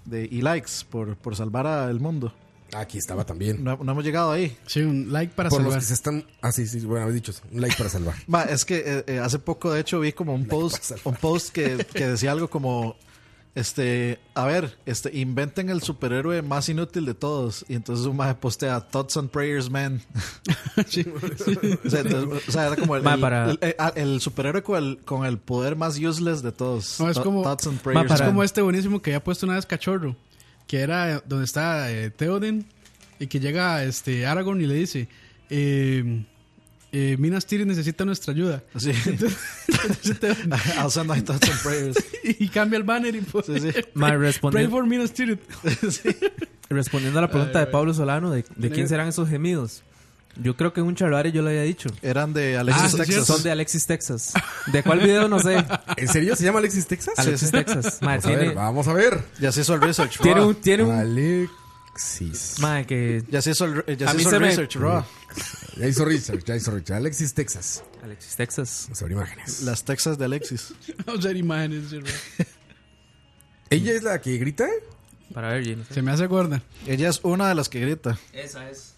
Speaker 3: De, y likes por, por salvar al mundo.
Speaker 5: Aquí estaba también.
Speaker 3: No, no hemos llegado ahí.
Speaker 4: Sí, un like para
Speaker 5: Por los
Speaker 4: salvar.
Speaker 5: que se están. Ah, sí, sí, bueno, habéis dicho. Un like para salvar.
Speaker 3: Ma, es que eh, eh, hace poco, de hecho, vi como un post, un post que, que decía algo como, este, a ver, este, inventen el superhéroe más inútil de todos. Y entonces un maje postea Thoughts and Prayers Man. o, sea, entonces, o sea, era como el,
Speaker 6: Ma,
Speaker 3: el-
Speaker 6: para-
Speaker 3: el- eh, ah, el superhéroe con el, con el poder más useless de todos.
Speaker 4: No, es
Speaker 3: Tho-
Speaker 4: como,
Speaker 3: Thoughts and
Speaker 4: Ma,
Speaker 3: Prayers
Speaker 4: es
Speaker 3: Man.
Speaker 4: como este buenísimo que había puesto una vez Cachorro, que era eh, donde está eh, Theoden y que llega este Aragorn y le dice, eh, eh, Minas Tirith necesita nuestra ayuda.
Speaker 3: Ah, Sí. Also, no hay Thoughts and Prayers.
Speaker 4: y cambia el banner y pues,
Speaker 6: Ma,
Speaker 4: Pray
Speaker 6: respondiendo,
Speaker 4: for Minas Tirith.
Speaker 6: respondiendo a la pregunta
Speaker 4: Ay,
Speaker 6: de Pablo Solano de, de quién serán esos gemidos. Yo creo que un Charlari yo lo había dicho.
Speaker 3: Eran de Alexis
Speaker 6: Ah, sí,
Speaker 3: Texas.
Speaker 6: Son de Alexis Texas. ¿De cuál video? No sé.
Speaker 5: ¿En serio se llama Alexis Texas?
Speaker 6: Alexis
Speaker 5: Sí, sí.
Speaker 6: Texas. Mae,
Speaker 5: Vamos a ver,
Speaker 6: tiene-
Speaker 5: vamos a ver.
Speaker 3: Ya se hizo el research.
Speaker 6: Tiene un- tiene un-
Speaker 5: Alexis.
Speaker 6: Mae, que.
Speaker 3: Ya se hizo el, re- ya
Speaker 6: A
Speaker 3: se
Speaker 6: mí
Speaker 3: hizo
Speaker 6: se
Speaker 3: el
Speaker 6: me-
Speaker 3: research, bro.
Speaker 5: Ya hizo research, ya hizo research. Alexis Texas.
Speaker 6: Alexis Texas.
Speaker 5: Sobre imágenes.
Speaker 3: Las Texas de Alexis.
Speaker 4: Vamos a ver imágenes, yo, bro.
Speaker 5: ¿Ella es la que grita?
Speaker 6: Para ver, Jim.
Speaker 4: Se me hace gorda.
Speaker 3: Ella es una de las que grita.
Speaker 6: Esa es.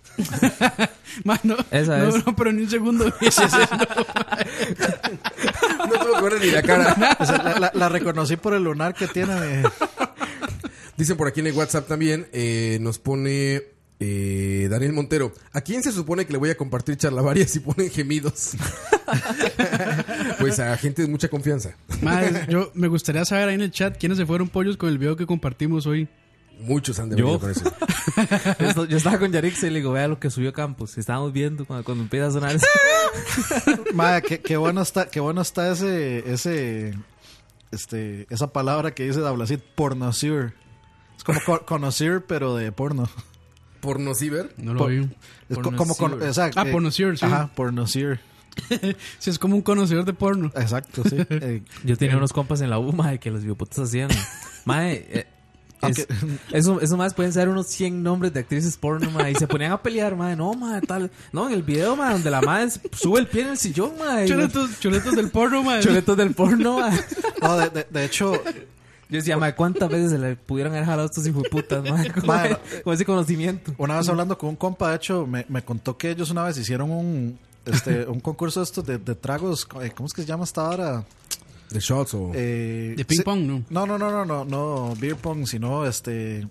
Speaker 4: Mano,
Speaker 6: Esa
Speaker 4: no,
Speaker 6: es.
Speaker 4: no, pero ni un segundo. vi ese acento,
Speaker 5: No tuvo que ver ni la cara.
Speaker 3: O sea, la, la- la reconocí por el lunar que tiene. de-
Speaker 5: Dicen por aquí en el WhatsApp también, eh, nos pone eh, Daniel Montero. ¿A quién se supone que le voy a compartir charlavarias si ponen gemidos? pues a gente de mucha confianza.
Speaker 4: Mae, yo me gustaría saber ahí en el chat quiénes se fueron pollos con el video que compartimos hoy.
Speaker 5: Muchos han de
Speaker 6: Yo.
Speaker 5: venido con eso.
Speaker 6: Esto- Yo estaba con Yarix y le digo, vea lo que subió Campos. Estábamos viendo cuando, cuando empieza a sonar. eso.
Speaker 3: Madre, qué, qué bueno está, qué bueno está ese, ese, este, esa palabra que dice Dablacid, pornosir. Es como co- conocer, pero de porno.
Speaker 5: ¿Pornociber?
Speaker 4: No lo
Speaker 3: Por-
Speaker 4: vi.
Speaker 3: Es co- como con,
Speaker 4: Pornosir.
Speaker 3: exacto,
Speaker 4: Ah,
Speaker 3: eh,
Speaker 4: pornosir, sí.
Speaker 3: Ajá, pornosir.
Speaker 4: Si es como un conocedor de porno.
Speaker 3: Exacto, sí. Eh,
Speaker 6: Yo tenía
Speaker 4: Eh.
Speaker 6: unos compas en la U, mae, que los bioputas hacían. Mae, eh, es- eso, eso más pueden ser unos 100 nombres de actrices porno, mae. Y se ponían a pelear, mae. No, mae, tal. No, en el video, mae, donde la madre sube el pie en el sillón, mae.
Speaker 4: Chuletos, chuletos del porno, mae.
Speaker 6: Chuletos del porno, mae.
Speaker 3: No, de, de- de hecho,
Speaker 6: Yo decía, mae, ¿cuántas veces se le pudieron haber jalado a estos hijueputas, mae? Con,
Speaker 3: Mae,
Speaker 6: con ese conocimiento.
Speaker 3: una vez hablando con un compa, de hecho, me, me contó que ellos una vez hicieron un, este, un concurso de estos de, de tragos. eh, ¿Cómo es que se llama esta hora?
Speaker 5: ¿De shots o...?
Speaker 3: Eh,
Speaker 4: De ping
Speaker 3: sí.
Speaker 4: pong, ¿no?
Speaker 3: No, no, no, no, no, no, beer pong, sino este.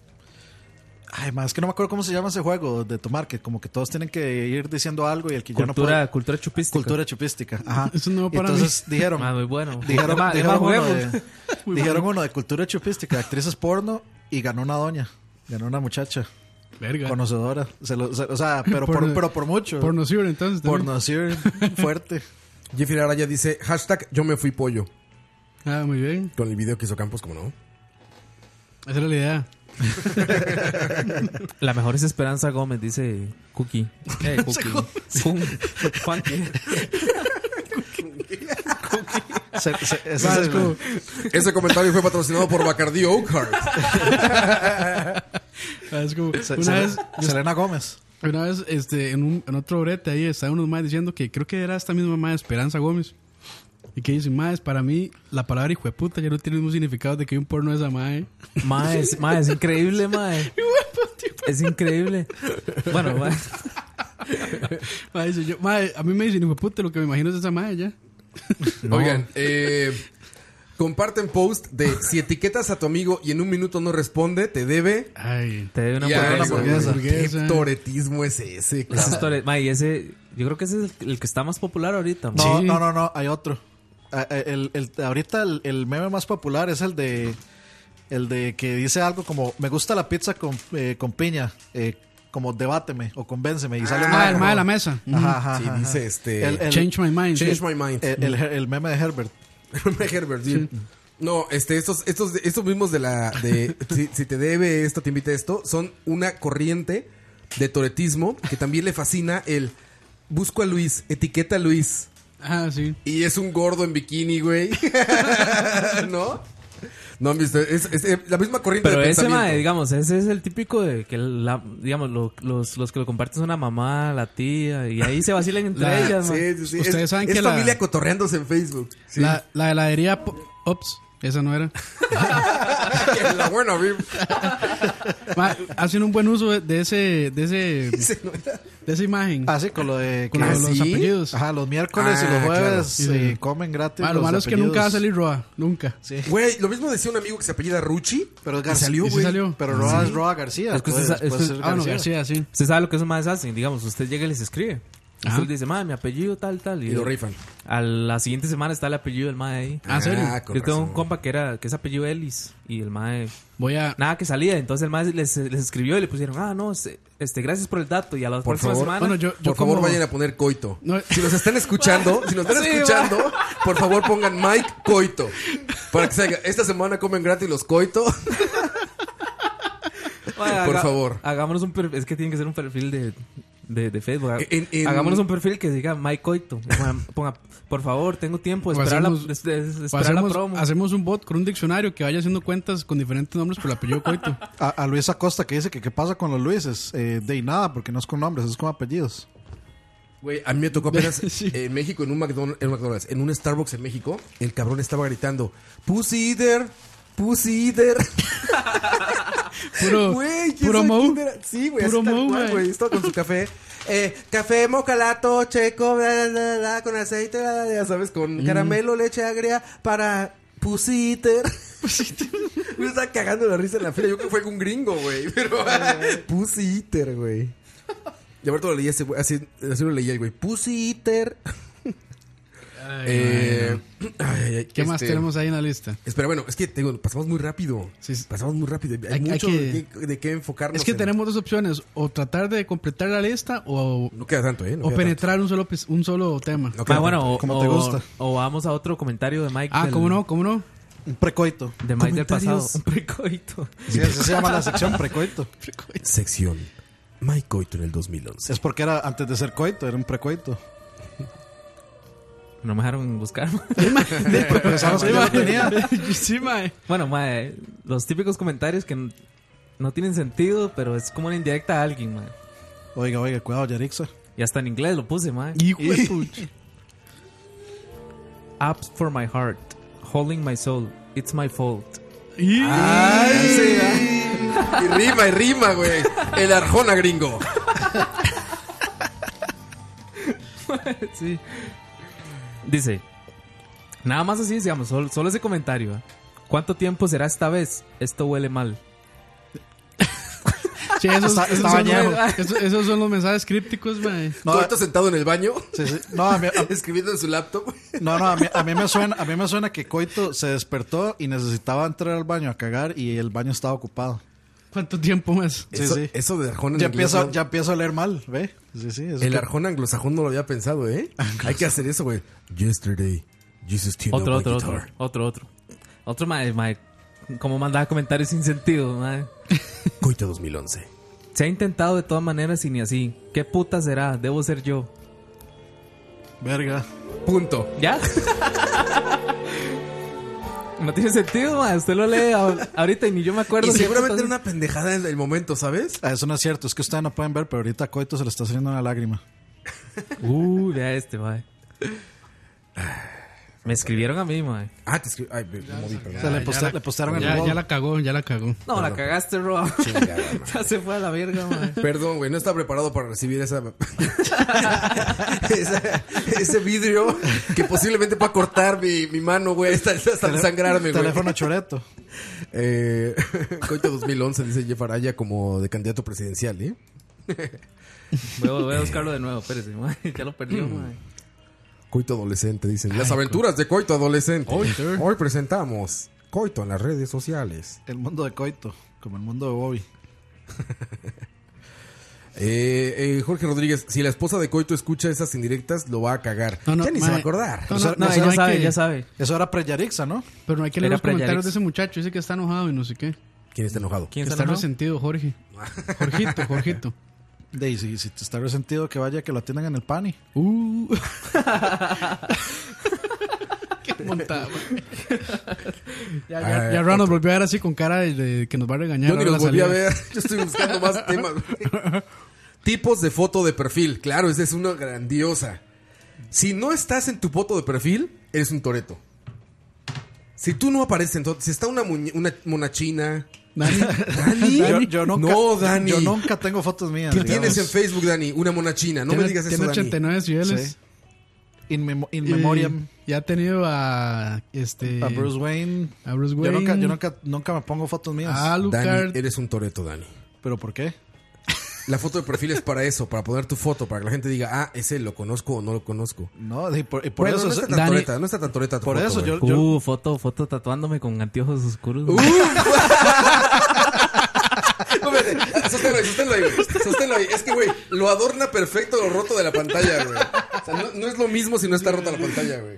Speaker 3: Ay, más que no me acuerdo cómo se llama ese juego de tomar, que como que todos tienen que ir diciendo algo y el que ya no
Speaker 6: Cultura-
Speaker 3: puede-
Speaker 6: cultura chupística. Ah,
Speaker 3: Cultura chupística, ajá.
Speaker 4: Eso no para
Speaker 3: Entonces
Speaker 4: mí.
Speaker 3: dijeron.
Speaker 6: Mae, muy bueno.
Speaker 3: Dijeron,
Speaker 6: Además-
Speaker 3: dijeron
Speaker 6: además
Speaker 3: uno,
Speaker 6: juguemos.
Speaker 3: de,
Speaker 4: Muy
Speaker 3: dijeron
Speaker 4: bueno.
Speaker 3: uno de cultura chupística, de actrices porno, y ganó una doña. Ganó una muchacha.
Speaker 4: Verga.
Speaker 3: Conocedora. Se lo- se- o sea, pero por,
Speaker 4: Porno-
Speaker 3: pero por mucho.
Speaker 4: Porno ciber, entonces. también.
Speaker 3: Porno sir, fuerte.
Speaker 5: Jeffrey Araya dice, hashtag yo me fui pollo.
Speaker 4: Ah, muy bien.
Speaker 5: Con el video que hizo Campos, como no.
Speaker 4: Esa era la idea.
Speaker 6: La mejor es Esperanza Gómez, dice Cookie. Eh, Cookie. Pum. Juan.
Speaker 3: Se- se- ese es
Speaker 4: Mae, es
Speaker 3: el-
Speaker 4: como-
Speaker 5: Ese comentario fue patrocinado por Bacardi Oakhart.
Speaker 4: mae, Ah, es como-
Speaker 3: se-
Speaker 4: una
Speaker 3: se-
Speaker 4: vez,
Speaker 3: Selena Gómez.
Speaker 4: una vez este, en, un, en otro brete ahí estaban unos más diciendo que creo que era esta misma madre Esperanza Gómez. Y que dicen, madres, para mí la palabra hijo de puta ya no tiene el mismo significado de que hay un porno de esa madre.
Speaker 6: Mae, es, mae, es increíble, mae. Es increíble. Bueno, mae.
Speaker 4: Mae, dice yo, mae, a mí me dicen hijo de puta, lo que me imagino es esa madre ya.
Speaker 5: Oigan, eh, comparten post de si etiquetas a tu amigo y en un minuto no responde, te debe...
Speaker 4: Ay,
Speaker 6: Te doy una
Speaker 5: Y a
Speaker 6: hamburguesa.
Speaker 5: eso,
Speaker 4: hamburguesa.
Speaker 5: güey.
Speaker 4: Hamburguesa.
Speaker 5: ¿Qué toretismo es ese?
Speaker 6: Esa historia- mae, y ese, yo creo que ese es el, el que está más popular ahorita. mae.
Speaker 3: No,
Speaker 4: Sí.
Speaker 3: no, no, no, hay otro. Ah, eh, El, el- ahorita el, el meme más popular es el de el de que dice algo como me gusta la pizza con, eh, con piña, eh, como debáteme o convénceme y sale
Speaker 5: Ah,
Speaker 3: un
Speaker 4: Ah,
Speaker 3: mae
Speaker 4: el
Speaker 3: como-
Speaker 4: mae de la mesa. Ujú.
Speaker 3: Ajá, ajá,
Speaker 5: Sí,
Speaker 3: ajá,
Speaker 5: dice
Speaker 3: ajá.
Speaker 5: este-
Speaker 3: El, el-
Speaker 4: Change my mind.
Speaker 5: Change my mind.
Speaker 3: el- el- el meme de Herbert.
Speaker 5: Herbert, sí. No, este, estos, estos, estos mismos de la, de si, si te debe esto, te invita esto, son una corriente de toretismo que también le fascina el busco a Luis, etiqueta a Luis.
Speaker 4: Ah, sí.
Speaker 5: Y es un gordo en bikini, güey. ¿No? No, han visto, es, es, eh, la misma corriente
Speaker 6: Pero
Speaker 5: de
Speaker 6: ese,
Speaker 5: pensamiento.
Speaker 6: mae, digamos, ese es el típico de que, la, digamos, lo- los, los que lo comparten son la mamá, la tía, y ahí se vacilan entre
Speaker 4: La-
Speaker 6: ellas, mae.
Speaker 5: Sí, sí, sí.
Speaker 4: Ustedes
Speaker 5: es,
Speaker 4: saben
Speaker 5: es
Speaker 4: que la-
Speaker 5: familia cotorreándose en Facebook. Sí.
Speaker 4: La, la heladería. po- Ops, esa no era.
Speaker 5: la buena, vi-
Speaker 4: Ma, hacen un buen uso de- de ese, de ese,
Speaker 5: se- no era-
Speaker 4: de esa imagen.
Speaker 3: Ah, sí, con lo de
Speaker 4: con
Speaker 3: que-
Speaker 5: ah,
Speaker 4: los, los
Speaker 5: ¿sí?
Speaker 4: apellidos.
Speaker 3: Ajá, los miércoles y los
Speaker 5: Ah,
Speaker 3: jueves
Speaker 4: claro.
Speaker 3: eh,
Speaker 4: Sí.
Speaker 3: comen gratis.
Speaker 4: Ma, lo
Speaker 3: los
Speaker 4: malo es que
Speaker 3: apellidos.
Speaker 4: nunca va a salir Roa, nunca.
Speaker 3: Sí.
Speaker 5: Güey, lo mismo decía un amigo que se apellida Ruchi.
Speaker 3: Pero es
Speaker 5: Y
Speaker 3: García.
Speaker 5: salió,
Speaker 4: ¿Y sí
Speaker 5: güey.
Speaker 4: salió?
Speaker 3: Pero Roa es Roa García.
Speaker 6: Es que
Speaker 5: pues,
Speaker 3: puede-
Speaker 6: usted sa- es
Speaker 3: puede
Speaker 6: que-
Speaker 3: ser
Speaker 4: Ah, no, García, sí. Ah.
Speaker 6: Usted sabe lo que esos madres hacen, digamos, usted llega y les escribe.
Speaker 4: Ajá.
Speaker 6: Usted dice, mae, mi apellido tal, tal.
Speaker 5: Y lo rifan.
Speaker 6: A la siguiente semana está el apellido del mae ahí.
Speaker 4: Ah, ¿en serio?
Speaker 5: con
Speaker 6: Yo tengo un
Speaker 5: razón.
Speaker 6: compa que era que es apellido Ellis y el mae
Speaker 4: Voy a.
Speaker 6: nada que salía, entonces el mae les, les escribió y le pusieron, "Ah, no, este, este, gracias por el dato" y a la
Speaker 5: Por
Speaker 6: próxima
Speaker 5: favor.
Speaker 6: semana
Speaker 4: Bueno, yo,
Speaker 5: Por
Speaker 4: yo como-
Speaker 5: favor, vayan a poner coito.
Speaker 4: No.
Speaker 5: Si nos están escuchando, si nos están
Speaker 6: Sí,
Speaker 5: escuchando, por favor pongan Mike coito. Para que salga, esta semana comen gratis los coito.
Speaker 6: Mae,
Speaker 5: por
Speaker 6: haga-
Speaker 5: favor.
Speaker 6: Hagámonos un perfil, es que tiene que ser un perfil de de, de Facebook. Ha-
Speaker 5: Eh, En- en-
Speaker 6: Hagámonos un perfil que diga Mike Coito. Ponga- Ponga, por favor, tengo tiempo,
Speaker 4: O
Speaker 6: esperar, la-
Speaker 4: hacemos-
Speaker 6: es- es-
Speaker 5: Pues,
Speaker 4: o
Speaker 6: esperar la
Speaker 4: hacemos,
Speaker 6: promo.
Speaker 4: hacemos un bot con un diccionario que vaya haciendo cuentas con diferentes nombres por el apellido Coito.
Speaker 5: Ah,
Speaker 3: A, a Luis Acosta que dice que qué pasa con los Luises. Eh, de ahí nada, porque no es con nombres, es con apellidos.
Speaker 5: Güey, a mí me tocó apenas en México, en un, McDonald's, en un McDonald's, en un Starbucks en México, el cabrón estaba gritando, Pussy Eater, Pussy Eater.
Speaker 4: Puro-
Speaker 5: Güey, ¿quién
Speaker 4: puro
Speaker 5: sabe
Speaker 4: Mou.
Speaker 5: quién era? Sí, güey,
Speaker 4: Puro
Speaker 5: así tal
Speaker 4: Mou,
Speaker 5: cual,
Speaker 4: güey.
Speaker 5: güey. Estaba con su café. eh, café mocalato, checo, bla, bla, bla, bla, con aceite, bla, bla, bla, ya sabes, con
Speaker 6: Mm.
Speaker 5: caramelo, leche agria para Pussy Eater. Me estaba cagando la risa en la fila. Yo creo que fue un gringo, güey. Pero Pussy Eater, güey. Y ahorita lo leí ese, güey. Así, así lo leía el güey. Pussy Eater. Eh, ay, ay,
Speaker 4: ¿Qué más
Speaker 5: este,
Speaker 4: tenemos ahí en la lista?
Speaker 5: Espera, bueno, es que te digo, pasamos muy rápido. Pasamos muy rápido. Hay,
Speaker 4: Hay- hay
Speaker 5: mucho
Speaker 4: que-
Speaker 5: de, qué, de qué enfocarnos.
Speaker 4: Es que
Speaker 5: en-
Speaker 4: tenemos dos opciones, o tratar de completar la lista o,
Speaker 5: No queda tanto, ¿eh? No
Speaker 4: o
Speaker 5: queda
Speaker 4: penetrar un solo pis- un solo tema.
Speaker 6: Ah, bueno, o, o- o vamos a otro comentario de Mike.
Speaker 4: Ah,
Speaker 6: del-
Speaker 4: ¿cómo no? ¿Cómo no?
Speaker 3: Un precoito.
Speaker 6: De Mike del pasado.
Speaker 4: Comentarios.
Speaker 6: Un precoito.
Speaker 3: Sí, así se llama la sección precoito.
Speaker 5: Sección Mike Coito en el 2011.
Speaker 3: Es porque era antes de ser coito, era un precoito.
Speaker 6: No me dejaron buscar.
Speaker 3: Pero pensamos que ya lo tenía.
Speaker 4: Sí, mae.
Speaker 6: Bueno, mae, los típicos comentarios que n- no tienen sentido, pero es como una indirecta a alguien, mae.
Speaker 3: Oiga, oiga, cuidado, Yarixa.
Speaker 6: Y hasta en inglés lo puse, mae.
Speaker 4: Hijo de
Speaker 6: Apps for my heart, holding my soul, it's my fault.
Speaker 5: Ay, sí, ah. Y rima, y rima, güey. El Arjona gringo.
Speaker 6: sí. Dice, nada más así, digamos, sol- solo, ese comentario. ¿eh? ¿Cuánto tiempo será esta vez? Esto huele mal.
Speaker 4: Sí, esos,
Speaker 6: Está-
Speaker 4: esos
Speaker 6: está
Speaker 4: son
Speaker 6: bañado.
Speaker 4: los, esos- esos son los mensajes crípticos, mae.
Speaker 5: Coito sentado en el baño.
Speaker 3: No, a mí,
Speaker 5: escribiendo en su laptop.
Speaker 3: No, no, a mí, a mí me suena, a mí me suena que Coito se despertó y necesitaba entrar al baño a cagar y el baño estaba ocupado.
Speaker 4: ¿Cuánto tiempo más?
Speaker 3: Sí,
Speaker 5: Eso-
Speaker 3: sí.
Speaker 5: eso de Arjona en
Speaker 3: ya
Speaker 5: inglés,
Speaker 3: empiezo,
Speaker 5: ¿no?
Speaker 3: ya empiezo a leer mal, ¿ve? Sí, sí. es
Speaker 5: El
Speaker 3: que-
Speaker 5: Arjona anglosajón no lo había pensado, ¿eh?
Speaker 4: Ah,
Speaker 5: Hay que hacer eso, güey. Yesterday, Jesus tuned
Speaker 6: Otro,
Speaker 5: up my
Speaker 6: otro, otro,
Speaker 5: guitar.
Speaker 6: otro, otro, Otro, mae, mae. Como mandaba comentarios sin sentido, mae.
Speaker 5: Coito 2011.
Speaker 6: Se ha intentado de todas maneras y ni así. ¿Qué puta será? Debo ser yo.
Speaker 3: Verga.
Speaker 5: Punto.
Speaker 6: ¿Ya? no tiene sentido, mae. Usted lo lee a- ahorita y ni yo me acuerdo.
Speaker 5: Y
Speaker 6: qué
Speaker 5: seguramente
Speaker 6: putas-
Speaker 5: era una pendejada en el momento, ¿sabes?
Speaker 3: Ah, Eso no es cierto, es que ustedes no pueden ver, pero ahorita a Coito se le está saliendo una lágrima.
Speaker 6: Uh, vea este, mae. Me escribieron a mí, mae.
Speaker 5: Ah, te escribí. Ay, me me moví, perdón.
Speaker 3: Se le poste- le postearon en el
Speaker 4: ya,
Speaker 3: wall.
Speaker 4: ya la cagó, ya la cagó.
Speaker 6: No, la cagaste, Rob.
Speaker 5: Chingada,
Speaker 6: ya se fue a la verga, mae.
Speaker 5: Perdón, güey, no estaba preparado para recibir esa, esa- ese vidrio que posiblemente va a cortar mi, mi mano, güey, hasta, hasta
Speaker 3: Tele-
Speaker 5: sangrarme, güey.
Speaker 3: Teléfono choreto.
Speaker 5: Eh, Coito 2011 dice Jeff Araya como de candidato presidencial, ¿eh?
Speaker 6: Voy, a- voy a buscarlo de nuevo, espérese, mae. Ya lo perdió, mae.
Speaker 5: Coito adolescente, dicen. Las
Speaker 6: Ay,
Speaker 5: aventuras de Coito adolescente.
Speaker 6: Hoy,
Speaker 5: Hoy presentamos Coito en las redes sociales.
Speaker 3: El mundo de Coito, como el mundo de Bobby.
Speaker 5: Eh, eh, Jorge Rodríguez, si la esposa de Coito escucha esas indirectas, lo va a cagar.
Speaker 4: No, no,
Speaker 5: ya ni se
Speaker 4: mae.
Speaker 5: va a acordar.
Speaker 4: No,
Speaker 3: Eso-
Speaker 4: no,
Speaker 3: eso
Speaker 4: ya
Speaker 3: no hay
Speaker 4: sabe,
Speaker 3: que-
Speaker 4: ya sabe.
Speaker 3: Eso era pre-Yarixa, ¿no?
Speaker 4: Pero no hay que leer
Speaker 3: Era
Speaker 4: los comentarios
Speaker 3: Prayarix.
Speaker 4: de ese muchacho. Dice que está enojado y no sé qué.
Speaker 5: ¿Quién está enojado?
Speaker 6: ¿Quién
Speaker 4: que está resentido, Jorge. Jorgito, Jorgito.
Speaker 3: De, si, si te está resentido, que vaya que lo atiendan en el pani.
Speaker 4: Uh. Qué montada, güey. Ya, ya,
Speaker 5: Ah,
Speaker 4: ya Ron nos volvió a ver así con cara de, de que nos va a regañar.
Speaker 5: Yo ni
Speaker 4: ahora
Speaker 5: los
Speaker 4: la
Speaker 5: volví a
Speaker 4: salida.
Speaker 5: ver. Yo estoy buscando más temas. güey. Tipos de foto de perfil. Claro, esa es una grandiosa. Si no estás en tu foto de perfil, eres un toreto. Si tú no apareces, entonces, si está una, muñe- una mona china. ¿Dani?
Speaker 3: Yo, yo nunca,
Speaker 5: no, Dani.
Speaker 3: Yo nunca tengo fotos mías.
Speaker 5: ¿Qué
Speaker 3: digamos.
Speaker 5: tienes en Facebook, Dani? Una mona china. No
Speaker 4: Tiene-
Speaker 5: me digas eso,
Speaker 4: tiene
Speaker 5: Dani.
Speaker 4: 89 fieles.
Speaker 3: Sí. In, memo- in
Speaker 4: Y-
Speaker 3: memoriam.
Speaker 4: Y ha tenido a. Este,
Speaker 3: A Bruce Wayne.
Speaker 4: A Bruce
Speaker 3: Yo,
Speaker 4: Wayne.
Speaker 3: nunca, yo nunca, nunca me pongo fotos mías. eh,
Speaker 4: A Alucard.
Speaker 5: Dani, eres un toreto, Dani.
Speaker 3: ¿Pero por qué?
Speaker 5: La foto de perfil es para eso, para poner tu foto, para que la gente diga, ah, ese lo conozco o no lo conozco.
Speaker 3: No, y por, y por
Speaker 5: Bueno,
Speaker 3: eso.
Speaker 5: no está tan
Speaker 3: Dani-
Speaker 5: toreta, no está tan toreta tu
Speaker 3: Por
Speaker 5: foto,
Speaker 3: eso
Speaker 5: güey.
Speaker 3: yo, yo-
Speaker 6: Uh, foto, foto tatuándome con anteojos oscuros. mae.
Speaker 5: Espérate, Sosténlo ahí, sosténlo ahí, güey. Sosténlo ahí. Es que, güey, lo adorna perfecto lo roto de la pantalla, güey. O sea, no, no es lo mismo si no está rota la pantalla, güey.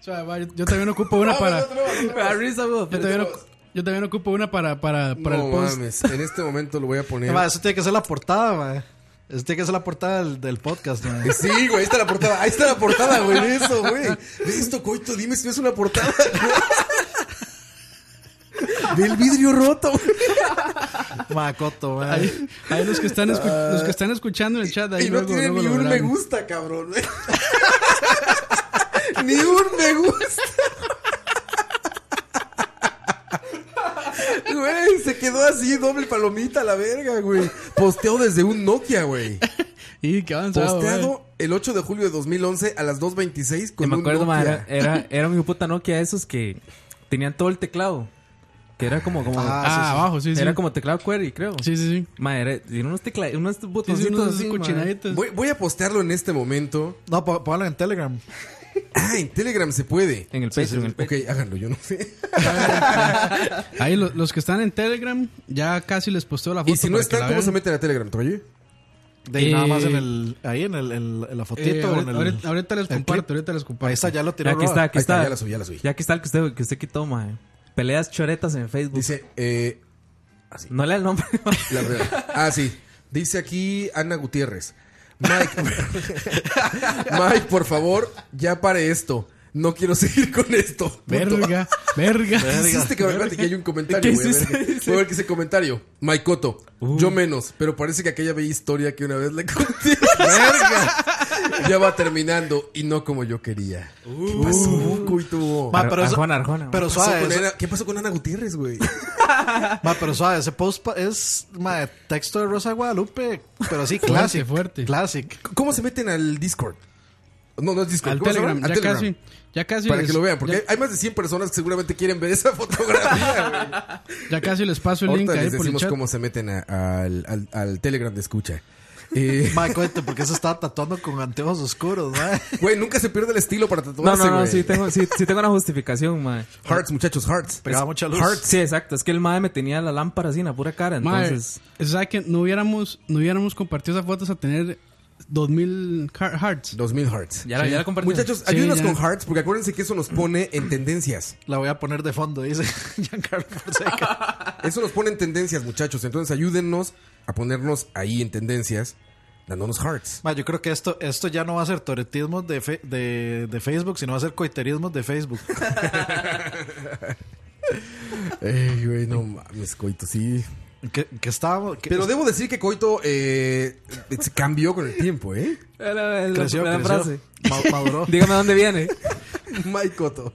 Speaker 4: O sea, va, yo, yo también ocupo
Speaker 5: Ah,
Speaker 4: una para.
Speaker 6: Me da risa, güey,
Speaker 4: Yo
Speaker 6: pero-
Speaker 4: también, ocu- yo también ocupo una para, para, para
Speaker 5: No
Speaker 4: el post.
Speaker 5: mames, en este momento lo voy a poner.
Speaker 3: Ma, eso tiene que ser la portada, ma. Este tiene que ser la portada del, del podcast, man.
Speaker 5: Sí, güey, ahí está la portada. Ahí está la portada, güey. de Eso, güey. ¿Ves esto, coito? Dime si no es una portada. Del vidrio roto.
Speaker 3: Macoto, man.
Speaker 4: Ahí, ahí los, que están escu- los que están escuchando en el chat, ahí
Speaker 5: Y no
Speaker 4: luego,
Speaker 5: tiene
Speaker 4: luego
Speaker 5: ni
Speaker 4: lo
Speaker 5: un me
Speaker 4: verán.
Speaker 5: gusta, cabrón. ni un me gusta. Güey, se quedó así, doble palomita a la verga, güey. Posteo desde un Nokia, güey.
Speaker 4: Y qué avanzado,
Speaker 5: Posteado el 8 de julio de 2011 a las 2.26 con
Speaker 6: me acuerdo,
Speaker 5: un
Speaker 6: ma,
Speaker 5: Nokia.
Speaker 6: era, era, era un hijo puta Nokia esos que tenían todo el teclado. Que era como, como
Speaker 4: Ah, sí, sí. abajo, sí,
Speaker 6: Era
Speaker 4: sí.
Speaker 6: como teclado QWERTY, creo.
Speaker 4: Sí, sí, sí.
Speaker 6: Ma, era, tiene unos tecla, unos botoncitos
Speaker 4: unos
Speaker 6: así, ma.
Speaker 5: Voy, voy a postearlo en este momento.
Speaker 3: No, pó- póngalo en Telegram.
Speaker 5: Ah, en Telegram se puede.
Speaker 6: En el
Speaker 5: Patreon. Ok, háganlo, yo no sé.
Speaker 4: Ahí lo- los que están en Telegram, ya casi les posteo la foto.
Speaker 5: Y si no
Speaker 4: para que la
Speaker 5: están, ¿cómo
Speaker 4: vean.
Speaker 5: se meten a Telegram, Toyo?
Speaker 3: De ahí nada más en
Speaker 4: Eh,
Speaker 3: el, ahí en, el, en la fotito.
Speaker 4: Eh, ahorita-
Speaker 3: en el-
Speaker 4: ahorita- ahorita les
Speaker 3: el clip.
Speaker 4: comparto, ahorita les comparto.
Speaker 3: Ahí está, ya lo tiró.
Speaker 6: Ya aquí
Speaker 3: Roa.
Speaker 6: está, aquí
Speaker 3: Ahí
Speaker 6: está.
Speaker 5: ya la subí, ya la subí.
Speaker 6: Ya aquí está el que usted, que usted quitó, ma. Peleas choretas en Facebook.
Speaker 5: Dice, eh.
Speaker 6: No lea el nombre. ma.
Speaker 5: La verdad. Ah, sí. Dice aquí Ana Gutiérrez. Mike, Mike, por favor, ya pare esto. No quiero seguir con esto. Punto.
Speaker 4: Verga, verga.
Speaker 5: ¿Qué hiciste,
Speaker 4: Verga.
Speaker 5: cabrón? Espérate, que hay un comentario,
Speaker 4: ¿Qué
Speaker 5: güey.
Speaker 4: hiciste?
Speaker 5: verga. Voy a ver qué ese comentario. Maikoto, yo menos, pero parece que aquella bella historia que una vez le conté. ¡Verga! ya va terminando y no como yo quería. ¿Qué pasó, coito?
Speaker 3: Ma, pero eso- Arjona, Arjona.
Speaker 5: Pero
Speaker 3: pero
Speaker 5: ¿Qué, pasó
Speaker 3: suave,
Speaker 5: con
Speaker 3: eso-
Speaker 5: Ana- ¿Qué pasó con Ana Gutiérrez, güey?
Speaker 3: Ma, pero suave, ese post pa- es ma, de texto de Rosa de Guadalupe, pero sí,
Speaker 5: Fuerte,
Speaker 3: clásico. Fuerte, Classic.
Speaker 5: ¿Cómo se meten al Discord? No, no es Discord.
Speaker 4: Al
Speaker 5: ¿cómo se llama?
Speaker 4: Telegram,
Speaker 5: Al
Speaker 4: ya casi- ya casi
Speaker 5: Para
Speaker 4: les-
Speaker 5: que lo vean, porque
Speaker 4: ya-
Speaker 5: hay- hay más de 100 personas que seguramente quieren ver esa fotografía. güey.
Speaker 4: Ya casi les paso el link
Speaker 5: Ahorita
Speaker 4: ahí
Speaker 5: les
Speaker 4: por el
Speaker 5: decimos
Speaker 4: chat.
Speaker 5: cómo se meten a- al, al- al Telegram de escucha. Eh,
Speaker 3: Ma, cuente, porque se estaba tatuando con anteojos oscuros, ma.
Speaker 5: Güey, nunca se pierde el estilo para
Speaker 6: No,
Speaker 5: tatuarse,
Speaker 6: no, no,
Speaker 5: güey.
Speaker 6: sí tengo, sí, sí tengo una justificación, ma.
Speaker 5: Hearts, muchachos, hearts.
Speaker 3: Pegaba mucha luz.
Speaker 6: Hearts, sí, exacto. Es que el mae me tenía la lámpara así en la pura cara,
Speaker 4: Madre,
Speaker 6: entonces...
Speaker 4: o sea que no hubiéramos, no hubiéramos compartido esas fotos a tener 2000 har- hearts.
Speaker 5: 2000 hearts.
Speaker 6: Ya la- ya la compartí.
Speaker 5: Muchachos,
Speaker 4: Sí,
Speaker 5: ayúdenos
Speaker 4: ya.
Speaker 5: con hearts, porque acuérdense que eso nos pone en tendencias.
Speaker 3: La voy a poner de fondo, dice Giancarlo Fonseca.
Speaker 5: Eso nos pone en tendencias, muchachos. Entonces ayúdennos a ponernos ahí en tendencias, dándonos hearts.
Speaker 3: Ma, yo creo que esto, esto ya no va a ser toretismos de, fe- de, de Facebook, sino va a ser coiterismos de Facebook.
Speaker 5: Ey, güey, no mames, coito, sí.
Speaker 3: que, que estábamos. que-
Speaker 5: Pero debo decir que Coito eh, se cambió con el tiempo, ¿eh?
Speaker 6: Era la
Speaker 3: Creció,
Speaker 6: primera
Speaker 3: creció.
Speaker 6: frase.
Speaker 3: Ma- maduró.
Speaker 6: Dígame dónde viene.
Speaker 5: Mike Coto,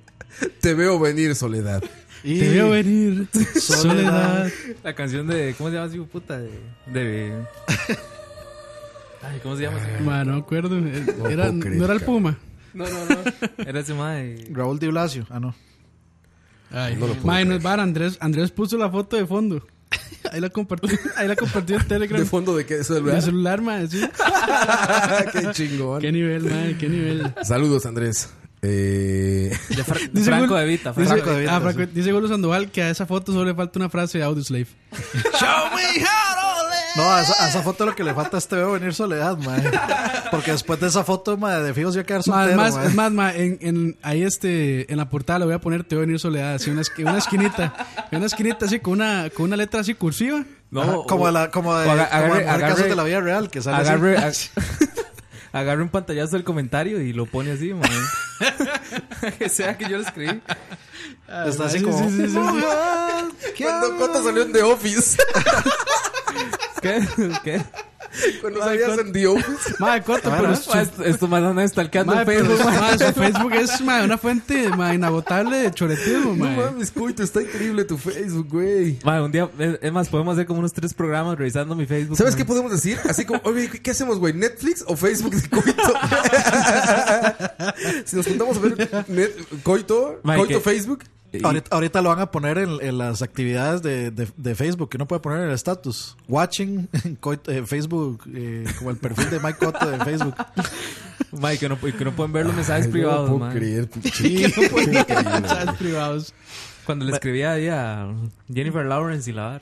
Speaker 5: te veo venir, Soledad.
Speaker 3: Y-
Speaker 6: Te veo
Speaker 4: venir,
Speaker 6: Soledad. La canción de. ¿Cómo se llama así, puta? De. de- Ay, ¿cómo se llama? ese mae?
Speaker 4: Ma, no me acuerdo. eh,
Speaker 6: No
Speaker 4: Era,
Speaker 6: puedo creer,
Speaker 4: no era el
Speaker 6: cabrón.
Speaker 4: Puma.
Speaker 6: No, no, no. Era ese mae.
Speaker 3: Raúl Di Blasio. Ah, no.
Speaker 4: Ay,
Speaker 3: No lo puedo
Speaker 4: ma, no es bar, Andrés, Andrés puso la foto de fondo. Ahí la compartió, ahí la compartió en Telegram.
Speaker 5: ¿De fondo de qué? ¿De celular?
Speaker 4: De celular, ma, sí.
Speaker 5: qué chingón.
Speaker 4: Qué nivel, ma, qué nivel.
Speaker 5: Saludos, Andrés. Eh...
Speaker 6: Franco
Speaker 4: Gul-
Speaker 6: de Vita,
Speaker 4: dice-
Speaker 6: Franco de Vita,
Speaker 4: ah, Franco-
Speaker 6: sí.
Speaker 4: dice Golo Sandoval que a esa foto solo le falta una frase de Audioslave.
Speaker 3: No, a esa, a esa foto lo que le falta es te veo venir soledad, ma. Porque después de esa foto, ma, de fijos yo quedar
Speaker 4: Ma,
Speaker 3: soltero,
Speaker 4: más,
Speaker 3: ma.
Speaker 4: es más, ma, en, en- ahí este, en la portada le voy a poner Te voy a venir soledad, así una, esqui- una esquinita, una esquinita así con una, con una letra así cursiva.
Speaker 6: No,
Speaker 3: Ajá, como la- como de- como en casos de la vida real, que sale así.
Speaker 6: agarre, ag- agarre un pantallazo del comentario y lo pone así, mae. que sea que yo lo escribí. Ah,
Speaker 3: Está así como.
Speaker 5: Cuando Coto salió en The Office.
Speaker 6: ¿Qué? ¿Qué? Ah,
Speaker 5: Cuando salías en The Office.
Speaker 4: Madre, ¿cuánto?
Speaker 6: Bueno,
Speaker 4: Pero
Speaker 6: ma, esto- esto más anda stalkeando en
Speaker 4: Madre, pero
Speaker 6: Facebook, ma.
Speaker 4: ma, su Facebook es ma, una fuente ma, inagotable de choretismo,
Speaker 5: No
Speaker 4: ma.
Speaker 5: mames, Coito, está increíble tu Facebook, güey.
Speaker 6: Mae, un día, es es más, podemos hacer como unos tres programas revisando mi Facebook.
Speaker 5: ¿Sabes
Speaker 6: ma.
Speaker 5: qué podemos decir? Así como, oye, ¿qué- ¿qué hacemos, güey? ¿Netflix o Facebook de Coito? si nos juntamos a ver Net- Coito,
Speaker 3: Ma,
Speaker 5: Coito
Speaker 3: que-
Speaker 5: Facebook.
Speaker 3: Ahorita, ahorita lo van a poner en, en las actividades de, de- de Facebook, que uno puede poner en el estatus. Watching coit- eh, Facebook, eh, como el perfil de Mike Cotto de Facebook.
Speaker 6: Mae, que no, que no pueden ver los mensajes
Speaker 3: Ay, no
Speaker 6: privados,
Speaker 3: puedo
Speaker 6: mae.
Speaker 3: creer, pues,
Speaker 6: Sí, que no pueden ver los mensajes
Speaker 4: privados.
Speaker 6: Cuando le escribía ahí a Jennifer Lawrence y la vara.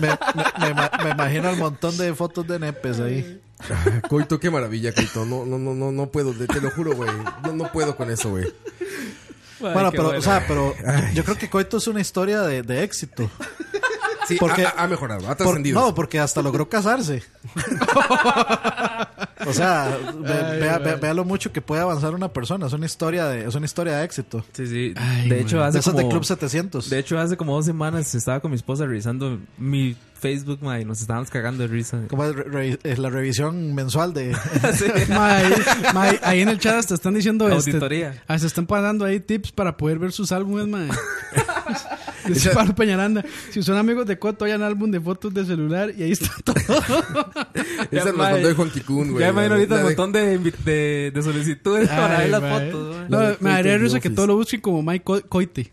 Speaker 3: Me, me- me ima- me imagino el montón de fotos de nepes ahí.
Speaker 5: Ah, Coito, qué maravilla, Coito. No, no, no, no, no puedo, te, te lo juro, güey. No, no puedo con eso, güey.
Speaker 3: Bueno, pero, o sea, pero yo creo que Coito es una historia de, de éxito.
Speaker 5: Sí, ha- ha mejorado, ha
Speaker 3: por-
Speaker 5: trascendido.
Speaker 3: No, porque hasta logró casarse. o sea, ve-
Speaker 6: Ay,
Speaker 3: vea,
Speaker 6: madre.
Speaker 3: vea- vea lo mucho que puede avanzar una persona. Es una historia de, es una historia de éxito.
Speaker 6: Sí, sí. de hecho, hace
Speaker 3: de esas
Speaker 6: como,
Speaker 3: de Club 700.
Speaker 6: De hecho, hace como dos semanas estaba con mi esposa revisando mi Facebook, ma, y nos estábamos cagando de risa.
Speaker 3: Como es re- re- es la revisión mensual de...
Speaker 5: Ah,
Speaker 4: Mae, mae, ahí en el chat hasta están diciendo este,
Speaker 6: Auditoría.
Speaker 4: ah, se están pasando ahí tips para poder ver sus álbumes, mae. Dice Pablo Peñaranda, si son amigos de Coto, hayan álbum de fotos de celular y ahí está todo.
Speaker 5: Esa nos
Speaker 6: mae,
Speaker 5: mandó de Juan Kikun,
Speaker 6: Ya
Speaker 5: güey. La de-
Speaker 6: imagino ahorita
Speaker 5: la
Speaker 6: un
Speaker 5: de-
Speaker 6: montón de, invi- de, de solicitudes para
Speaker 4: Ay,
Speaker 6: ver las
Speaker 4: mae.
Speaker 6: fotos. ma.
Speaker 4: No, me haría risa que todo lo busquen como Mike Co- Coite.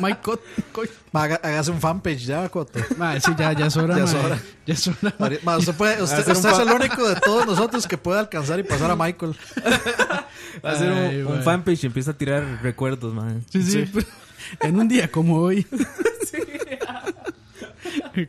Speaker 4: Mike Co- Coite.
Speaker 3: Ma, haga- Hágase un fanpage ya, Coto.
Speaker 4: Mae, sí, ya, ya es hora,
Speaker 3: Ya
Speaker 4: mae.
Speaker 3: es hora.
Speaker 4: Ya es hora.
Speaker 3: Mari- ma, usted puede- usted-
Speaker 4: Hacer un
Speaker 3: usted es
Speaker 4: fan-
Speaker 3: el único de todos nosotros que puede alcanzar y pasar a Michael.
Speaker 6: Va a ser un-
Speaker 4: Ay,
Speaker 6: un,
Speaker 4: mae.
Speaker 6: fanpage y empieza a tirar recuerdos, man.
Speaker 4: Sí, sí. En un día como hoy.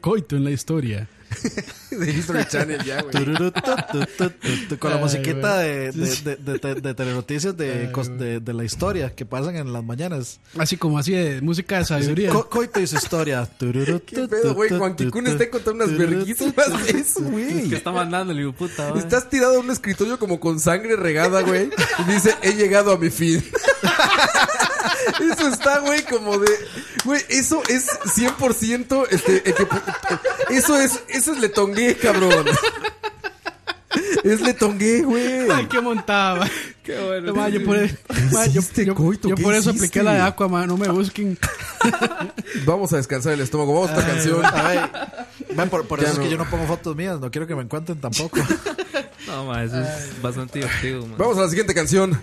Speaker 4: Coito en la historia.
Speaker 5: De History Channel ya, güey.
Speaker 3: Tururú, tu, tu, tu, tu, tu, Con la
Speaker 5: Ay,
Speaker 3: musiquita
Speaker 5: güey.
Speaker 3: de,
Speaker 5: Sí, sí.
Speaker 3: de, de, de, de- de telenoticias de, cos- de, de la historia que pasan en las mañanas.
Speaker 4: Así como así de música de sabiduría.
Speaker 3: Co- coito y su historia. Tururú, tu,
Speaker 5: pedo,
Speaker 3: tu,
Speaker 5: güey?
Speaker 3: tu,
Speaker 5: Juan
Speaker 3: tu,
Speaker 5: Kikun
Speaker 3: tu.
Speaker 5: está contando unas verguísimas de eso, güey.
Speaker 6: ¿Qué está mandando, le digo, puta? mae?
Speaker 5: Estás tirado a un escritorio como con sangre regada, güey. Y dice, he llegado a mi fin. Eso está, güey, como de... Güey, eso es 100% este... eh, que- eh, Eso es... Eso es letongué, cabrón. Es letongué, güey. Ay,
Speaker 4: qué montaba.
Speaker 5: Qué
Speaker 4: No, ma, yo por, e- ma, yo- yo- yo por eso apliqué la de Aqua, ma, no me busquen.
Speaker 5: Vamos a descansar el estómago. Vamos a otra
Speaker 3: Ay,
Speaker 5: canción.
Speaker 3: ay. Ven, por, por
Speaker 5: Ya
Speaker 3: eso es
Speaker 5: no.
Speaker 3: que yo no pongo fotos mías. No quiero que me encuentren tampoco.
Speaker 6: No, ma, eso es bastante divertido, ma.
Speaker 5: Vamos a la siguiente canción.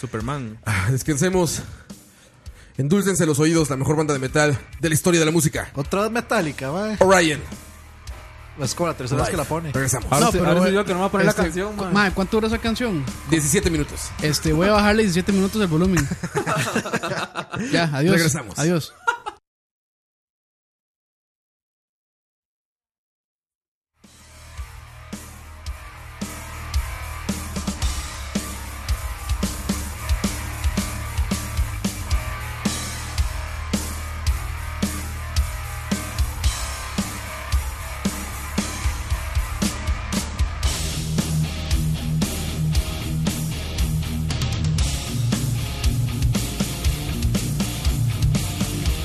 Speaker 6: Superman.
Speaker 5: Ah, Descansemos. Endulcense los oídos, la mejor banda de metal de la historia de la música.
Speaker 3: Otra vez metálica, va.
Speaker 5: Orion.
Speaker 3: Es como la tercera vez que la pone.
Speaker 5: Regresamos.
Speaker 4: No, pero
Speaker 6: soy
Speaker 4: bueno,
Speaker 6: yo que no voy a poner la
Speaker 4: este,
Speaker 6: canción, ma.
Speaker 4: ma, ¿cuánto dura esa canción?
Speaker 5: 17 minutos.
Speaker 4: Este, voy a bajarle 17 minutos el volumen. ya, adiós.
Speaker 5: Regresamos.
Speaker 4: Adiós.
Speaker 2: Thank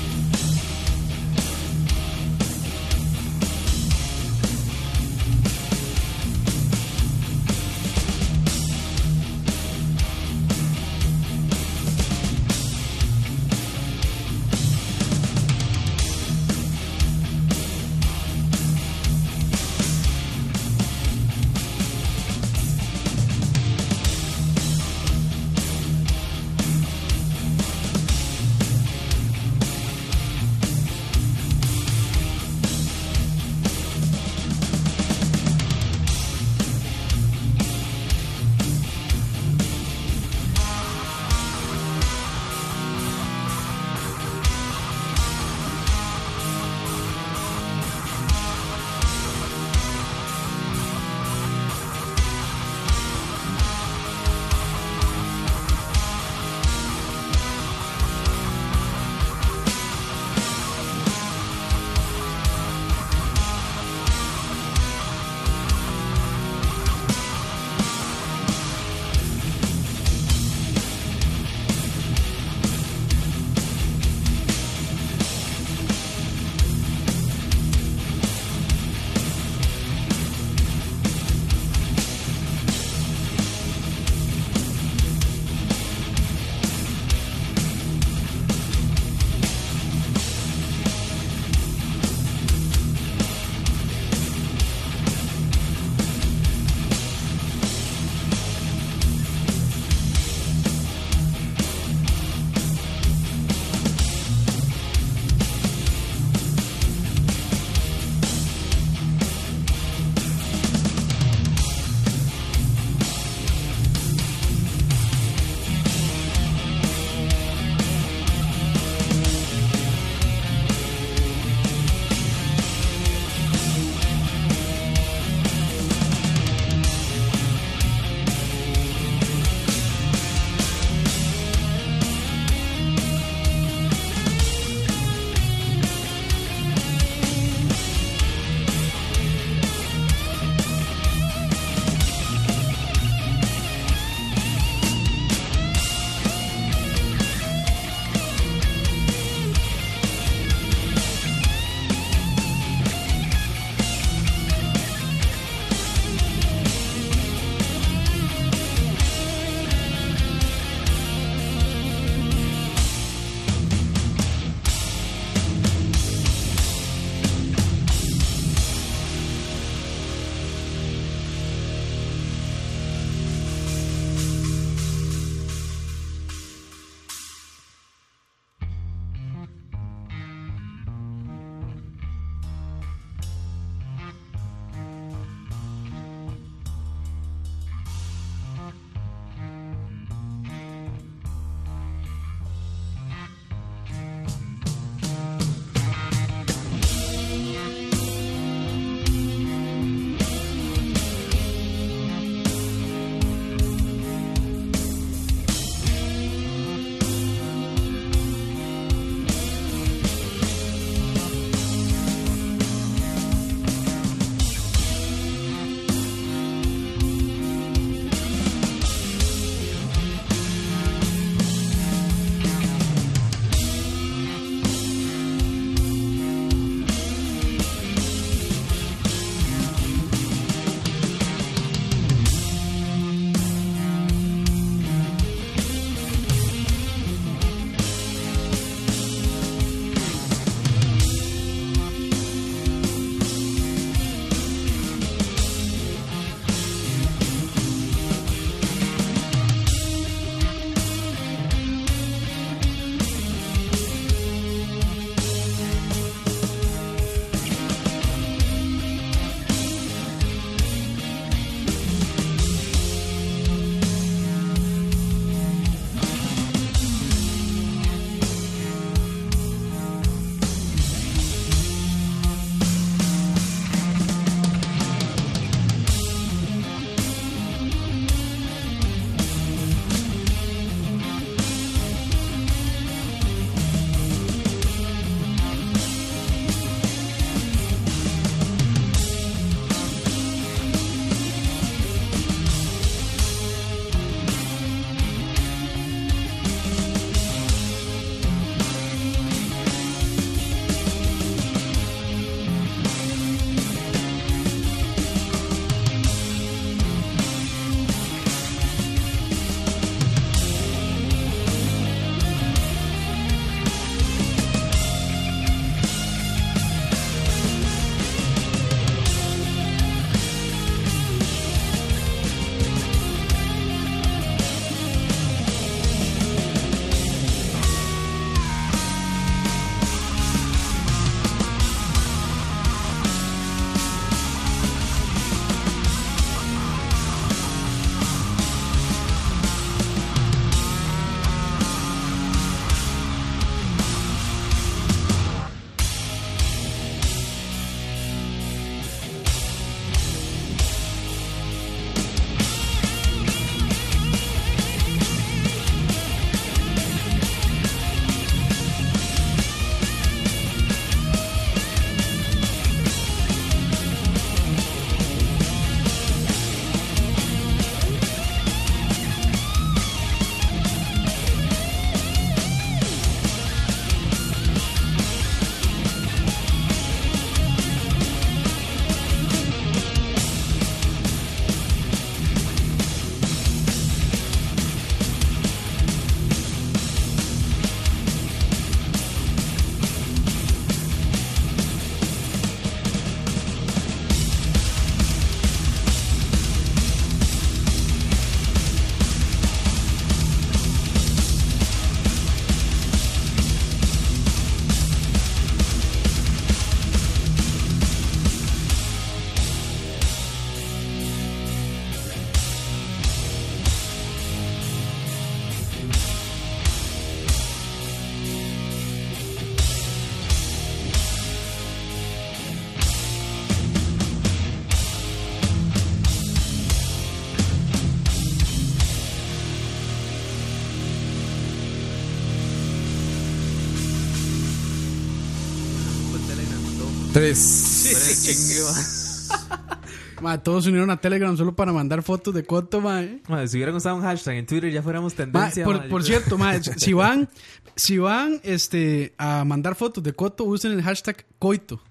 Speaker 6: Pues,
Speaker 5: Pues, Tres.
Speaker 4: Ma, todos se unieron a Telegram solo para mandar fotos de cuánto, ma. eh.
Speaker 6: Madre, Ah, si hubiéramos usado un hashtag en Twitter ya fuéramos
Speaker 4: Ma,
Speaker 6: tendencia.
Speaker 4: por,
Speaker 6: madre, yo
Speaker 4: por
Speaker 6: creo.
Speaker 4: cierto, ma, si van, si van este, a mandar fotos de Coto, usen el hashtag Coito.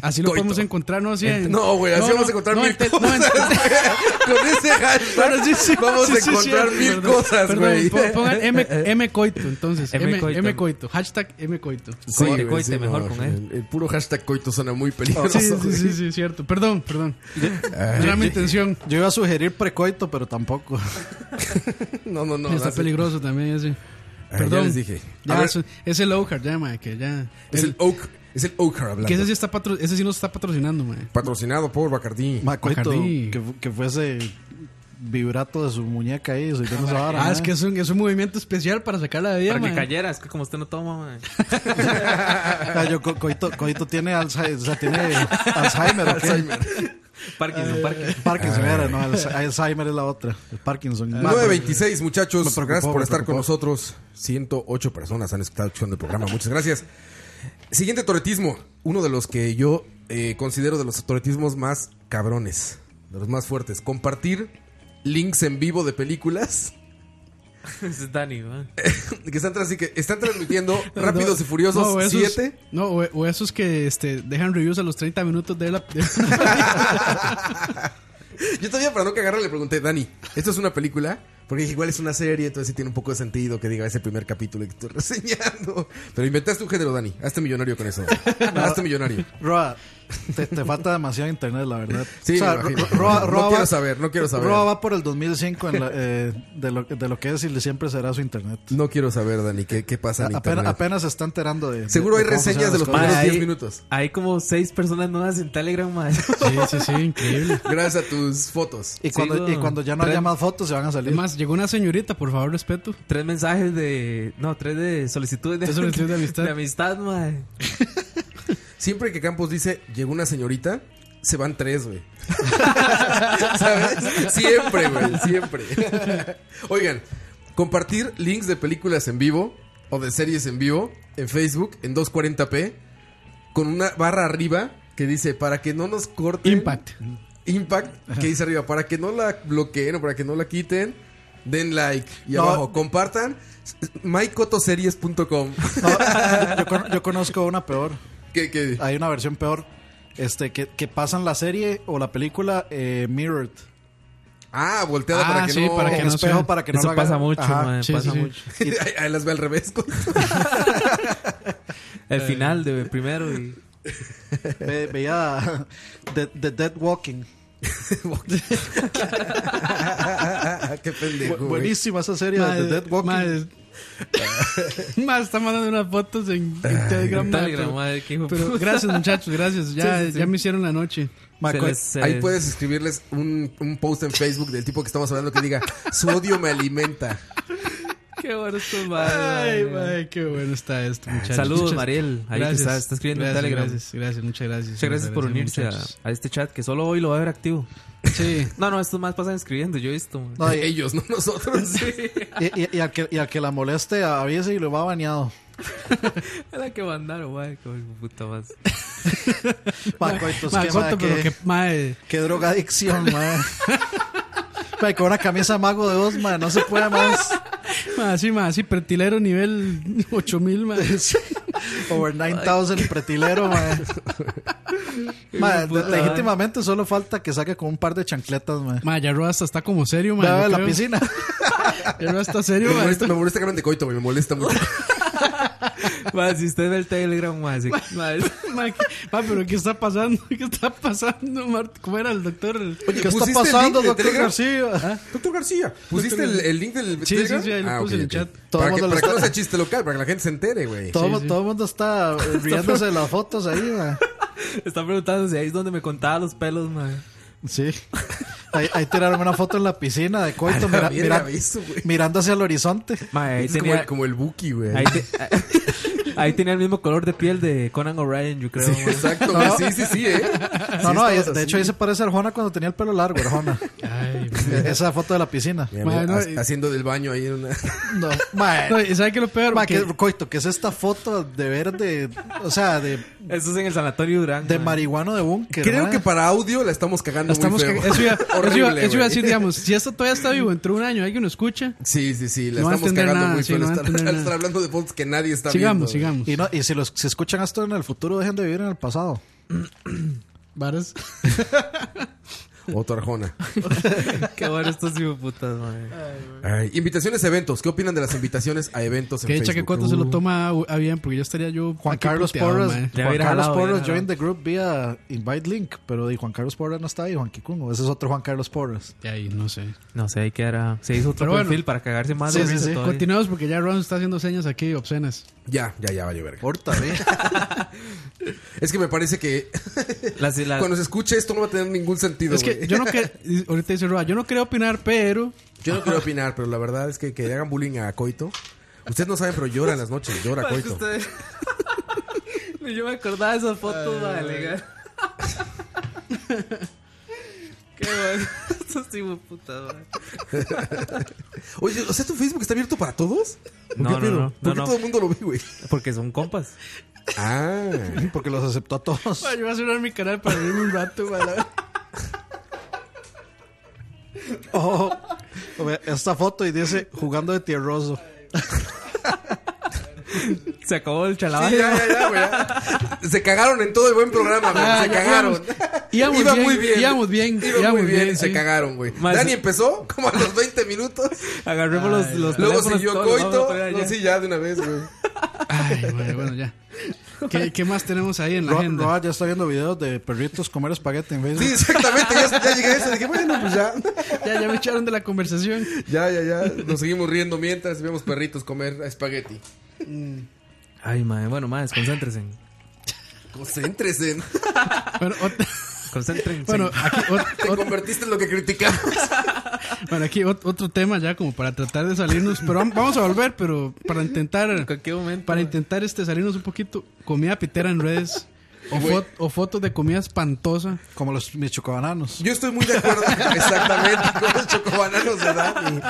Speaker 4: Así lo
Speaker 5: Coito.
Speaker 4: podemos encontrar, ¿no? Así
Speaker 5: Ent-
Speaker 4: en-
Speaker 5: no, güey, así vamos a encontrar mil
Speaker 4: en tel-
Speaker 5: cosas.
Speaker 4: en tel-
Speaker 5: Con ese hashtag
Speaker 4: Bueno, sí, sí,
Speaker 5: vamos
Speaker 4: sí,
Speaker 5: a
Speaker 4: sí,
Speaker 5: encontrar
Speaker 4: cierto,
Speaker 5: mil
Speaker 4: perdón.
Speaker 5: cosas,
Speaker 4: Perdón,
Speaker 5: güey.
Speaker 4: po- Pongan M, M Coito, entonces. M,
Speaker 5: M
Speaker 4: M
Speaker 5: coito.
Speaker 4: coito. Hashtag M Coito. E.
Speaker 5: güey, sí, no, El, el puro hashtag coito suena muy peligroso.
Speaker 4: Sí, sí, sí, sí, cierto. Perdón, perdón. No era mi
Speaker 5: ah,
Speaker 4: intención.
Speaker 3: Yo iba a sugerir precoito, pero tampoco.
Speaker 5: no, no,
Speaker 4: Está peligroso también ese.
Speaker 3: Ah, ya
Speaker 4: Perdón.
Speaker 3: les dije.
Speaker 5: A
Speaker 4: Ya,
Speaker 5: ver.
Speaker 4: eso- es el Oakhart, ya, mae, que ya.
Speaker 5: Es el Oak, es el Oakhart hablando.
Speaker 4: Que ese sí, está patro- ese sí nos está patrocinando, mae.
Speaker 5: Patrocinado por Bacardí.
Speaker 3: Macoito, que, fu- que fuese vibrato de su muñeca ahí, soy
Speaker 4: Ah,
Speaker 3: ¿eh?
Speaker 4: es que es un, es un movimiento especial para sacarla de día,
Speaker 6: Para que
Speaker 4: mae.
Speaker 6: cayera, es que como usted no toma, madre.
Speaker 3: coito, coito tiene Alzheimer, o sea, tiene Alzheimer. Eh, ¿o qué?
Speaker 6: Parkinson, Parkinson.
Speaker 3: Parkinson
Speaker 5: Ah.
Speaker 3: era, no, el- Alzheimer es la otra. El Parkinson.
Speaker 5: 926,
Speaker 3: Ah, pues, Me
Speaker 5: muchachos.
Speaker 3: preocupó,
Speaker 5: Gracias por
Speaker 3: me
Speaker 5: estar con
Speaker 3: preocupó.
Speaker 5: nosotros. 108 personas han escuchado el programa. Muchas gracias. Siguiente toretismo. Uno de los que yo eh, considero de los toretismos más cabrones. De los más fuertes. Compartir links en vivo de películas
Speaker 6: es Dani, madre.
Speaker 5: que están, trans- que están transmitiendo Rápidos y Furiosos
Speaker 4: o esos-
Speaker 5: 7.
Speaker 4: No, o, o esos que este, dejan reviews a los 30 minutos de la. de-
Speaker 5: Yo todavía para no cagarla le pregunté, Dani, ¿esto es una película? Porque dije, igual es una serie, entonces sí tiene un poco de sentido que diga ese primer capítulo que estoy reseñando. Pero inventaste un género, Dani. Hazte millonario con eso. Hazte millonario.
Speaker 3: Roa, te, te falta demasiado internet, la verdad.
Speaker 5: Sí, me
Speaker 3: Ro-
Speaker 5: imagino.
Speaker 3: Roa-
Speaker 5: No
Speaker 3: Roa
Speaker 5: quiero
Speaker 3: va-
Speaker 5: saber, no quiero saber.
Speaker 3: Roa va por el 2005 en la- eh, de, lo, de lo que es y siempre será su internet.
Speaker 5: No quiero saber, Dani, qué, qué pasa en
Speaker 3: Apenas,
Speaker 5: internet.
Speaker 3: apenas se está enterando de. de-
Speaker 5: Seguro hay
Speaker 3: cómo
Speaker 5: reseñas
Speaker 3: funcionan
Speaker 5: de los
Speaker 3: las
Speaker 5: primeros
Speaker 3: cosas.
Speaker 5: 10 minutos.
Speaker 6: Hay como seis personas nuevas en Telegram, madre.
Speaker 4: Sí, sí, sí, increíble.
Speaker 5: Gracias a tus fotos.
Speaker 3: Y cuando, y cuando ya no haya más fotos, se van a salir.
Speaker 4: Es más, llegó una señorita, por favor, respeto.
Speaker 6: Tres mensajes de. No, tres de solicitudes de,
Speaker 4: Tres solicitudes de amistad.
Speaker 6: De amistad, madre.
Speaker 5: Siempre que Campos dice, llegó una señorita, se van tres, güey. ¿Sabes? Siempre, güey, siempre. Oigan, compartir links de películas en vivo o de series en vivo en Facebook en 240p con una barra arriba que dice, para que no nos corten... Impact. Impact, que dice arriba, para que no la bloqueen o para que no la quiten, den like. Y
Speaker 3: No.
Speaker 5: abajo, compartan mycotoseries.com.
Speaker 3: Yo, con- yo conozco una peor. Hay una versión peor. Este, que, que pasan la serie o la película eh, Mirrored.
Speaker 5: Ah, volteada para que no...
Speaker 3: en espejo para que no lo haga. Ajá. Sí, sí, sí. Y-
Speaker 5: Ahí- Ahí las ve al revés.
Speaker 6: El final de primero y.
Speaker 3: Ve- veía The, The Dead Walking.
Speaker 5: Qué pendejo.
Speaker 3: Bu-
Speaker 5: güey.
Speaker 3: buenísima esa serie de
Speaker 4: Madre,
Speaker 3: The Dead Walking.
Speaker 4: madre. Más está mandando unas fotos en, en
Speaker 3: Ah,
Speaker 4: Telegram.
Speaker 6: en
Speaker 4: madre,
Speaker 6: Telegram,
Speaker 4: pero-
Speaker 6: madre, qué hijo de
Speaker 4: pero
Speaker 6: puta.
Speaker 4: gracias, muchachos, gracias. Ya,
Speaker 6: Sí, sí, sí.
Speaker 4: ya me hicieron la noche.
Speaker 5: Ahí
Speaker 6: eh,
Speaker 5: ahí puedes escribirles un, un post en Facebook del tipo que estamos hablando que diga, su odio me alimenta.
Speaker 6: Qué bueno esto,
Speaker 4: Ay,
Speaker 6: madre.
Speaker 4: madre, qué bueno está esto, muchachos.
Speaker 6: Saludos,
Speaker 4: Muchas-
Speaker 6: Mariel. Ahí te
Speaker 4: Gracias.
Speaker 6: está, está escribiendo
Speaker 4: Gracias,
Speaker 6: en Telegram.
Speaker 4: Gracias, gracias, muchas gracias.
Speaker 6: Muchas gracias por unirse a,
Speaker 4: muchachos.
Speaker 6: a este chat que solo hoy lo va a ver activo.
Speaker 4: Sí.
Speaker 6: No, no, estos más pasan escribiendo, yo he visto. madre.
Speaker 3: No, y-
Speaker 5: Ellos, no nosotros.
Speaker 3: Y, y- y al que, y al que la moleste, avise y lo va bañado.
Speaker 6: Es la que mandaron, madre. Qué hijo de puta más.
Speaker 3: Macoitos,
Speaker 4: Ma,
Speaker 3: qué,
Speaker 4: Coto,
Speaker 3: ma,
Speaker 4: pero
Speaker 3: qué-
Speaker 4: qué mae.
Speaker 3: Qué drogadicción, madre. Mae, con una camisa mago de dos, madre, no se puede más.
Speaker 4: Ma, sí, ma, sí, pretilero nivel 8000, ma.
Speaker 3: Over 9000 pretilero, madre. Madre,
Speaker 4: Puta, madre.
Speaker 3: legítimamente solo falta que saque con un par de chancletas, madre.
Speaker 4: Ma, ya Roa hasta está como serio, ma.
Speaker 3: Ya
Speaker 4: yo
Speaker 3: va a la
Speaker 4: creo.
Speaker 3: piscina.
Speaker 4: Ya Roa está
Speaker 5: Me
Speaker 4: serio, ma.
Speaker 5: molesta, me molesta que hablen de coito, me molesta mucho.
Speaker 6: Madre, si usted ve el Telegram, madre. se- madre,
Speaker 4: Ma, ¿qué- ma, pero ¿qué está pasando? ¿Qué está pasando, Marte? ¿Cómo era el doctor?
Speaker 5: ¿Pusiste el link del Telegram? ¿Ah?
Speaker 3: García? ¿Ah?
Speaker 5: Doctor García. ¿Pusiste el, el link del
Speaker 4: Sí,
Speaker 5: Telegram?
Speaker 4: sí, sí, ahí lo
Speaker 5: Ah,
Speaker 4: puse
Speaker 5: ok,
Speaker 4: en el
Speaker 5: ok.
Speaker 4: chat.
Speaker 3: Todo
Speaker 5: Para,
Speaker 3: el
Speaker 5: que,
Speaker 3: mundo
Speaker 5: para
Speaker 3: lo
Speaker 5: que no
Speaker 3: está-
Speaker 5: sea chiste local, para que la gente se entere, güey.
Speaker 3: Todo, todo el mundo está eh, riéndose de las fotos ahí, madre.
Speaker 6: Están preguntando si ahí es donde me contaba los pelos, madre.
Speaker 3: Sí. Ahí, ahí tiraron una foto en la piscina de coito,
Speaker 5: A la
Speaker 3: mira-
Speaker 5: mierda,
Speaker 3: mira-
Speaker 5: eso, güey.
Speaker 3: mirando hacia el horizonte.
Speaker 6: Madre, ahí
Speaker 5: Es como
Speaker 6: tenía,
Speaker 5: el, como el Buki, güey.
Speaker 6: ahí, te- ah, ahí tenía el mismo color de piel de Conan O'Brien, yo creo. madre.
Speaker 5: Exacto, güey. Sí, sí, sí, eh.
Speaker 3: No, no,
Speaker 5: Sí,
Speaker 3: ahí-
Speaker 5: estabas
Speaker 3: de hecho ahí
Speaker 5: así.
Speaker 3: se parece a Arjona cuando tenía el pelo largo, Arjona.
Speaker 4: Ay,
Speaker 3: Esa foto de la piscina.
Speaker 5: Mira, mira,
Speaker 3: Ma, no,
Speaker 5: ha- haciendo del baño ahí en una...
Speaker 3: no, ma,
Speaker 4: No, ¿y sabe qué es lo peor?
Speaker 3: ma,
Speaker 4: Que-
Speaker 3: que- coito, que es esta foto de verde, o sea, de
Speaker 6: Eso es en el Sanatorio Durán.
Speaker 3: De marihuano de búnker.
Speaker 5: Creo
Speaker 3: ma.
Speaker 5: que para audio la estamos cagando
Speaker 4: Estamos
Speaker 5: muy
Speaker 4: que-
Speaker 5: feo.
Speaker 4: eso iba, eso iba- eso
Speaker 5: Horrible,
Speaker 4: iba a
Speaker 5: güey.
Speaker 4: decir, digamos, si esto todavía está vivo, entre un año alguien lo escucha.
Speaker 5: Sí, sí, sí, la
Speaker 4: No va a
Speaker 5: estamos
Speaker 4: entender
Speaker 5: cagando
Speaker 4: nada,
Speaker 5: muy
Speaker 4: sí,
Speaker 5: feo.
Speaker 4: no va a
Speaker 5: estar,
Speaker 4: entender nada.
Speaker 5: estar hablando de podcasts que nadie está viendo. güey.
Speaker 3: Y, no, y si los se escuchan esto en el futuro, dejen de vivir en el pasado.
Speaker 4: Varas.
Speaker 5: Otro Arjona.
Speaker 6: Qué bueno estos putas, madre.
Speaker 5: Ay, invitaciones a eventos. ¿Qué opinan de las invitaciones a eventos en
Speaker 4: Que dicha
Speaker 5: Facebook? Uh.
Speaker 4: que cuánto se lo toma a bien, porque ya estaría yo.
Speaker 3: Juan
Speaker 4: aquí
Speaker 3: Carlos
Speaker 4: puteado,
Speaker 3: Porras,
Speaker 4: mae.
Speaker 3: Juan Carlos Porras join the group vía invite link, pero di Juan Carlos Porras no está ahí, Juan Kikun, o ese es otro Juan Carlos Porras.
Speaker 4: De ahí, no sé.
Speaker 6: No sé, ahí quedará. Se hizo otro
Speaker 4: Pero bueno.
Speaker 6: perfil para cagarse más.
Speaker 4: Sí,
Speaker 6: de
Speaker 4: sí,
Speaker 6: risa
Speaker 4: sí.
Speaker 6: todavía.
Speaker 4: Continuamos porque ya Ron está haciendo señas aquí obscenas.
Speaker 5: Ya, ya, ya, vaya verga.
Speaker 3: Porta, ¿eh?
Speaker 5: Es que me parece que cuando se escuche esto no va a tener ningún sentido.
Speaker 4: Es que
Speaker 5: güey.
Speaker 4: yo no que ahorita dice Roa, yo no quería opinar, pero
Speaker 5: Yo no quiero opinar, pero la verdad es que que le hagan bullying a Coito. Ustedes no saben, pero llora en las noches, llora
Speaker 6: Madre, es que
Speaker 5: Coito.
Speaker 6: ustedes- Yo me acordaba de esas fotos, madre. legal. Qué bueno. Estos hijos putas, madre.
Speaker 5: Oye, o sea, tu Facebook está abierto para todos? ¿Por
Speaker 6: No,
Speaker 5: qué
Speaker 6: no,
Speaker 5: pedo?
Speaker 6: no,
Speaker 5: ¿Por
Speaker 6: no,
Speaker 5: qué
Speaker 6: no.
Speaker 5: todo el mundo lo ve, güey?
Speaker 6: Porque son compas.
Speaker 5: Ah.
Speaker 3: Porque los aceptó a todos.
Speaker 4: Ay, yo voy a cerrar mi canal para reírme un rato, mae, la-
Speaker 3: Oh, ve esta foto y dice jugando de tierroso.
Speaker 6: Se acabó el chalabán.
Speaker 5: Sí, ya, ya, ya, güey. ya. Se cagaron en todo el buen programa, güey.
Speaker 6: Ah,
Speaker 5: se
Speaker 6: ya,
Speaker 5: cagaron.
Speaker 6: íbamos- íbamos
Speaker 5: Iba
Speaker 6: bien,
Speaker 5: muy bien.
Speaker 6: íbamos bien,
Speaker 5: Iba
Speaker 6: íbamos
Speaker 5: muy bien,
Speaker 6: bien,
Speaker 5: y se
Speaker 6: sí.
Speaker 5: cagaron, güey.
Speaker 6: Más-
Speaker 5: Dani empezó como a los 20 minutos.
Speaker 6: Agarremos los, los
Speaker 5: Luego
Speaker 6: teléfonos
Speaker 5: siguió
Speaker 6: todos, los vamos a
Speaker 5: Coito.
Speaker 6: poner allá.
Speaker 5: No, sí, ya de una vez, güey.
Speaker 4: Ay, mae, Eh, bueno, ya. ¿Qué, qué más tenemos ahí en la
Speaker 3: Roa,
Speaker 4: agenda?
Speaker 3: Roa ya está viendo videos de perritos comer espagueti en Facebook.
Speaker 5: Sí, exactamente. Ya, ya llegué a eso. Dije, bueno, pues ya.
Speaker 4: Ya, ya me echaron de la conversación.
Speaker 5: Ya, ya, ya. Nos seguimos riendo mientras y vemos perritos comer espagueti.
Speaker 3: Mm.
Speaker 6: Ay, madre. Bueno, madre, concéntrense.
Speaker 5: Concéntrense.
Speaker 4: Bueno, ot-
Speaker 6: Concéntrense.
Speaker 4: Bueno, aquí ot-
Speaker 5: Te convertiste en lo que criticamos.
Speaker 4: Bueno, aquí ot- otro tema ya como para tratar de salirnos, pero vam- vamos a volver, pero para intentar para intentar este salirnos un poquito comida pitera en redes o, fo- o fotos de comida espantosa
Speaker 3: como los mis chocobananos.
Speaker 5: Yo estoy muy de acuerdo. Exactamente. Con los chocobananos de Dani.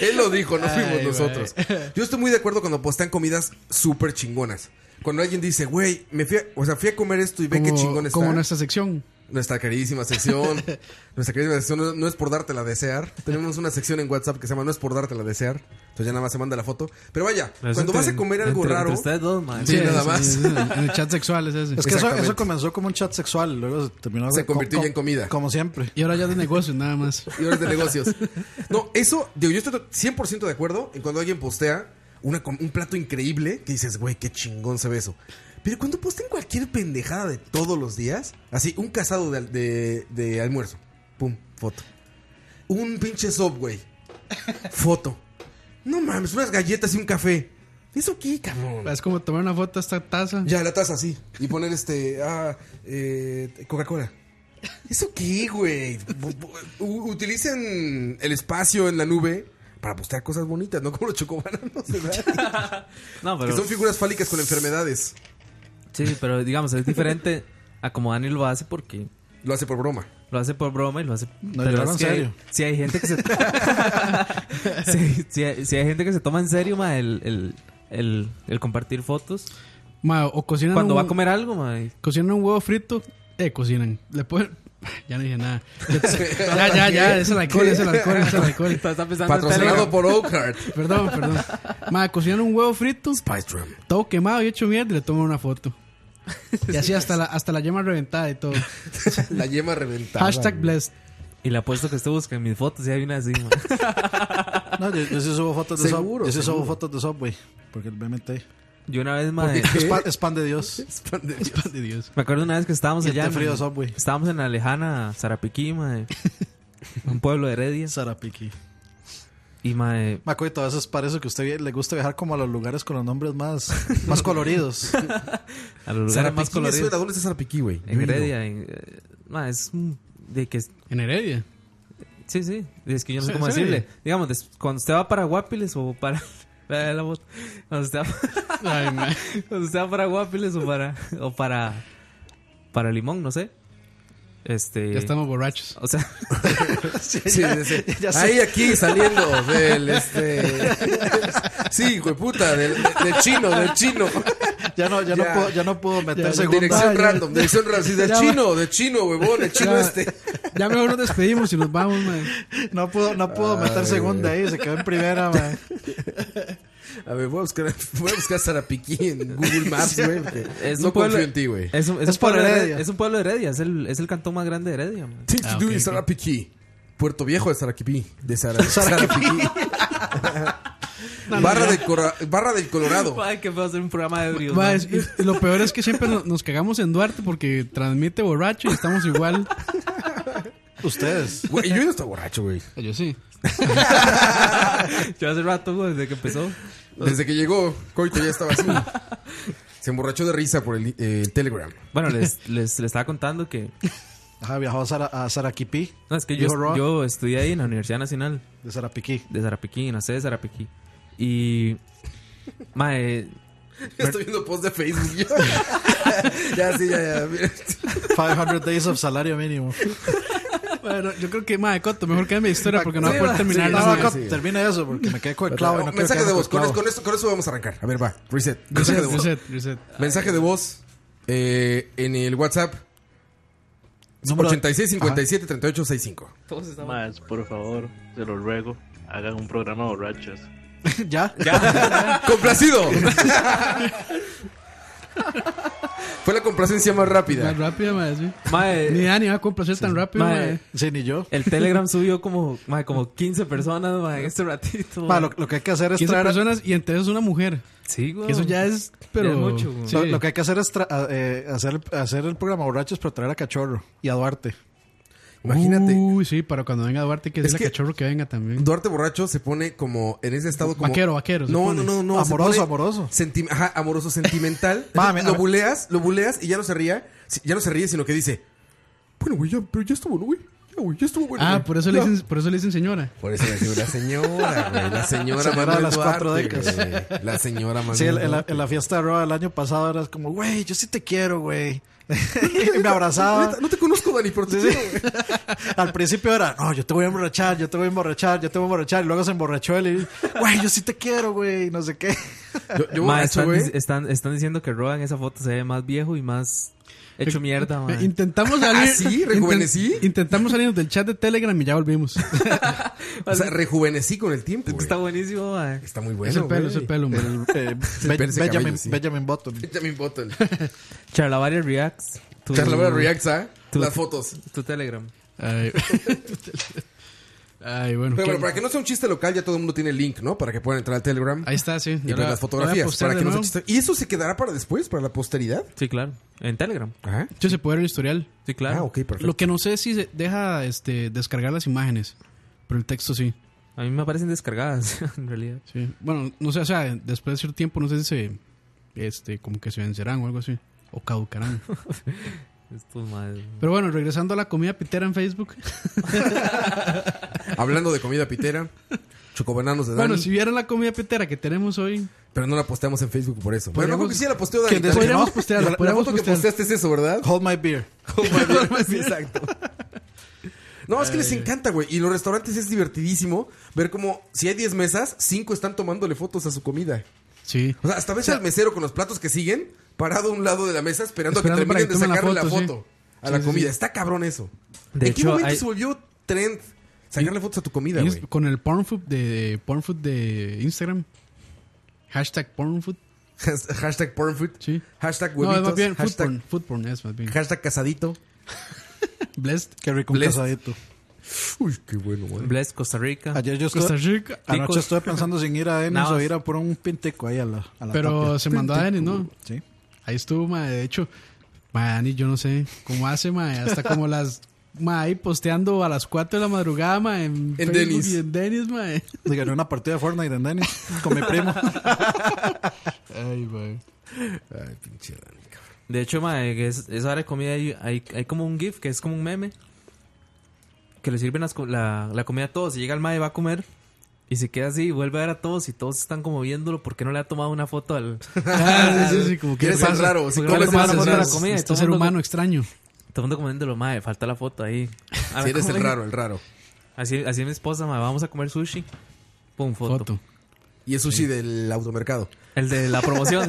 Speaker 5: Él lo dijo, no fuimos
Speaker 4: Ay,
Speaker 5: nosotros. Yo estoy muy de acuerdo cuando postean comidas súper chingonas. Cuando alguien dice, güey, me fui a, o sea, fui a comer esto y ve qué chingón
Speaker 4: como,
Speaker 5: está.
Speaker 4: como nuestra sección.
Speaker 5: Nuestra queridísima sección. nuestra queridísima sección no, no es por dártela a desear. Tenemos una sección en WhatsApp que se llama No es por dártela a desear. Entonces ya nada más se manda la foto. Pero vaya,
Speaker 6: Pero es
Speaker 5: cuando vas
Speaker 6: entre-
Speaker 5: a comer algo
Speaker 6: entre-
Speaker 5: raro.
Speaker 6: entre ustedes dos, man.
Speaker 5: Sí,
Speaker 6: Sí,
Speaker 5: nada
Speaker 6: sí,
Speaker 5: más.
Speaker 6: sí,
Speaker 4: En el chat sexual es ese.
Speaker 3: Es que eso, eso comenzó como un chat sexual, luego se terminó
Speaker 5: Se convirtió ya en comida.
Speaker 3: Como siempre.
Speaker 4: Y ahora ya de negocios nada más.
Speaker 5: y horas de negocios. No, eso, digo, yo estoy 100% de acuerdo en cuando alguien postea una com- un plato increíble que dices, güey, qué chingón se ve eso. Pero cuando postean cualquier pendejada de todos los días, así, un casado de, al- de- de almuerzo, pum, foto. Un pinche subway, foto. No mames, unas galletas y un café. ¿Eso qué, cabrón?
Speaker 4: Es como tomar una foto a esta taza.
Speaker 5: Ya, la taza así. Y poner este, ah, eh, Coca-Cola. ¿Eso qué, güey? Bu- bu- u- Utilicen el espacio en la nube para postear cosas bonitas, no como los chocobananos, ¿verdad?
Speaker 6: No,
Speaker 5: Que
Speaker 6: pero.
Speaker 5: son figuras fálicas con enfermedades.
Speaker 6: Sí, pero digamos, es diferente a como Dani lo hace porque.
Speaker 5: Lo hace por broma.
Speaker 6: Lo hace por broma y lo hace.
Speaker 3: No, yo lo
Speaker 6: pero
Speaker 3: hago en
Speaker 6: es que
Speaker 3: serio.
Speaker 6: Si hay gente que se. si, hay, si hay gente que se toma en serio, ma, el, el, el, el compartir fotos.
Speaker 4: Ma, o cocinan
Speaker 6: Cuando
Speaker 4: un-
Speaker 6: va a comer algo, ma. y-
Speaker 4: Cocinan un huevo frito, eh, cocinan. Le pueden... Ya no dije nada. Ya, ya, ya, es el alcohol, es el alcohol, es el alcohol.
Speaker 6: Está pensando en
Speaker 5: Patrocinado
Speaker 6: Telegram.
Speaker 5: por Oakhart.
Speaker 4: Perdón, perdón. Ma, cocinan un huevo frito,
Speaker 5: Spice Drum.
Speaker 4: todo quemado y hecho mierda y le toman una foto. Y así hasta la, hasta la yema reventada y todo.
Speaker 5: La yema reventada.
Speaker 4: Hashtag
Speaker 5: güey.
Speaker 4: blessed.
Speaker 6: Y le apuesto que usted busca en mis fotos y hay una así, ma.
Speaker 3: No, yo, yo sí subo fotos de
Speaker 5: Seguro,
Speaker 3: Subway. Yo sí subo
Speaker 5: seguro.
Speaker 3: fotos de Subway. Porque el BMT.
Speaker 6: Yo una vez, ma.
Speaker 3: Es pa- es pan de Dios.
Speaker 5: Es pan de Dios.
Speaker 4: Pan de Dios.
Speaker 6: Me acuerdo una vez que estábamos
Speaker 3: Y el
Speaker 6: allá.
Speaker 3: té
Speaker 6: en-
Speaker 3: frío Subway.
Speaker 6: Estábamos en la lejana Zarapiquí, mae. un pueblo de Heredia.
Speaker 3: Zarapiqui.
Speaker 6: Y mae.
Speaker 3: Macoito, a veces parece que a usted le gusta viajar como a los lugares con los nombres más, más coloridos.
Speaker 6: A los lugares más
Speaker 5: Sarapiquí me
Speaker 6: coloridos.
Speaker 5: suena. ¿Dónde está Sarapiquí, güey? Yo
Speaker 6: En
Speaker 5: he ido.
Speaker 6: Heredia. en- eh, mae, es un- de que.
Speaker 4: En Heredia.
Speaker 6: Sí, sí. Es que yo no sé
Speaker 4: Sí,
Speaker 6: cómo
Speaker 4: sí.
Speaker 6: decirle. Digamos, des- cuando usted va para Guapiles o para. Vea la bot- Cuando usted va,
Speaker 4: Ay, ma.
Speaker 6: cuando usted va para Guapiles o para. O para. Para Limón, no sé. Este.
Speaker 4: Ya estamos borrachos.
Speaker 6: O sea.
Speaker 5: Sí, sí, sí.
Speaker 3: Ya sé.
Speaker 5: Ahí, aquí, saliendo del este. Sí, hijo de puta, del, del chino, del chino.
Speaker 3: Ya no, ya,
Speaker 5: Ya.
Speaker 3: no puedo, ya no puedo meter
Speaker 5: Ya,
Speaker 3: segunda. Ah,
Speaker 5: Dirección
Speaker 3: Ya, ya,
Speaker 5: random,
Speaker 3: ya.
Speaker 5: dirección random. Sí, de
Speaker 3: Ya,
Speaker 5: chino, de chino, huevón, el chino
Speaker 4: Ya.
Speaker 5: este.
Speaker 4: Ya mejor nos despedimos y nos vamos, mae.
Speaker 3: No puedo, no puedo meter segunda ahí, se quedó en primera, mae.
Speaker 5: A ver, voy a buscar, voy a buscar Sarapiquí en Google Maps, güey. porque
Speaker 6: Es un
Speaker 5: No
Speaker 6: pueblo-
Speaker 5: confío en ti, güey.
Speaker 6: Es, un- es un pueblo de Heredia. Es un pueblo de Heredia. Es el, es el cantón más grande de Heredia. man.
Speaker 5: Tichidú y Sarapiquí. Puerto Viejo de Sarapiquí. De Sara- Sarapiquí. Barra, del Cora- Barra del Colorado.
Speaker 6: Ay, que puedo hacer un programa de ebrios, man.
Speaker 4: Mae, es- y- y lo peor es que siempre no- nos cagamos en Duarte porque transmite borracho y estamos igual.
Speaker 3: Ustedes.
Speaker 5: Güey, yo no estoy borracho, güey.
Speaker 4: Yo sí.
Speaker 6: Ah, Yo hace rato, güey, desde que empezó.
Speaker 5: Desde que llegó, Coito ya estaba así. Se emborrachó de risa por el, eh, el Telegram.
Speaker 6: Bueno, les, les, les estaba contando que.
Speaker 3: Ajá, viajó a, Sara, a Saraquipi.
Speaker 6: No, es que yo,
Speaker 3: Dijo Roa.
Speaker 6: yo estudié ahí en la Universidad Nacional.
Speaker 3: De Sarapiquí.
Speaker 6: De Sarapiquí, en la sede de Sarapiquí. Y. Mae.
Speaker 5: Estoy viendo post de Facebook. yo. ya, sí, ya, ya. mira.
Speaker 3: 500 days of salario mínimo.
Speaker 4: Bueno, yo creo que, mae, Coto, mejor que mi historia porque no voy a poder
Speaker 3: Sí,
Speaker 4: terminar.
Speaker 3: no,
Speaker 4: mae.
Speaker 3: no, Coto, termina eso porque me quedé con el clavo. y no quiero
Speaker 5: Mensaje de
Speaker 3: quedarme
Speaker 5: voz.
Speaker 3: con
Speaker 5: Con,
Speaker 3: el
Speaker 5: es-
Speaker 3: clavo.
Speaker 5: con esto, con eso vamos a arrancar. A ver, va. Reset.
Speaker 4: Reset,
Speaker 5: Mensaje de voz.
Speaker 4: reset, reset.
Speaker 5: Mensaje de voz eh, en el WhatsApp.
Speaker 11: Número-
Speaker 5: 86 57 38 65.
Speaker 6: Todos estamos-
Speaker 11: Más, por favor, se lo ruego, hagan un programa borrachos.
Speaker 3: ¿Ya?
Speaker 5: ¡Complacido! Fue la complacencia más rápida.
Speaker 4: Más rápido, mae, sí.
Speaker 6: Mae.
Speaker 4: Ni Dani va a complacer tan rápido,
Speaker 6: Mae.
Speaker 4: mae.
Speaker 3: Sí, ni yo.
Speaker 6: El Telegram subió como, mae, como 15 personas, mae, en este ratito.
Speaker 3: Ma, lo, lo que hay que hacer es
Speaker 4: 15
Speaker 3: traer.
Speaker 4: personas y entre ellos una mujer.
Speaker 6: Sí, güey.
Speaker 4: Que eso ya es, pero...
Speaker 6: Ya es mucho, güey.
Speaker 4: Sí.
Speaker 3: Lo, lo que hay que hacer es tra- a- eh, hacer, hacer el programa borrachos, pero traer a Cachorro y a Duarte.
Speaker 5: Imagínate.
Speaker 4: Uy, sí, para cuando venga Duarte, que
Speaker 5: Es
Speaker 4: es el
Speaker 5: que-
Speaker 4: cachorro que venga también.
Speaker 5: Duarte borracho se pone como en ese estado como.
Speaker 4: Vaquero, vaquero, se
Speaker 5: No,
Speaker 4: pone.
Speaker 5: no, no, no. se
Speaker 3: Amoroso,
Speaker 5: pone
Speaker 3: amoroso.
Speaker 5: senti- Ajá, amoroso, sentimental.
Speaker 3: Ma, a mí- a
Speaker 5: lo
Speaker 3: mí-
Speaker 5: buleas, lo buleas y ya no se ría. si- Ya no se ríe, sino que dice. Bueno, güey, ya, pero ya estuvo, ¿no, güey? Ya, güey, ya estuvo bueno.
Speaker 4: Ah,
Speaker 5: güey".
Speaker 4: por eso, le
Speaker 5: No.
Speaker 4: dicen, por eso le dicen señora.
Speaker 5: Por eso le digo, la señora, güey. La señora
Speaker 3: Señora de
Speaker 5: Manuel
Speaker 3: las cuatro
Speaker 5: Duarte,
Speaker 3: décadas.
Speaker 5: güey, La señora Manuel
Speaker 3: Sí, en, en la,
Speaker 5: Duarte.
Speaker 3: en la fiesta de Roa del año pasado era como, güey, yo sí te quiero, güey. Y me abrazaba.
Speaker 5: Neta, No te conozco, Dani, pero te
Speaker 3: Sí, sí.
Speaker 5: quiero, güey.
Speaker 3: Al principio era, no, yo te voy a emborrachar, yo te voy a emborrachar, yo te voy a emborrachar. Y luego se emborrachó él y, güey, yo sí te quiero, güey, no sé qué.
Speaker 5: Yo, yo
Speaker 6: Mae,
Speaker 5: borracho,
Speaker 6: están,
Speaker 5: güey.
Speaker 6: están, están diciendo que Roa en esa foto se ve más viejo y más hecho mierda,
Speaker 4: Eh,
Speaker 6: mae.
Speaker 4: Intentamos salir.
Speaker 5: ¿Ah, sí?
Speaker 4: inten-
Speaker 5: ¿Rejuvenecí?
Speaker 4: intentamos salirnos del chat de Telegram y ya volvimos.
Speaker 5: O sea, rejuvenecí con el tiempo, güey.
Speaker 6: Está buenísimo, mae.
Speaker 5: Está muy bueno,
Speaker 4: es el pelo,
Speaker 5: güey.
Speaker 4: es el pelo, man.
Speaker 3: El, eh, Be-
Speaker 5: Percy
Speaker 3: Benjamin,
Speaker 5: Cabello, sí.
Speaker 3: Benjamin Button.
Speaker 5: Benjamin Button.
Speaker 6: Charlavaria Reacts. tu-
Speaker 5: Charla Reacts, ¿ah?
Speaker 6: tu-
Speaker 5: Las fotos.
Speaker 6: Tu Telegram.
Speaker 4: Ay, Ay, bueno.
Speaker 5: Pero
Speaker 4: ¿qué-
Speaker 5: bueno, para que no sea un chiste local, ya todo el mundo tiene el link, ¿no? Para que puedan entrar al Telegram
Speaker 4: Ahí está, sí.
Speaker 5: y
Speaker 4: Ya
Speaker 5: ver
Speaker 4: la-
Speaker 5: las
Speaker 4: la voy a
Speaker 5: fotografías.
Speaker 4: postear
Speaker 5: Para
Speaker 4: de
Speaker 5: que no sea un
Speaker 4: nuevo.
Speaker 5: chiste- Y eso se quedará para después, para la posteridad.
Speaker 6: Sí, claro. En Telegram.
Speaker 5: Ajá.
Speaker 4: Yo se puede ver el historial.
Speaker 6: Sí, claro.
Speaker 5: Ah, ok, perfecto.
Speaker 4: Lo que no sé es si se deja este, descargar las imágenes, pero el texto sí.
Speaker 6: A mí me aparecen descargadas, en realidad.
Speaker 4: sí. Bueno, no sé, o sea, después de cierto tiempo, no sé si se. Este, como que se vencerán o algo así. O caducarán.
Speaker 6: Estos madres.
Speaker 4: Pero bueno, regresando a la comida pitera en Facebook.
Speaker 5: Hablando de comida pitera, chocobananos de Dani.
Speaker 4: Bueno, si vieran la comida pitera que tenemos hoy,
Speaker 5: Pero no la posteamos en Facebook por eso. Bueno, no
Speaker 4: Podríamos-
Speaker 5: creo que sí la posteó Dani.
Speaker 3: Que después-
Speaker 5: pero-
Speaker 4: podríamos
Speaker 3: no,
Speaker 5: La,
Speaker 4: postearla.
Speaker 5: la
Speaker 4: podríamos
Speaker 5: foto que
Speaker 4: postearla.
Speaker 5: posteaste es eso, ¿verdad?
Speaker 3: Hold my beer.
Speaker 5: Sí, exacto. No, es que les encanta, güey. Y los restaurantes es divertidísimo ver cómo si hay 10 mesas, 5 están tomándole fotos a su comida.
Speaker 4: Sí.
Speaker 5: O sea, hasta ves al mesero con los platos que siguen parado a un lado de la mesa esperando, a que
Speaker 4: Esperando para
Speaker 5: terminen
Speaker 4: que
Speaker 5: de
Speaker 4: tomen la
Speaker 5: sacarle la foto,
Speaker 4: foto,
Speaker 5: a
Speaker 4: Sí,
Speaker 5: la
Speaker 4: sí,
Speaker 5: comida.
Speaker 4: sí.
Speaker 5: Está cabrón eso.
Speaker 6: De
Speaker 5: ¿En qué
Speaker 6: hecho,
Speaker 5: momento
Speaker 6: hay-
Speaker 5: se volvió trend sacarle fotos a tu comida,
Speaker 4: Ins-
Speaker 5: güey?
Speaker 4: Con el pornfood de pornfood de Instagram. Hashtag pornfood.
Speaker 5: Has- Hashtag pornfood.
Speaker 4: Sí.
Speaker 5: Hashtag
Speaker 4: No, es
Speaker 5: huevitos.
Speaker 4: más bien food
Speaker 5: hashtag,
Speaker 4: porn. Food porn es más bien.
Speaker 5: hashtag casadito.
Speaker 4: Blessed.
Speaker 3: Qué rico un
Speaker 5: Blessed.
Speaker 3: casadito.
Speaker 5: Uy, qué bueno, güey.
Speaker 6: Bless Costa Rica.
Speaker 3: Ayer yo
Speaker 4: Costa
Speaker 3: estuve,
Speaker 4: Rica.
Speaker 3: anoche
Speaker 6: Ticos.
Speaker 3: estuve pensando sin ir a Denis
Speaker 6: Nada
Speaker 3: o
Speaker 6: más.
Speaker 3: ir a por un pinteco ahí a la, a la
Speaker 4: Pero
Speaker 3: tapia.
Speaker 4: se mandó a Dani, ¿no?
Speaker 3: Sí.
Speaker 4: Ahí estuvo, ma. De hecho, ma, Dani, yo no sé cómo hace, ma. Hasta como las. Ma, ahí posteando a las 4 de la madrugada, ma. En, Facebook
Speaker 5: Denny's.
Speaker 4: Y en Dennis, ma.
Speaker 3: Le gané una partida de Fortnite en Denis con mi primo.
Speaker 4: Ay, ma.
Speaker 5: Ay, pinche Dani, cabrón.
Speaker 6: De hecho, mae, que es, esa área de comida hay, hay, hay como un GIF que es como un meme. Que le sirven las co- la, la comida a todos. Y llega el mae, va a comer. Y se queda así, y vuelve a ver a todos. Y todos están como viéndolo. ¿Por qué no le ha tomado una foto al.
Speaker 4: Ah, sí, sí, sí, como que
Speaker 5: Eres tan
Speaker 4: pasa.
Speaker 5: raro. Si
Speaker 6: Porque no
Speaker 5: comes
Speaker 6: tomas
Speaker 5: eres
Speaker 6: foto
Speaker 5: el
Speaker 6: a la
Speaker 5: raro.
Speaker 6: comida. y
Speaker 4: Este
Speaker 6: todo
Speaker 4: ser
Speaker 6: mundo-
Speaker 4: humano extraño.
Speaker 6: Todo el mundo comiéndolo, mae. Falta la foto ahí. A
Speaker 5: Si
Speaker 6: ver,
Speaker 5: eres el
Speaker 6: ¿cómo-
Speaker 5: raro, el raro.
Speaker 6: Así, así mi esposa, mae. Vamos a comer sushi. Pum, foto.
Speaker 4: Foto.
Speaker 5: Y es sushi del automercado.
Speaker 6: El de la promoción.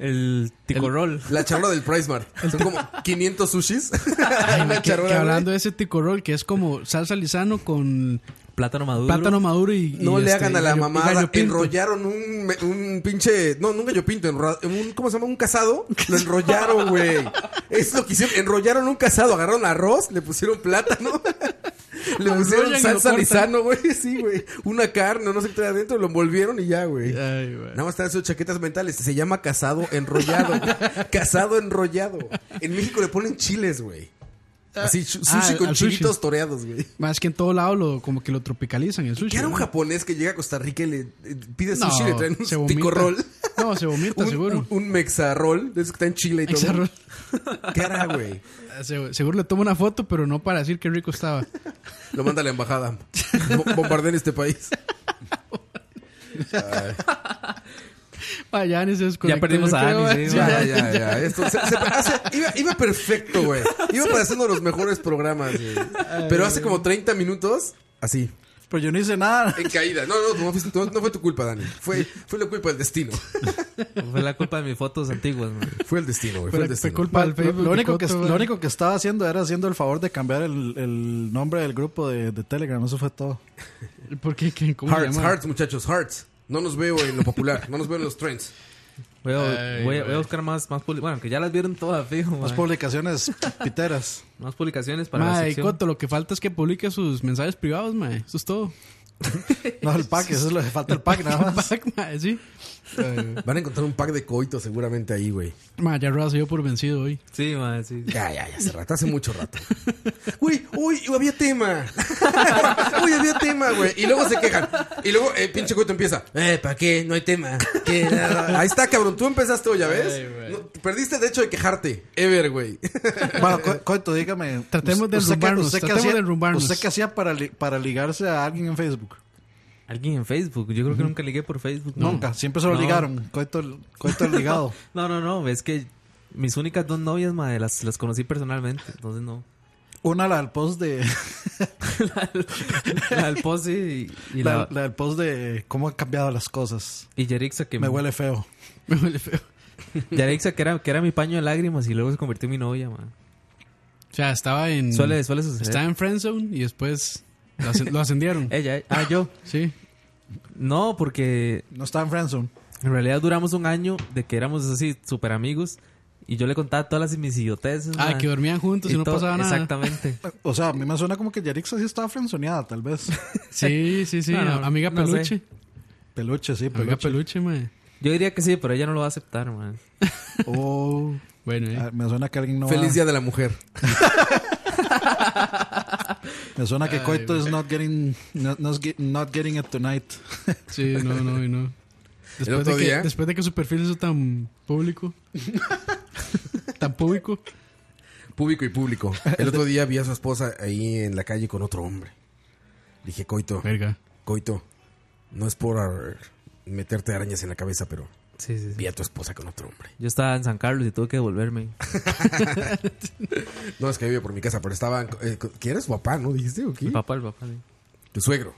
Speaker 6: El ticorrol.
Speaker 5: La charla del Price Mart. Son como 500 sushis.
Speaker 4: Ay,
Speaker 5: Una
Speaker 4: Ah, que,
Speaker 5: charola,
Speaker 4: que
Speaker 5: güey.
Speaker 4: hablando de ese ticorol que es como salsa lisano con
Speaker 6: plátano maduro.
Speaker 4: Plátano maduro y
Speaker 5: No
Speaker 4: y,
Speaker 5: le
Speaker 4: este,
Speaker 5: hagan a la
Speaker 4: gallo- y
Speaker 5: mamada.
Speaker 4: gallo pinto.
Speaker 5: Enrollaron un, me- un pinche. No, nunca yo pinto. enro- un, ¿Cómo se llama? Un casado. Lo enrollaron, güey. Es lo que hicieron. Enrollaron un casado. Agarraron arroz. Le pusieron plátano. le
Speaker 4: Lo
Speaker 5: pusieron
Speaker 4: enrollan y lo
Speaker 5: salsa
Speaker 4: cortan.
Speaker 5: lisano, güey. Sí, güey. Una carne. No sé qué trae adentro. Lo envolvieron y ya, güey. Nada más traen sus chaquetas mentales. Se llama casado enrollado. güey. casado enrollado. En México le ponen chiles, güey. Así, chu-
Speaker 4: Ah,
Speaker 5: sushi con
Speaker 4: al sushi.
Speaker 5: chilitos toreados, güey.
Speaker 4: Más que en todo lado lo, como que lo tropicalizan el sushi.
Speaker 5: ¿Qué hará un
Speaker 4: ¿no?
Speaker 5: japonés que llega a Costa Rica y le eh, pide
Speaker 4: No,
Speaker 5: sushi y le traen
Speaker 4: se
Speaker 5: un
Speaker 4: vomita.
Speaker 5: ticorrol?
Speaker 4: No, se vomita,
Speaker 5: un,
Speaker 4: seguro.
Speaker 5: Un, un mexarrol, de esos que está en Chile y todo.
Speaker 4: Mexarrol.
Speaker 5: ¿Qué hará, güey?
Speaker 4: Se- seguro le tomo una foto, pero no para decir qué rico estaba.
Speaker 5: Lo manda a la embajada. Bo- Bombardeen este país. Ay.
Speaker 4: Vaya, Anis es correcto.
Speaker 6: perdimos a
Speaker 4: Yo creo,
Speaker 6: Anis,
Speaker 4: sí,
Speaker 6: eh,
Speaker 5: Ya, ya, ya. Esto se- se- hace- iba, iba perfecto, güey. Iba para hacer uno de los mejores programas, güey. Pero hace como 30 minutos, así.
Speaker 4: Pues
Speaker 3: Pero yo no hice nada.
Speaker 5: En caída. No, no, no, fue- no fue tu culpa, Dani. Fue, fue la culpa del destino.
Speaker 6: Fue la culpa de mis fotos antiguas, man.
Speaker 5: Fue el destino, güey.
Speaker 6: Fue la- fue culpa del
Speaker 3: Lo-
Speaker 6: Facebook
Speaker 3: Lo
Speaker 6: de
Speaker 3: único, que,
Speaker 6: Coto,
Speaker 3: lo
Speaker 6: güey.
Speaker 3: único que estaba haciendo era haciendo el favor de cambiar el, el nombre del grupo de, de Telegram. Eso fue todo.
Speaker 4: ¿Por qué? ¿Qué? ¿Cómo se
Speaker 5: Hearts,
Speaker 4: llama?
Speaker 5: hearts, muchachos, hearts. No nos veo en lo popular, no nos veo en los trends.
Speaker 6: Voy a,
Speaker 5: Ay,
Speaker 6: voy a-
Speaker 5: güey.
Speaker 6: voy a buscar más, más publicaciones. Bueno, que ya las vieron todas, fijo.
Speaker 3: Más
Speaker 6: man.
Speaker 3: publicaciones piteras.
Speaker 6: Más publicaciones para la
Speaker 4: Mae,
Speaker 6: sección.
Speaker 4: Coto, lo que falta es que publique sus mensajes privados, mae. Eso es todo.
Speaker 3: No, el pack, eso es lo que falta, el pack nada más.
Speaker 4: El pack, mae, sí.
Speaker 5: Van a encontrar un pack de coitos seguramente ahí, güey.
Speaker 4: Mae, ya Roa se dio por vencido hoy.
Speaker 6: Sí, mae, sí.
Speaker 5: Ya, ya, ya, hace rato, hace mucho rato. Güey, uy, había tema. uy, había tema, Ah, güey. Y luego se quejan. Y luego el pinche coito empieza. Eh, ¿para qué? No hay tema. ¿Qué? Nada. Ahí está, cabrón. Tú empezaste hoy, ¿ya ves? No, perdiste, de hecho, de quejarte. Ever, güey.
Speaker 3: Bueno, Co- Coito, dígame.
Speaker 5: Tratemos de
Speaker 3: ¿usted qué-
Speaker 5: enrumbarnos,
Speaker 3: usted qué
Speaker 5: tratemos
Speaker 3: hacía-
Speaker 5: de enrumbarnos.
Speaker 3: ¿Usted qué hacía para, li- para ligarse a alguien en Facebook?
Speaker 6: Alguien en Facebook. Yo creo que nunca ligué por Facebook. man.
Speaker 3: Nunca, siempre se lo
Speaker 6: No.
Speaker 3: ligaron. Coito, el- coito el ligado.
Speaker 6: No, no, no. Es que mis únicas dos novias, mae, las, las conocí personalmente. Entonces no.
Speaker 3: Una la del post de.
Speaker 6: La del post y, y
Speaker 3: la,
Speaker 6: la,
Speaker 3: la del post de cómo han cambiado las cosas.
Speaker 6: y Yarixa que
Speaker 3: Me huele feo.
Speaker 4: Me huele feo.
Speaker 6: Yarixa que era, que era mi paño de lágrimas y luego se convirtió en mi novia, man.
Speaker 4: O sea, estaba en.
Speaker 6: Suele- suele suceder.
Speaker 4: Estaba en Friendzone y después lo, ascen- lo ascendieron.
Speaker 6: Ella, ah, yo.
Speaker 4: Sí.
Speaker 6: No, porque.
Speaker 3: No estaba en Friendzone.
Speaker 6: En realidad duramos un año de que éramos así, súper amigos. Y yo le contaba todas las mis idioteces.
Speaker 4: Ah,
Speaker 6: man.
Speaker 4: que dormían juntos y no
Speaker 6: todo-
Speaker 4: pasaba nada.
Speaker 6: Exactamente.
Speaker 3: O sea, a mí me suena como que Yarixa sí estaba frenzoneada, tal vez.
Speaker 4: Sí, sí, sí.
Speaker 6: No, no,
Speaker 4: a- amiga
Speaker 6: no sé.
Speaker 4: peluche.
Speaker 3: Peluche, sí,
Speaker 4: Amiga
Speaker 3: peluche.
Speaker 4: peluche, mae.
Speaker 6: Yo diría que sí, pero ella no lo va a aceptar, man.
Speaker 3: Oh,
Speaker 4: bueno, eh.
Speaker 3: Ah, me suena que alguien no.
Speaker 5: Feliz
Speaker 3: va-
Speaker 5: Día de la Mujer.
Speaker 3: Me suena que
Speaker 4: Ay,
Speaker 3: Coito
Speaker 4: güey.
Speaker 3: is not getting, not, not get- not getting it tonight.
Speaker 4: Sí, no, no, y no.
Speaker 5: El
Speaker 4: Después,
Speaker 5: otro
Speaker 4: de que,
Speaker 5: día-
Speaker 4: después de que su perfil hizo tan público. tan público.
Speaker 5: Público y público. El otro día vi a su esposa ahí en la calle con otro hombre. Dije, Coito.
Speaker 4: Verga.
Speaker 5: Coito, no es por ar- meterte arañas en la cabeza, pero
Speaker 6: Sí, sí, sí.
Speaker 5: vi a tu esposa con otro hombre.
Speaker 6: Yo estaba en San Carlos y tuve que devolverme.
Speaker 5: No, es que vive por mi casa, pero estaba... eh, co- ¿Que eres su papá, no? ¿Dijiste o qué?
Speaker 6: El papá, el papá. sí.
Speaker 5: Tu suegro.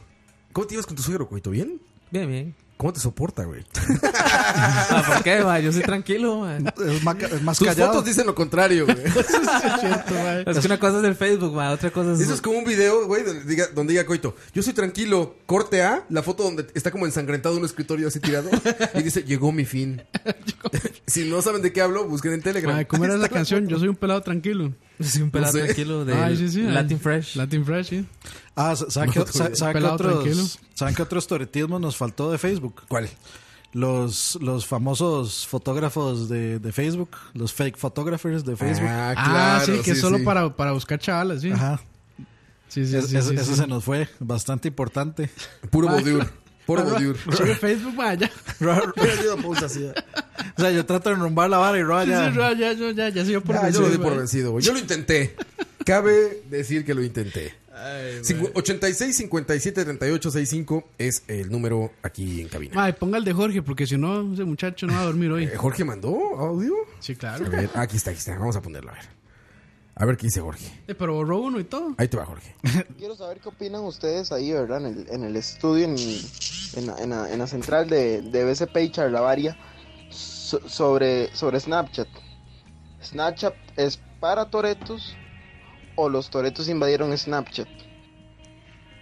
Speaker 5: ¿Cómo te ibas con tu suegro, Coito? ¿Bien?
Speaker 6: Bien, bien.
Speaker 5: ¿Cómo te soporta, güey?
Speaker 6: Ah, ¿Por qué, man? Yo soy tranquilo, man.
Speaker 3: Es más, es más
Speaker 5: Tus
Speaker 3: callado.
Speaker 5: fotos dicen lo contrario, güey.
Speaker 6: Es que una cosa es el Facebook, man. Otra cosa es.
Speaker 5: Eso es como un video, güey, donde diga, donde diga Coito, yo soy tranquilo, corte A, la foto donde está como ensangrentado en un escritorio así tirado, y dice, llegó mi fin. si no saben de qué hablo, busquen en Telegram.
Speaker 4: Mae, ¿Cómo era
Speaker 5: Ahí
Speaker 4: la
Speaker 5: está
Speaker 4: canción? Yo soy un pelado tranquilo.
Speaker 6: Yo soy un pelado
Speaker 5: No sé.
Speaker 6: tranquilo de
Speaker 4: Ay, sí, sí, ay.
Speaker 6: Latin Fresh.
Speaker 4: Latin Fresh, sí.
Speaker 3: Ah, sa- ¿saben
Speaker 4: No,
Speaker 3: qué,
Speaker 4: tú-
Speaker 3: sa- saben qué
Speaker 4: pelado tranquilo.
Speaker 3: otros, ¿saben qué otros toretismos nos faltó de Facebook?
Speaker 5: ¿Cuál?
Speaker 3: Los, los famosos fotógrafos de, de Facebook, los fake photographers de Facebook.
Speaker 5: Ah,
Speaker 4: ah, sí, que es solo Para, para buscar chavalas, sí.
Speaker 3: Ajá.
Speaker 4: Sí, sí,
Speaker 3: Es-
Speaker 4: sí,
Speaker 3: es-
Speaker 4: sí,
Speaker 3: eso
Speaker 4: sí. Ah.
Speaker 3: se nos fue, bastante importante.
Speaker 5: Puro Baudur. Puro Baudur.
Speaker 4: Sobre Facebook, mae, ya.
Speaker 3: O sea, yo trato de enrumbar la vara y Roa
Speaker 4: Sí,
Speaker 3: ya-
Speaker 4: sí, ya, ya, ya, ya, ya se dio por
Speaker 5: Ah, yo
Speaker 4: vencido,
Speaker 5: lo di
Speaker 4: mae.
Speaker 5: por vencido, güey. Yo lo intenté. Cabe decir que lo intenté. Cincu- 86 57 38 65 es el número aquí en cabina.
Speaker 4: Mae, ponga el de Jorge, porque si no, ese muchacho no va a dormir hoy.
Speaker 5: Eh, ¿Jorge mandó audio?
Speaker 4: Sí,
Speaker 5: A
Speaker 4: claro.
Speaker 5: ver, aquí está, aquí está. Vamos a ponerlo, a ver. A ver qué dice Jorge.
Speaker 4: Eh, pero borró uno y todo.
Speaker 5: Ahí te va, Jorge.
Speaker 14: Quiero saber qué opinan ustedes ahí, ¿verdad? En el, en el estudio, en, en la, en la- en la central de, de BCP y Charlavaria, so- sobre, sobre Snapchat. Snapchat es para toretos o los toretos invadieron Snapchat.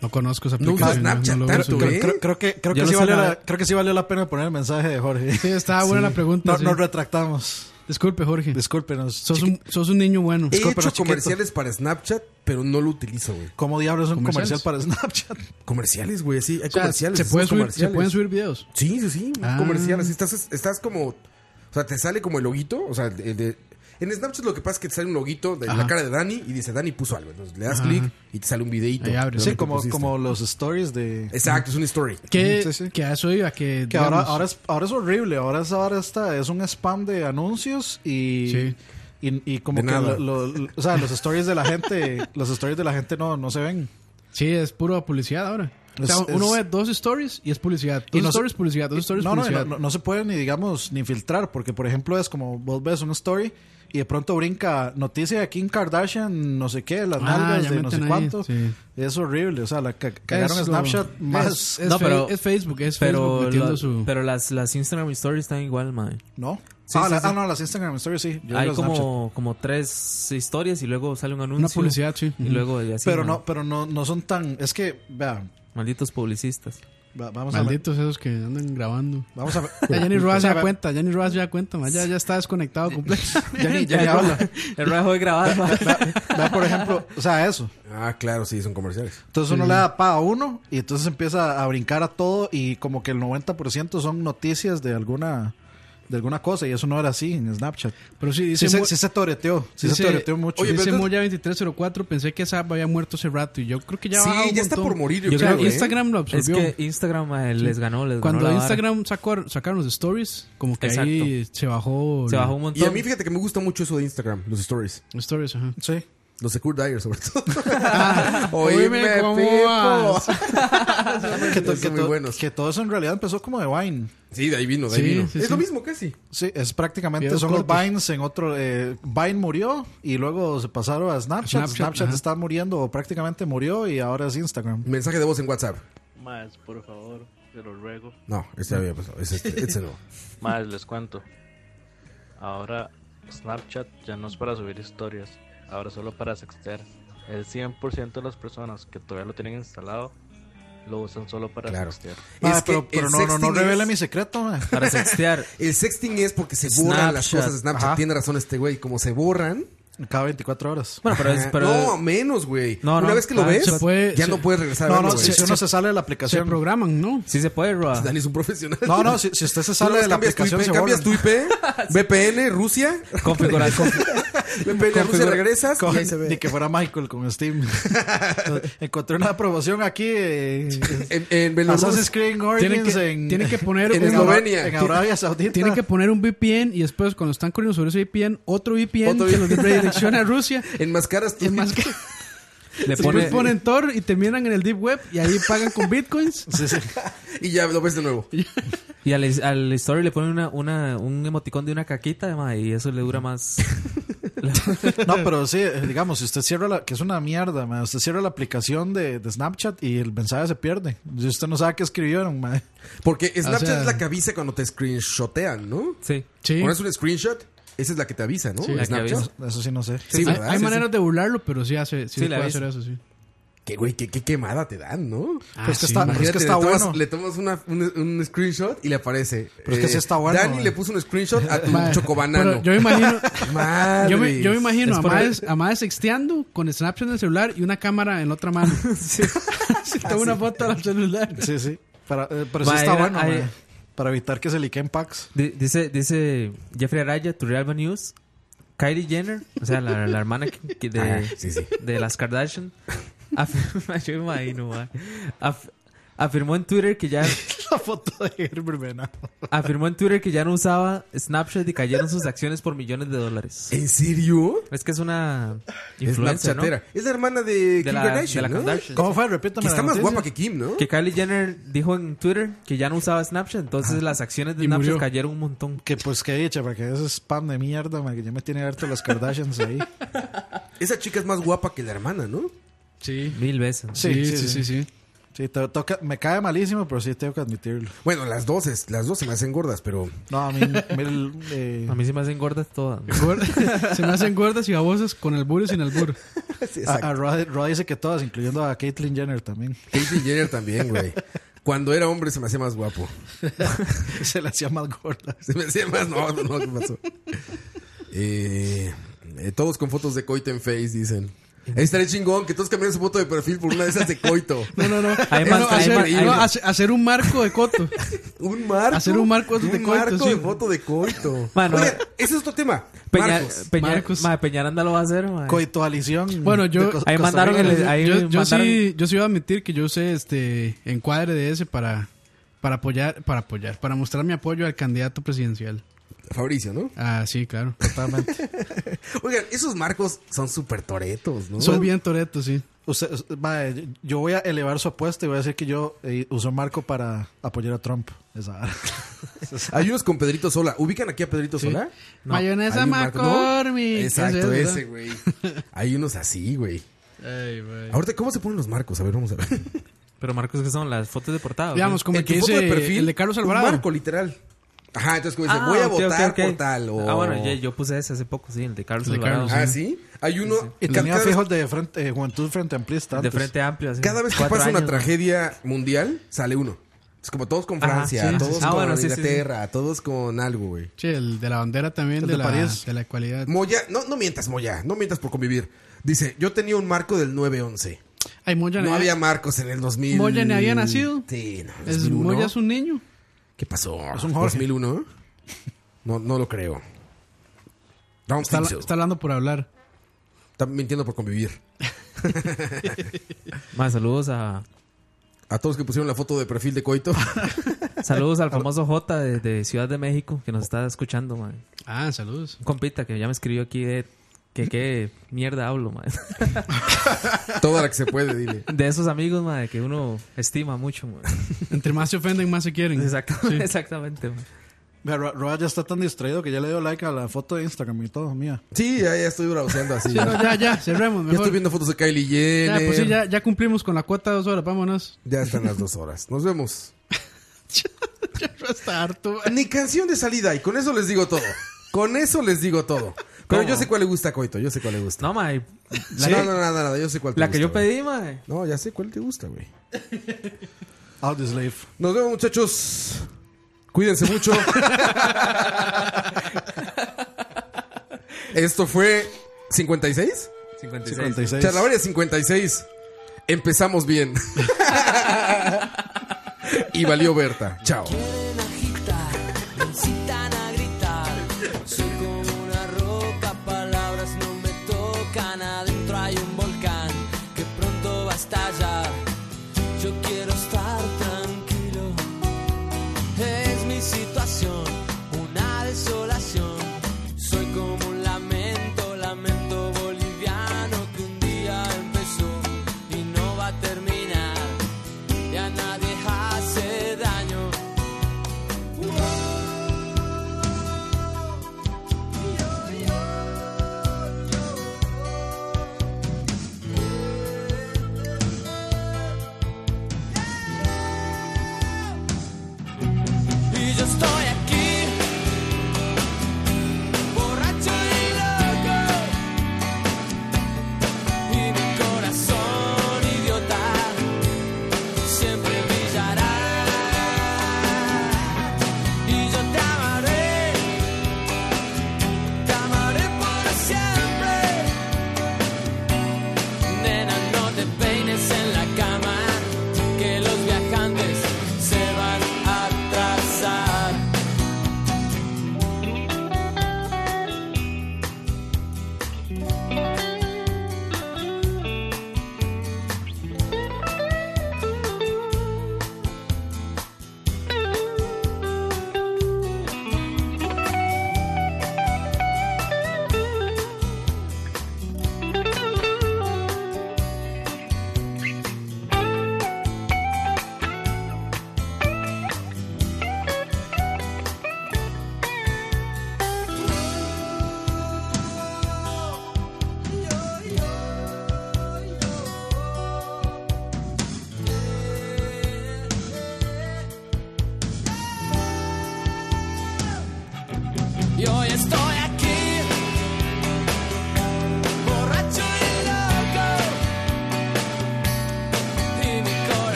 Speaker 4: No conozco esa
Speaker 14: No uso
Speaker 4: aplicación.
Speaker 14: Snapchat
Speaker 4: lo
Speaker 14: tanto,
Speaker 4: uso.
Speaker 5: ¿eh?
Speaker 3: Creo, creo- creo que, creo,
Speaker 4: ¿eh? Yo
Speaker 3: que
Speaker 4: lo
Speaker 3: sí
Speaker 4: sé
Speaker 3: valió
Speaker 4: nada.
Speaker 3: la, creo que sí valió la pena poner el mensaje de Jorge. Sí,
Speaker 4: estaba buena la pregunta,
Speaker 3: No-
Speaker 4: sí.
Speaker 3: Nos retractamos.
Speaker 4: Disculpe, Jorge.
Speaker 3: Discúlpenos.
Speaker 4: Sos un, sos un niño bueno.
Speaker 5: He hecho comerciales para Snapchat, pero no lo utilizo, güey.
Speaker 3: ¿Cómo diablos
Speaker 4: un comercial
Speaker 3: para Snapchat?
Speaker 5: Comerciales, güey, sí. Hay
Speaker 4: O sea,
Speaker 5: comerciales.
Speaker 4: ¿se,
Speaker 5: esos
Speaker 4: puede subir, ¿Se
Speaker 5: comerciales.
Speaker 4: pueden subir videos?
Speaker 5: Sí, sí, sí.
Speaker 4: Ah.
Speaker 5: Comerciales. sí, Estás, estás como. O sea, te sale como el loguito. O sea, de- de- en Snapchat lo que pasa es que te sale un loguito de la
Speaker 3: Ajá.
Speaker 5: cara de Dani y dice Dani puso algo. Entonces le das
Speaker 3: Ajá.
Speaker 5: clic y te sale un videito.
Speaker 3: Ahí
Speaker 5: de
Speaker 3: abre.
Speaker 5: lo
Speaker 3: Sí,
Speaker 5: que
Speaker 3: como,
Speaker 5: pusiste.
Speaker 3: como los stories de.
Speaker 5: Exacto, es una story.
Speaker 4: Que,
Speaker 3: Sí, sí.
Speaker 4: que a eso iba, que,
Speaker 3: Que ahora,
Speaker 4: digamos,
Speaker 3: ahora, es, ahora es horrible. Ahora es, ahora está, es un spam de anuncios y.
Speaker 4: Sí.
Speaker 3: Y, y como
Speaker 4: De
Speaker 3: que
Speaker 4: nada.
Speaker 3: lo- lo- o sea, los stories de la gente, los stories de la gente no, no se ven.
Speaker 4: Sí, es puro publicidad ahora. O sea,
Speaker 3: Es- es-
Speaker 4: uno ve dos stories y es publicidad. Dos
Speaker 3: Y no se-
Speaker 4: stories, publicidad. Dos stories,
Speaker 3: no, no,
Speaker 4: publicidad.
Speaker 3: no, no, no se puede ni, digamos, ni filtrar, porque, por ejemplo, es como vos ves una story y de pronto brinca noticia de Kim Kardashian, no sé qué, las
Speaker 4: Ah,
Speaker 3: nalgas
Speaker 4: ya
Speaker 3: de no sé
Speaker 4: meten ahí,
Speaker 3: cuánto.
Speaker 4: sí.
Speaker 3: Es horrible, o sea, la ca- cagaron
Speaker 4: Es lo-
Speaker 3: Snapchat más.
Speaker 4: es fe- es Facebook, es Facebook metiendo
Speaker 6: la-
Speaker 4: su-
Speaker 6: Pero las, las Instagram Stories están igual, mae.
Speaker 3: ¿No?
Speaker 6: Sí,
Speaker 3: ah,
Speaker 6: sí,
Speaker 3: la-
Speaker 6: sí.
Speaker 3: ah, no, las Instagram Stories sí. yo
Speaker 6: Hay
Speaker 3: digo Snapchat.
Speaker 6: como, como tres historias y luego sale un anuncio.
Speaker 3: publicidad, sí.
Speaker 6: Y luego y así.
Speaker 3: Pero
Speaker 6: mae.
Speaker 3: no, pero no, no son tan. Es que, vean,
Speaker 6: Malditos publicistas.
Speaker 3: va- vamos a
Speaker 4: Malditos esos que andan grabando.
Speaker 3: Vamos a ver.
Speaker 4: Ya Jenny Roa se
Speaker 3: O sea,
Speaker 4: da cuenta, Jenny Roa se da cuenta, ma, ya, ya está desconectado completamente.
Speaker 6: Ya ni- ya ni habla. El Roa dejó de grabar, ma.
Speaker 3: Vea, por ejemplo, o sea, eso.
Speaker 5: Ah, claro, sí, son comerciales.
Speaker 3: Entonces uno
Speaker 5: Sí.
Speaker 3: le da pa a uno y entonces empieza a brincar a todo y como que el 90% son noticias de alguna de alguna cosa y eso no era así en Snapchat.
Speaker 4: Pero sí, dice
Speaker 3: sí, se,
Speaker 4: Mo-
Speaker 3: sí se toreteó, sí se toreteó mucho.
Speaker 4: Oye, dice Moya 2304, pensé que esa había muerto hace rato y yo creo que ya
Speaker 3: Sí,
Speaker 4: bajado un
Speaker 3: ya está
Speaker 4: montón.
Speaker 3: por morir, yo
Speaker 4: O sea,
Speaker 3: creo, ¿eh?
Speaker 4: Instagram lo absorbió.
Speaker 6: Es que Instagram mae, les
Speaker 4: Sí.
Speaker 6: ganó, les ganó
Speaker 4: Cuando
Speaker 6: la vara.
Speaker 4: Instagram sacó, sacaron los stories, como que ahí
Speaker 6: Exacto.
Speaker 4: se bajó.
Speaker 6: Se bajó
Speaker 5: Y a mí, fíjate que me gusta mucho eso de Instagram, los stories.
Speaker 4: Stories, ajá.
Speaker 3: Sí.
Speaker 5: Los de Kurt Dyer, sobre todo.
Speaker 4: oíme, ¿cómo vas?
Speaker 3: que, to-
Speaker 5: Son
Speaker 3: que
Speaker 5: muy
Speaker 3: to-
Speaker 5: buenos.
Speaker 3: que todo eso en realidad empezó como de Vine.
Speaker 5: Sí, de ahí vino, de ahí vino. es lo mismo casi.
Speaker 3: Sí, es prácticamente
Speaker 5: Videos
Speaker 3: son los
Speaker 5: cortos.
Speaker 3: Vines en otro eh, Vine murió y luego se pasaron a Snapchat,
Speaker 5: Snapchat,
Speaker 3: Snapchat,
Speaker 5: ajá.
Speaker 3: está muriendo o prácticamente murió y ahora es Instagram.
Speaker 5: Mensaje de voz en WhatsApp.
Speaker 15: Más, por favor, te lo ruego.
Speaker 5: No, ese había pasado. Ese, este, este no.
Speaker 15: Más, les cuento. Ahora Snapchat ya no es para subir historias, ahora solo para sextear. El 100% de las personas que todavía lo tienen instalado lo usan solo para
Speaker 5: Claro.
Speaker 15: sextear.
Speaker 3: Ah, pero, pero no, no, no revela mi secreto. man.
Speaker 5: El sexting es porque se borran las
Speaker 3: Snapchat.
Speaker 5: cosas de Snapchat.
Speaker 3: Ajá.
Speaker 5: Tiene razón este güey. Como se borran.
Speaker 3: Cada 24 horas.
Speaker 6: Bueno, pero es- pero-
Speaker 5: No, menos, güey.
Speaker 6: No,
Speaker 5: Una
Speaker 6: no,
Speaker 5: vez que lo
Speaker 6: ah,
Speaker 5: ves,
Speaker 6: se puede-
Speaker 5: ya
Speaker 6: se-
Speaker 5: no puedes regresar
Speaker 6: No,
Speaker 5: a verlo,
Speaker 6: no,
Speaker 5: güey.
Speaker 6: si- si uno se
Speaker 3: sale de la
Speaker 6: aplicación.
Speaker 4: Se programan, ¿no?
Speaker 6: Sí se puede, Roa.
Speaker 5: Dani es un profesional.
Speaker 3: No, no, si, si usted se sale
Speaker 5: Una vez
Speaker 3: de la
Speaker 5: cambias tu
Speaker 3: aplicación,
Speaker 5: IP,
Speaker 3: se
Speaker 5: cambias tu
Speaker 3: borran.
Speaker 5: IP, VPN, Rusia.
Speaker 6: Configurar.
Speaker 5: VPN, a Rusia,
Speaker 3: Configura-
Speaker 5: regresas.
Speaker 3: coge-
Speaker 5: y ahí se ve.
Speaker 3: Ni que fuera Michael con Steam. Encontré una promoción aquí eh,
Speaker 5: en, Bielorrusia.
Speaker 3: Assassin's Creed
Speaker 4: Tienen
Speaker 3: Origins
Speaker 4: que,
Speaker 3: en,
Speaker 4: tienen que poner
Speaker 3: en
Speaker 4: un-
Speaker 3: Eslovenia. En
Speaker 4: Ti-
Speaker 3: Arabia Saudita.
Speaker 4: Tienen que poner un VPN y después cuando están corriendo sobre ese VPN, otro VPN
Speaker 5: Otro
Speaker 4: que
Speaker 5: VPN.
Speaker 4: los redirecciona a Rusia.
Speaker 5: En mascaras tú.
Speaker 4: En mascaras.
Speaker 6: Le
Speaker 4: Después
Speaker 6: pone-
Speaker 4: ponen Tor y terminan en el Deep Web y ahí pagan con bitcoins.
Speaker 5: Y ya lo ves de nuevo.
Speaker 6: Y al, al story le ponen una, una, un emoticón de una caquita, mae, y eso le dura más.
Speaker 3: No, pero sí, eh, digamos, si usted cierra la... Que es una mierda, man. Usted cierra la aplicación de, de Snapchat y el mensaje se pierde. Y usted no sabe qué escribieron, man.
Speaker 5: Porque Snapchat es la que avisa cuando te screenshotean, ¿no?
Speaker 6: Sí.
Speaker 4: Sí.
Speaker 5: Pones un screenshot, esa es la que te avisa, ¿no? Snapchat.
Speaker 3: Eso sí no sé.
Speaker 5: Sí,
Speaker 4: hay
Speaker 5: ¿verdad?
Speaker 4: hay
Speaker 5: Sí,
Speaker 4: maneras
Speaker 5: sí.
Speaker 4: de burlarlo, pero sí, hace, sí,
Speaker 5: Sí,
Speaker 4: se
Speaker 5: la
Speaker 4: puede
Speaker 5: ves.
Speaker 4: hacer eso, sí.
Speaker 5: Qué güey, qué, qué quemada te dan, ¿no?
Speaker 4: Ah, Pero es que sí, está-
Speaker 5: Imagínate,
Speaker 4: es que está
Speaker 5: le tomas,
Speaker 4: bueno.
Speaker 5: Le tomas una- un, un screenshot y le aparece.
Speaker 3: Pero es que sí está bueno,
Speaker 5: Dani
Speaker 3: eh.
Speaker 5: le puso un screenshot a tu
Speaker 4: Ma-
Speaker 5: chocobanano.
Speaker 4: pero yo me imagino-
Speaker 5: Madres.
Speaker 4: Yo me, yo me imagino
Speaker 5: Es
Speaker 4: a
Speaker 5: por-
Speaker 4: Maes, a Maes sexteando con Snapchat en el celular y una cámara en la otra mano. Se toma una foto al celular.
Speaker 3: Sí, sí. Para, eh, pero
Speaker 6: Ma,
Speaker 3: sí está
Speaker 6: era-
Speaker 3: bueno,
Speaker 6: hay-
Speaker 3: man, Para evitar que se liquen packs.
Speaker 6: Di- Dice, dice Jeffrey Araya, Turrialba News. Kylie Jenner, o sea, la, la hermana que- que de,
Speaker 5: Ah, sí, sí.
Speaker 6: de las Kardashian, afirma, yo me imagino, ma, af- afirmó en Twitter que ya
Speaker 3: La foto de Herbert Venado.
Speaker 6: afirmó en Twitter que ya no usaba Snapchat y cayeron sus acciones por millones de dólares.
Speaker 5: ¿En serio?
Speaker 6: Es que es una
Speaker 5: Es
Speaker 6: influencer, ¿no?
Speaker 5: Snapchatera. Es la hermana de, Kim
Speaker 6: la-
Speaker 5: Kardashian,
Speaker 6: de la
Speaker 5: ¿no?
Speaker 6: Kardashian.
Speaker 3: ¿Cómo fue? Repítame
Speaker 5: Que está
Speaker 6: la
Speaker 5: más
Speaker 6: noticia.
Speaker 5: guapa que Kim, ¿no?
Speaker 6: Que Kylie Jenner dijo en Twitter que ya no usaba Snapchat, entonces
Speaker 5: Ah.
Speaker 6: las acciones de
Speaker 3: Y
Speaker 6: Snapchat
Speaker 3: murió.
Speaker 6: cayeron un montón.
Speaker 3: Que pues qué dicha, porque ese spam de mierda, man, que ya me tiene harto las Kardashians ahí.
Speaker 5: Esa chica es más guapa que la hermana, ¿no?
Speaker 4: Sí.
Speaker 6: Mil veces.
Speaker 3: Sí, sí, sí, sí. Sí, to- toca- me cae malísimo, pero sí tengo que admitirlo.
Speaker 5: Bueno, las dos, es- las dos se me hacen gordas, pero.
Speaker 3: No, a mí, mil- eh,
Speaker 6: A mí se me hacen gordas todas.
Speaker 4: Se me hacen gordas y babosas con albur y sin albur.
Speaker 3: a, a Rod, Rod dice que todas, incluyendo a Caitlyn Jenner también.
Speaker 5: Caitlyn Jenner también, güey. Cuando era hombre se me hacía más guapo.
Speaker 3: Se le hacía más gorda.
Speaker 5: Se me hacía más. No, no, ¿qué pasó? Eh, eh, todos con fotos de coito en Face, dicen. Ahí estaría chingón que todos cambien su foto de perfil por una de esas de coito.
Speaker 4: No,
Speaker 5: Eh,
Speaker 4: no, no.
Speaker 5: Ahí
Speaker 4: No, hacer, no, hace- hacer un marco de coto.
Speaker 5: un marco.
Speaker 4: Hacer un marco de
Speaker 5: un
Speaker 4: coto.
Speaker 5: marco
Speaker 4: sí.
Speaker 5: de foto de coito.
Speaker 6: Mano.
Speaker 5: Oye, ese es otro tema.
Speaker 6: Peña,
Speaker 5: Marcos.
Speaker 6: Peña-
Speaker 5: Marcos.
Speaker 6: ma, Peñaranda lo va a hacer, ma.
Speaker 5: Mm,
Speaker 3: Coitualición.
Speaker 4: Bueno, yo.
Speaker 6: Ahí mandaron el. Ahí
Speaker 4: yo, yo
Speaker 6: mandaron-
Speaker 4: sí, yo sí iba a admitir que yo usé este encuadre de ese para, para apoyar, para apoyar, para mostrar mi apoyo al candidato presidencial.
Speaker 5: Fabricio, ¿no?
Speaker 4: Ah, sí, claro. Totalmente.
Speaker 5: Oigan, esos marcos son súper toretos, ¿no?
Speaker 4: Soy bien toreto, sí.
Speaker 3: Usted- usted- mae, yo voy a elevar su apuesta y voy a decir que yo eh, uso Marco para apoyar a Trump. Esa vara.
Speaker 5: Hay unos con Pedrito Sola. ¿Ubican aquí a Pedrito
Speaker 3: Sí.
Speaker 5: Sola?
Speaker 3: No. Mayonesa
Speaker 5: Hay un marco-
Speaker 4: McCormick.
Speaker 5: Exacto,
Speaker 4: Ese es,
Speaker 5: ese, güey. Hay unos así, güey.
Speaker 4: Ay, güey.
Speaker 5: Ahorita, ¿cómo se ponen los marcos? A ver, vamos a ver.
Speaker 6: Pero Marcos, que son las fotos de portada? o
Speaker 4: Digamos,
Speaker 6: qué?
Speaker 4: como el que dice el de Carlos
Speaker 5: un
Speaker 4: Alvarado.
Speaker 5: marco, pues, literal. Ajá, entonces como dice,
Speaker 6: Ah,
Speaker 5: voy a
Speaker 6: ok, ok,
Speaker 5: votar
Speaker 6: ok.
Speaker 5: por tal. O...
Speaker 6: Ah, bueno, ya- yo puse ese hace poco, sí, el de Carlos
Speaker 5: El de
Speaker 6: Alvarado.
Speaker 5: Carlos, Ah, sí. Hay uno
Speaker 3: Y
Speaker 5: que
Speaker 3: tenía
Speaker 5: cada-
Speaker 3: fijos de frente, eh, Juventud Frente Amplista.
Speaker 6: De
Speaker 3: antes.
Speaker 6: Frente Amplio. sí.
Speaker 5: Cada vez que
Speaker 6: Cuatro
Speaker 5: pasa una
Speaker 6: años, ma.
Speaker 5: tragedia mundial, sale uno. Es como todos con
Speaker 6: Ajá,
Speaker 5: Francia,
Speaker 6: sí, sí,
Speaker 5: todos
Speaker 6: sí. Ah,
Speaker 5: con
Speaker 6: bueno, sí, sí, sí.
Speaker 5: Inglaterra, todos con algo, güey.
Speaker 4: Sí, el de la bandera también,
Speaker 5: El
Speaker 4: de,
Speaker 5: de
Speaker 4: la,
Speaker 5: París.
Speaker 4: de la ecualidad.
Speaker 5: Moya, no, no mientas, Moya, no mientas por convivir. Dice, yo tenía un marco del 911.
Speaker 4: Ay, Moya
Speaker 5: no
Speaker 4: ni-
Speaker 5: había marcos en el 2000.
Speaker 4: Moya ni había nacido.
Speaker 5: Sí, no,
Speaker 4: Es,
Speaker 5: 2001.
Speaker 4: Moya es un niño.
Speaker 5: ¿Qué pasó?
Speaker 4: Es un Jorge.
Speaker 5: 2001. No, no lo creo. Don't
Speaker 4: Está,
Speaker 5: think so.
Speaker 4: está hablando por hablar.
Speaker 5: Está mintiendo por convivir.
Speaker 6: Ma, saludos a.
Speaker 5: A todos que pusieron la foto de perfil de Coito.
Speaker 6: Saludos al famoso J de, de Ciudad de México que nos está escuchando, man.
Speaker 4: Ah, saludos.
Speaker 6: Un compita que ya me escribió aquí de que qué mierda hablo, man.
Speaker 5: Toda la que se puede, dile.
Speaker 6: De esos amigos, man, que uno estima mucho, man.
Speaker 4: Entre más se ofenden, más se quieren.
Speaker 6: Exactamente,
Speaker 4: Sí.
Speaker 6: exactamente, man.
Speaker 3: Vea, Ro- Roa ya está tan distraído que ya le dio like a la foto de Instagram y todo, mía.
Speaker 5: Sí, ya, ya estoy browseando así.
Speaker 4: Sí, no, ya, ya, cerremos.
Speaker 5: Ya
Speaker 4: Mejor.
Speaker 5: estoy viendo fotos de Kylie
Speaker 4: Ya,
Speaker 5: Jenner.
Speaker 4: pues sí, ya, ya cumplimos con la cuota de dos horas, vámonos.
Speaker 5: Ya están las dos horas. Nos vemos.
Speaker 4: Está harto.
Speaker 5: Ni canción de salida. Y con eso les digo todo. Con eso les digo todo. Pero yo sé cuál le gusta a Coito. Yo sé cuál le gusta.
Speaker 6: No, man. La,
Speaker 5: Sí,
Speaker 6: que-
Speaker 5: No, no, nada, nada. Yo sé cuál te
Speaker 6: la que yo
Speaker 5: gusta, güey.
Speaker 6: pedí, man.
Speaker 5: No, ya sé cuál te gusta, güey.
Speaker 3: Audio Slave.
Speaker 5: Nos vemos, muchachos. Cuídense mucho. Esto fue 56?
Speaker 6: 56.
Speaker 3: 56.
Speaker 5: Charlavaria 56. Empezamos bien. y valió Berta. Chao.
Speaker 2: Me incitan a gritar. Soy como una roca, palabras no me tocan. Adentro hay un volcán que pronto va a estallar. Yo quiero estar tranquilo. Es mi situación, una desolación. Soy como un lamento, lamento boliviano que un día empezó y no va a terminar. Y a nadie hace daño.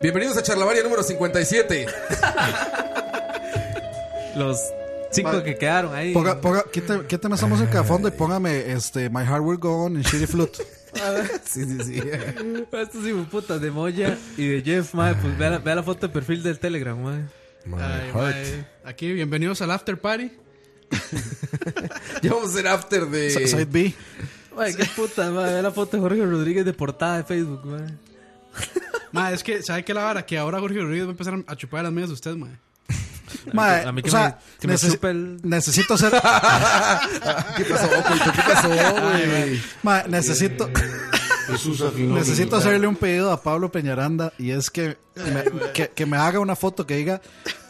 Speaker 5: Bienvenidos a Charlavaria número 57.
Speaker 6: Los cinco
Speaker 3: Vale.
Speaker 6: que quedaron ahí.
Speaker 3: Ponga, ponga, quítame, quítame esa música de fondo y póngame este, My Heart Will Go On en Shitty Flute.
Speaker 6: sí, sí, sí. Estos hijos putas de Moya y de Jeff, madre. Pues vea la, vea la foto de perfil del Telegram, madre.
Speaker 4: Ay, mae. Aquí, bienvenidos al after party.
Speaker 5: ya vamos a hacer after de.
Speaker 4: Side- side B.
Speaker 6: Madre, qué puta, madre. Vea la foto de Este Jorge Rodríguez de portada de Facebook, madre.
Speaker 4: Ma, es que, ¿sabe qué la vara? Que ahora Jorge Rodríguez va a empezar a chupar las medias de usted, ma.
Speaker 3: Mae, o sea, necesi- necesito hacer.
Speaker 4: ¿Qué pasó, Opel? ¿Qué pasó, güey?
Speaker 3: Mae, necesito.
Speaker 16: Jesús afinó
Speaker 3: Necesito
Speaker 16: mi guitarra.
Speaker 3: hacerle un pedido a Pablo Peñaranda y es que me, que, que me haga una foto que diga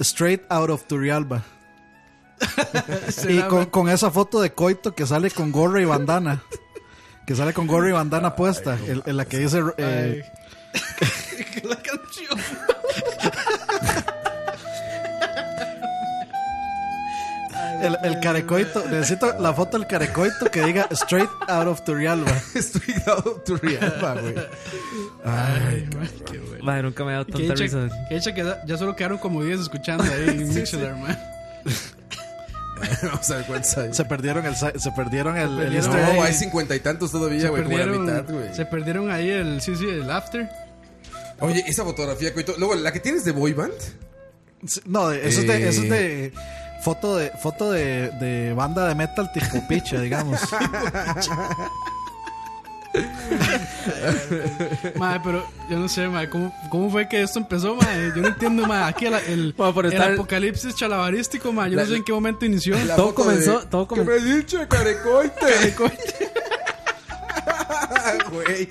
Speaker 3: Straight Out of Turrialba. y con, con esa foto de Coito que sale con gorra y bandana. Que sale con gorra y bandana puesta. en, en la que dice. eh,
Speaker 2: La canción.
Speaker 3: el, el carecoito. Necesito la foto del carecoito que diga Straight Out of Turrialba.
Speaker 5: Straight Out of Turrialba, güey.
Speaker 3: Ay,
Speaker 4: qué bueno.
Speaker 6: Madre, nunca me ha dado
Speaker 4: Que
Speaker 6: tanta
Speaker 4: hecha,
Speaker 6: risa.
Speaker 4: que hecha que da- ya solo quedaron como 10 escuchando ahí en
Speaker 6: Sí,
Speaker 4: Mixler,
Speaker 6: sí.
Speaker 4: ma.
Speaker 5: Vamos a ver cuántos hay.
Speaker 3: Se perdieron el, si- se perdieron el, el
Speaker 5: No,
Speaker 3: easter egg.
Speaker 5: hay cincuenta y tantos todavía, güey, como la mitad, güey.
Speaker 4: se perdieron ahí el, sí, sí, el after.
Speaker 5: Oye, esa fotografía, coito. Luego, la que tienes de Boyband.
Speaker 3: No, de- eso es de,
Speaker 5: Eh.
Speaker 3: eso es de foto de foto de, de banda de metal tipo picha, digamos.
Speaker 4: Madre, pero yo no sé, madre, ¿cómo, cómo fue que esto empezó, madre? Yo no entiendo, madre. Aquí el, el,
Speaker 6: por
Speaker 4: el
Speaker 6: estar-
Speaker 4: apocalipsis chalabarístico, madre. Yo
Speaker 6: La-
Speaker 4: no sé en qué momento
Speaker 2: Então
Speaker 4: inició.
Speaker 6: la Todo foto comenzó- de- todo
Speaker 5: ¿Qué me has dicho, carecoite?
Speaker 2: É
Speaker 5: Ah, Güey,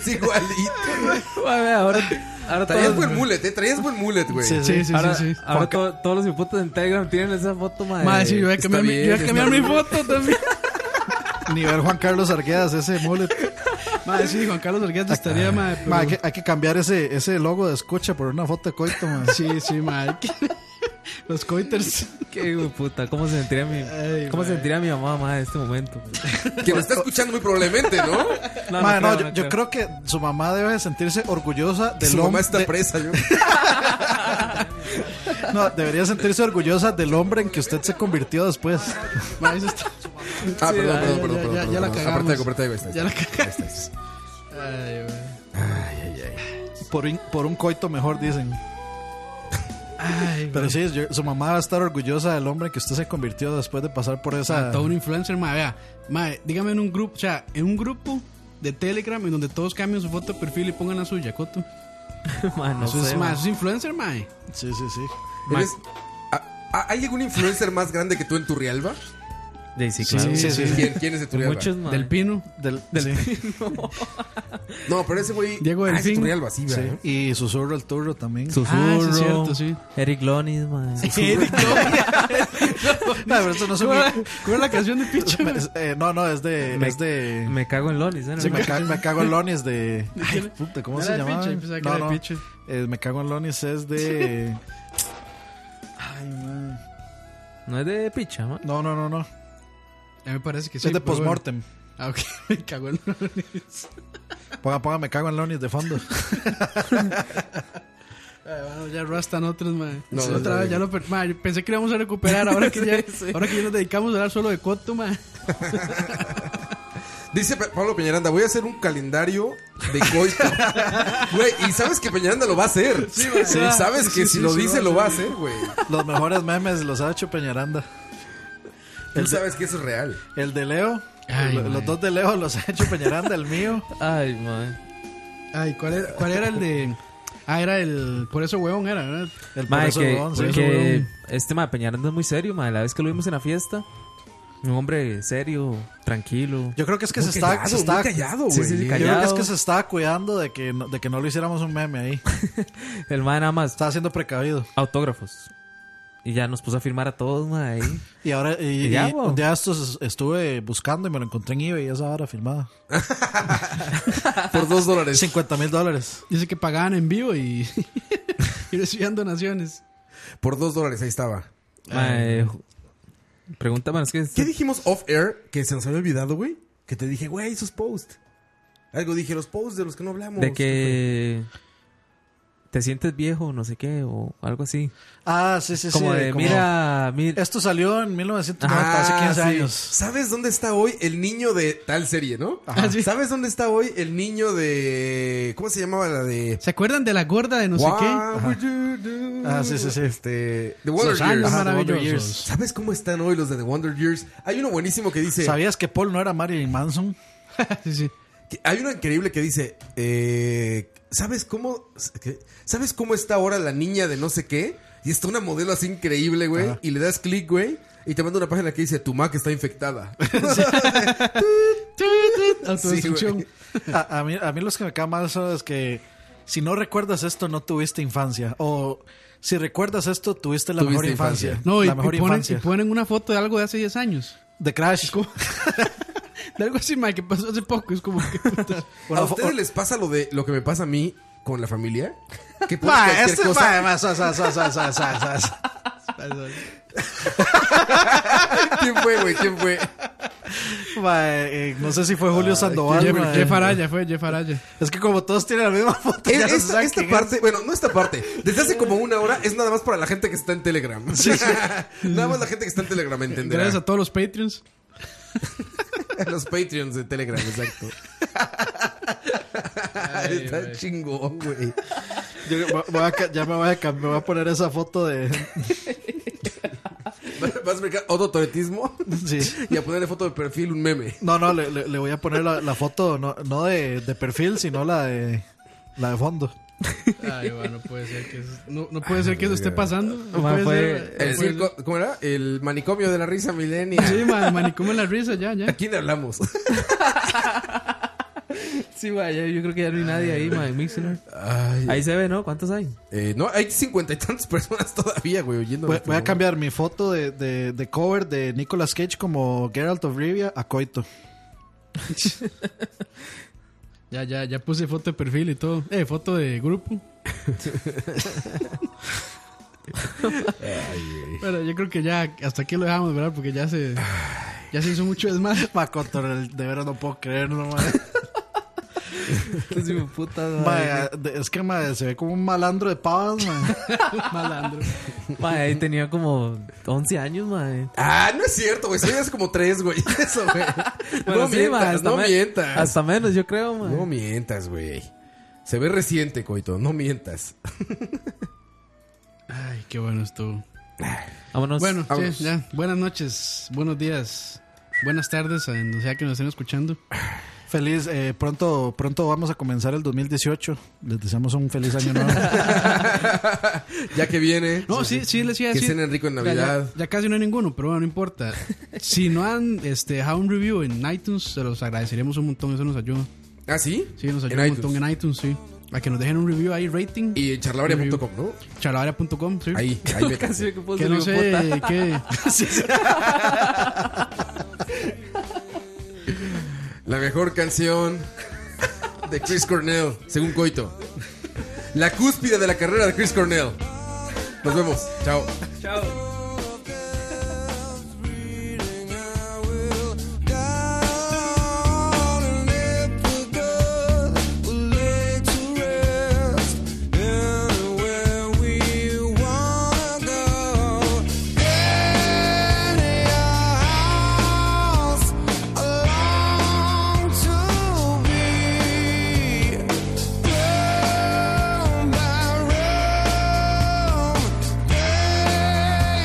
Speaker 5: es igualito.
Speaker 6: ahora,
Speaker 5: traías
Speaker 6: todos-
Speaker 5: buen mullet, eh. Traías buen mullet, güey.
Speaker 6: ahora, Ahora to- todos los hipotes en Telegram tienen esa foto, madre.
Speaker 4: Madre, sí, yo voy a
Speaker 6: Está
Speaker 4: cambiar mi-
Speaker 6: bien,
Speaker 4: yo voy a
Speaker 6: está
Speaker 4: cambiar mi
Speaker 6: bien.
Speaker 4: foto también.
Speaker 3: Nivel Juan Carlos Arguedas, ese mullet. Ah,
Speaker 4: Madre, sí, Juan Carlos Arguedas estaría, madre. pero-
Speaker 3: Ma, hay, que, hay que cambiar ese, ese logo de escucha por una foto de coito, man.
Speaker 4: Sí, sí, man. Los coiters.
Speaker 6: Qué hijo de puta, ¿cómo se sentiría mi,
Speaker 4: Ay,
Speaker 6: cómo se
Speaker 4: madre.
Speaker 6: sentiría mi mamá madre, en este momento? madre?
Speaker 5: Que me está escuchando muy probablemente, ¿no?
Speaker 6: No,
Speaker 3: Ma,
Speaker 6: no
Speaker 3: no,
Speaker 6: creo,
Speaker 3: yo,
Speaker 6: no
Speaker 3: yo creo que su mamá debe sentirse orgullosa del
Speaker 5: Su mamá
Speaker 3: hombre.
Speaker 5: está presa, yo.
Speaker 3: No, debería sentirse orgullosa del hombre en que usted se convirtió después.
Speaker 4: Ma, eso está-
Speaker 5: Ah,
Speaker 4: Sí,
Speaker 5: perdón,
Speaker 4: ya,
Speaker 5: perdón,
Speaker 4: ya,
Speaker 5: perdón,
Speaker 4: ya,
Speaker 5: perdón.
Speaker 4: ya, ya la
Speaker 5: perdón.
Speaker 4: cagamos.
Speaker 5: Aparte de comprarte, güey. está,
Speaker 4: Ya la
Speaker 5: está,
Speaker 4: cagamos.
Speaker 5: está, está.
Speaker 4: Ay, güey.
Speaker 3: Por, un- por un coito mejor, dicen.
Speaker 4: Ay,
Speaker 3: Pero sí, yo- su mamá va a estar orgullosa del hombre en que usted se convirtió después de pasar por esa.
Speaker 4: Ma, todo un influencer, ma, vea. Ma, dígame en un grupo, o sea, en un grupo de Telegram en donde todos cambien su foto de perfil y pongan la suya, Coto.
Speaker 6: Ma, no
Speaker 4: eso,
Speaker 6: sé,
Speaker 4: es, ma,
Speaker 6: ma.
Speaker 4: eso es influencer, mae.
Speaker 3: Sí, sí, sí.
Speaker 5: ¿Eres- ah, ah, ¿Hay algún influencer más grande que tú en Turrialba?
Speaker 6: De- sí, claro.
Speaker 5: ¿Quién, quién es de Turrialba?
Speaker 6: Muchos, ma.
Speaker 4: Del Pino.
Speaker 3: Del,
Speaker 6: Pino.
Speaker 5: No, pero ese güey.
Speaker 3: Diego
Speaker 5: ah, es de Turrialba, sí,
Speaker 3: Sí,
Speaker 5: ¿verdad?
Speaker 3: Y Susurro el Turro también.
Speaker 6: Susurro. Eric Lonis, man.
Speaker 3: No, pero eso no es un-
Speaker 4: ¿Cuál era- cuál era la canción de Picha? ma?
Speaker 3: Es- eh, no, no, es de.
Speaker 6: Me-
Speaker 3: es de
Speaker 6: Me cago en Lonis, ¿eh?
Speaker 3: Sí, me, ca- me cago en Lonis de. Ay,
Speaker 4: quién-
Speaker 3: puta, ¿cómo
Speaker 4: ¿No
Speaker 3: se
Speaker 4: era de
Speaker 3: llamaba?
Speaker 4: Picha? Yo pensaba que
Speaker 3: No,
Speaker 4: era de
Speaker 3: no.
Speaker 4: Picha.
Speaker 3: Eh, me cago en Lonis es de. Ay, man.
Speaker 6: No es de picha, man.
Speaker 3: No, no, no, no.
Speaker 4: Ya me parece que
Speaker 3: Es
Speaker 4: sí.
Speaker 3: de
Speaker 4: pero bueno.
Speaker 3: Postmortem.
Speaker 4: Ah, ok, me cago en Lonis.
Speaker 3: Ponga, ponga, me cago en Lonis de fondo.
Speaker 4: Ay, bueno, ya rastan otros, mae.
Speaker 3: No,
Speaker 4: Sí,
Speaker 3: no,
Speaker 4: otra
Speaker 3: no,
Speaker 4: vez,
Speaker 3: no.
Speaker 4: ya lo per- mae, pensé que lo íbamos a recuperar ahora que ya,
Speaker 6: Sí, sí.
Speaker 4: ahora que ya nos dedicamos a hablar solo de Coto, mae.
Speaker 5: Dice Pa- Pablo Peñaranda, voy a hacer un calendario de coito. Güey, y sabes que Peñaranda lo va a hacer.
Speaker 4: Sí, va a ser.
Speaker 5: Sabes
Speaker 4: Sí, sí,
Speaker 5: que si
Speaker 4: sí,
Speaker 5: lo
Speaker 4: sí,
Speaker 5: dice,
Speaker 4: va a
Speaker 5: lo va a
Speaker 4: ser.
Speaker 5: hacer, güey.
Speaker 3: Los mejores memes los ha hecho Peñaranda.
Speaker 5: Tú sabes que eso es real.
Speaker 3: El de Leo.
Speaker 4: Ay,
Speaker 3: lo-
Speaker 4: man.
Speaker 3: los dos de Leo los ha hecho Peñaranda, el mío.
Speaker 6: Ay, man.
Speaker 4: Ay, ¿cuál era, cuál era el de...? Ah, era el... Por eso huevón era, ¿verdad?
Speaker 3: El
Speaker 6: Mae,
Speaker 3: eso
Speaker 6: que,
Speaker 3: huevón, sí.
Speaker 6: que
Speaker 3: Por eso huevón.
Speaker 6: este ma Peñaranda es muy serio, ma. La vez que lo vimos en la fiesta, un hombre serio, tranquilo.
Speaker 3: Yo creo que es que
Speaker 6: Muy
Speaker 3: se está,
Speaker 6: callado,
Speaker 3: se está-
Speaker 6: muy callado,
Speaker 3: Sí,
Speaker 6: güey.
Speaker 3: sí, sí,
Speaker 6: Callado.
Speaker 3: Yo creo que es que se estaba cuidando de que no, de que no le hiciéramos un meme ahí.
Speaker 6: El ma nada más
Speaker 3: estaba siendo precavido.
Speaker 6: Autógrafos. Y ya nos puso a firmar a todos, ma. Ahí.
Speaker 3: Y ahora y,
Speaker 6: Y ya,
Speaker 3: y
Speaker 6: bo.
Speaker 3: un día estos estuve buscando y me lo encontré en eBay esa hora filmada.
Speaker 5: Por dos dólares.
Speaker 3: 50 mil dólares.
Speaker 4: Dice que pagaban en vivo y... y recibían donaciones.
Speaker 5: Por dos dólares, ahí estaba.
Speaker 4: Ah.
Speaker 6: Ma, eh, ju- pregunta, ma, es que.
Speaker 5: ¿Qué dijimos off-air que se nos había olvidado, güey? Que te dije, güey, esos posts. Algo dije, los posts de los que no hablamos.
Speaker 6: De que. te sientes viejo, no sé qué, o algo así.
Speaker 3: Ah, sí, sí,
Speaker 6: Como
Speaker 3: sí.
Speaker 6: de, mira,
Speaker 3: Esto salió en 1990,
Speaker 5: Ah,
Speaker 3: hace 15
Speaker 5: sí.
Speaker 3: años.
Speaker 5: ¿Sabes dónde está hoy el niño de tal serie, no?
Speaker 6: Ah,
Speaker 5: ¿Sabes dónde está hoy el niño de. ¿Cómo se llamaba la de.?
Speaker 4: ¿Se acuerdan de la gorda de no sé
Speaker 5: Wow,
Speaker 4: qué?
Speaker 5: would you do?
Speaker 4: Ah, sí, sí, sí.
Speaker 5: Este, The Wonder
Speaker 4: Los años
Speaker 5: Years.
Speaker 4: maravillosos.
Speaker 5: Years. ¿Sabes cómo están hoy los de The Wonder Years? Hay uno buenísimo que dice.
Speaker 3: ¿Sabías que Paul no era Marilyn Manson?
Speaker 4: sí, sí.
Speaker 5: Que- Hay uno increíble que dice, eh, ¿sabes cómo qué? sabes cómo está ahora la niña de no sé qué? Y está una modelo así increíble, güey, y le das clic, güey, y te manda una página que dice, tu Mac está infectada.
Speaker 2: um
Speaker 4: Autodestrucción.
Speaker 3: a, a mí, a mí los que me caen mal son los que si no recuerdas esto no tuviste infancia o si recuerdas esto tuviste la mejor infancia.
Speaker 4: No, y,
Speaker 3: la
Speaker 4: y
Speaker 3: mejor
Speaker 4: ponen,
Speaker 3: infancia.
Speaker 4: y ponen una foto de algo de hace 10 años.
Speaker 3: De Crash.
Speaker 4: de algo así, mae, que pasó hace poco. Es como que. putas.
Speaker 5: ¿A ustedes les pasa lo de lo que me pasa a mí con la familia? Que pones
Speaker 3: Ma,
Speaker 5: cualquier
Speaker 3: este
Speaker 5: cosa-
Speaker 3: ma, ma, sa, sa, sa, sa, sa, sa, sa, sa.
Speaker 5: ¿Quién fue, güey? ¿Quién fue?
Speaker 3: Ma, eh, no sé si fue Julio
Speaker 4: Ay,
Speaker 3: Sandoval.
Speaker 4: Jeff,
Speaker 3: ma.
Speaker 4: Jeff Araya, fue Jeff Araya.
Speaker 3: Es que como todos tienen la misma foto.
Speaker 5: Es-
Speaker 3: ya se
Speaker 5: esta
Speaker 3: saben
Speaker 5: esta
Speaker 3: quién es.
Speaker 5: parte, bueno, no esta parte. Desde hace como una hora es nada más para la gente que está en Telegram. nada más la gente que está en Telegram entenderá.
Speaker 4: Gracias a todos los Patreons.
Speaker 5: Los Patreons de Telegram, exacto. Está chingón, güey.
Speaker 3: Yo voy- voy a ca- ya me voy, a, cam- me voy a poner esa foto de...
Speaker 5: Vas a marcar autotoretismo y a ponerle foto de perfil un meme.
Speaker 3: No, no, le, le- le voy a poner la, la foto no, no de, de perfil, sino la de, la de fondo.
Speaker 4: Ay, bueno, no puede ser que, es- no, no puede ser que eso esté pasando. No
Speaker 3: Ma,
Speaker 4: puede
Speaker 3: fue-
Speaker 4: ser,
Speaker 5: El
Speaker 4: no puede
Speaker 5: circo, ¿Cómo era? El manicomio de la risa milenia.
Speaker 4: Sí, ma, el manicomio de la risa, ya, ya.
Speaker 5: ¿A quién le hablamos?
Speaker 6: Sí, ma, ya- yo creo que ya no hay nadie ahí, ma, en Mixler.
Speaker 5: Ay.
Speaker 6: Ahí se ve, ¿no? ¿Cuántos hay?
Speaker 5: Eh, no, hay cincuenta y tantas personas todavía, güey, oyendo.
Speaker 3: Voy, voy a cambiar mi foto de, de- de cover de Nicolas Cage como Geralt of Rivia a Coito.
Speaker 4: Ya, ya, ya puse foto de perfil y todo. Eh, foto de grupo. Bueno, yo creo que ya hasta aquí lo dejamos, ¿verdad? Porque ya se, ya se hizo mucho desmadre.
Speaker 3: Para controlar, de veras no puedo creerlo, man.
Speaker 6: Entonces, mi puta madre.
Speaker 3: Ma, de- es que ma, se ve como un malandro de pavas, man.
Speaker 4: malandro.
Speaker 6: Ma, ahí tenía como 11 años, ma.
Speaker 5: Ah, no es cierto, güey. Soy hace como tres, güey. Eso, güey.
Speaker 6: Bueno,
Speaker 5: no
Speaker 6: sí,
Speaker 5: mientas,
Speaker 6: ma, hasta
Speaker 5: no
Speaker 6: me-
Speaker 5: mientas.
Speaker 6: hasta menos, yo creo, ma.
Speaker 5: No mientas, güey. Se ve reciente, coito. No mientas.
Speaker 4: Ay, qué bueno estuvo.
Speaker 6: Vámonos.
Speaker 4: Bueno, sí,
Speaker 6: Vámonos.
Speaker 4: ya. Buenas noches, buenos días, buenas tardes, a donde sea que nos estén escuchando.
Speaker 3: Feliz, eh, pronto, pronto vamos a comenzar el 2018. Les deseamos un feliz año nuevo.
Speaker 5: Ya que viene.
Speaker 4: No, sí, sí, les iba a
Speaker 5: Que
Speaker 4: decir.
Speaker 5: cenen rico en
Speaker 4: Ya,
Speaker 5: Navidad.
Speaker 4: Ya, ya casi no hay ninguno, pero bueno, no importa. si no han este, dejado un review en iTunes, se los agradeceríamos un montón, eso nos ayuda.
Speaker 5: ¿Ah, sí?
Speaker 4: Sí, nos ayuda
Speaker 5: En
Speaker 4: un montón en iTunes, sí. A que nos dejen un review ahí, rating.
Speaker 5: Y en charlavaria.com, ¿no?
Speaker 4: Charlavaria.com, sí.
Speaker 5: Ahí, ahí me cansé.
Speaker 4: Que no sé qué.
Speaker 5: La mejor canción de Chris Cornell, según Coito. La cúspide de la carrera de Chris Cornell. Nos vemos. Chao.
Speaker 6: Chao.
Speaker 13: Yeah.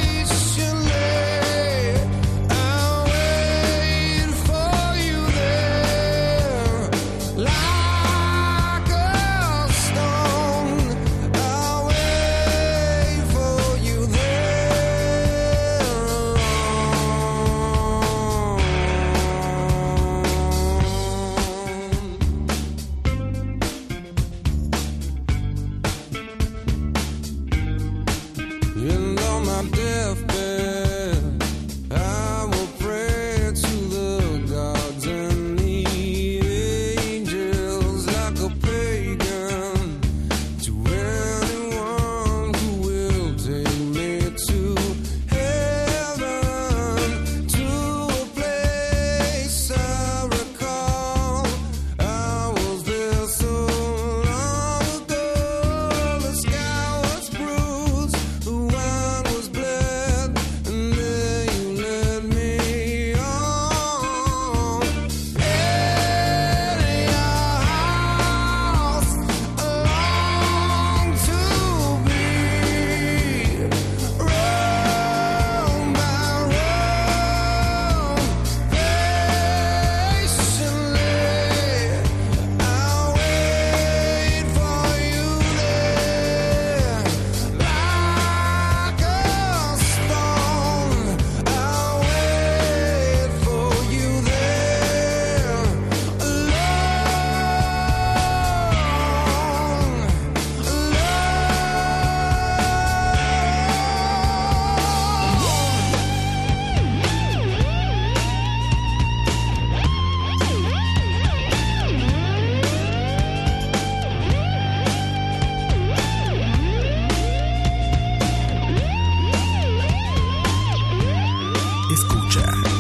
Speaker 4: escucha.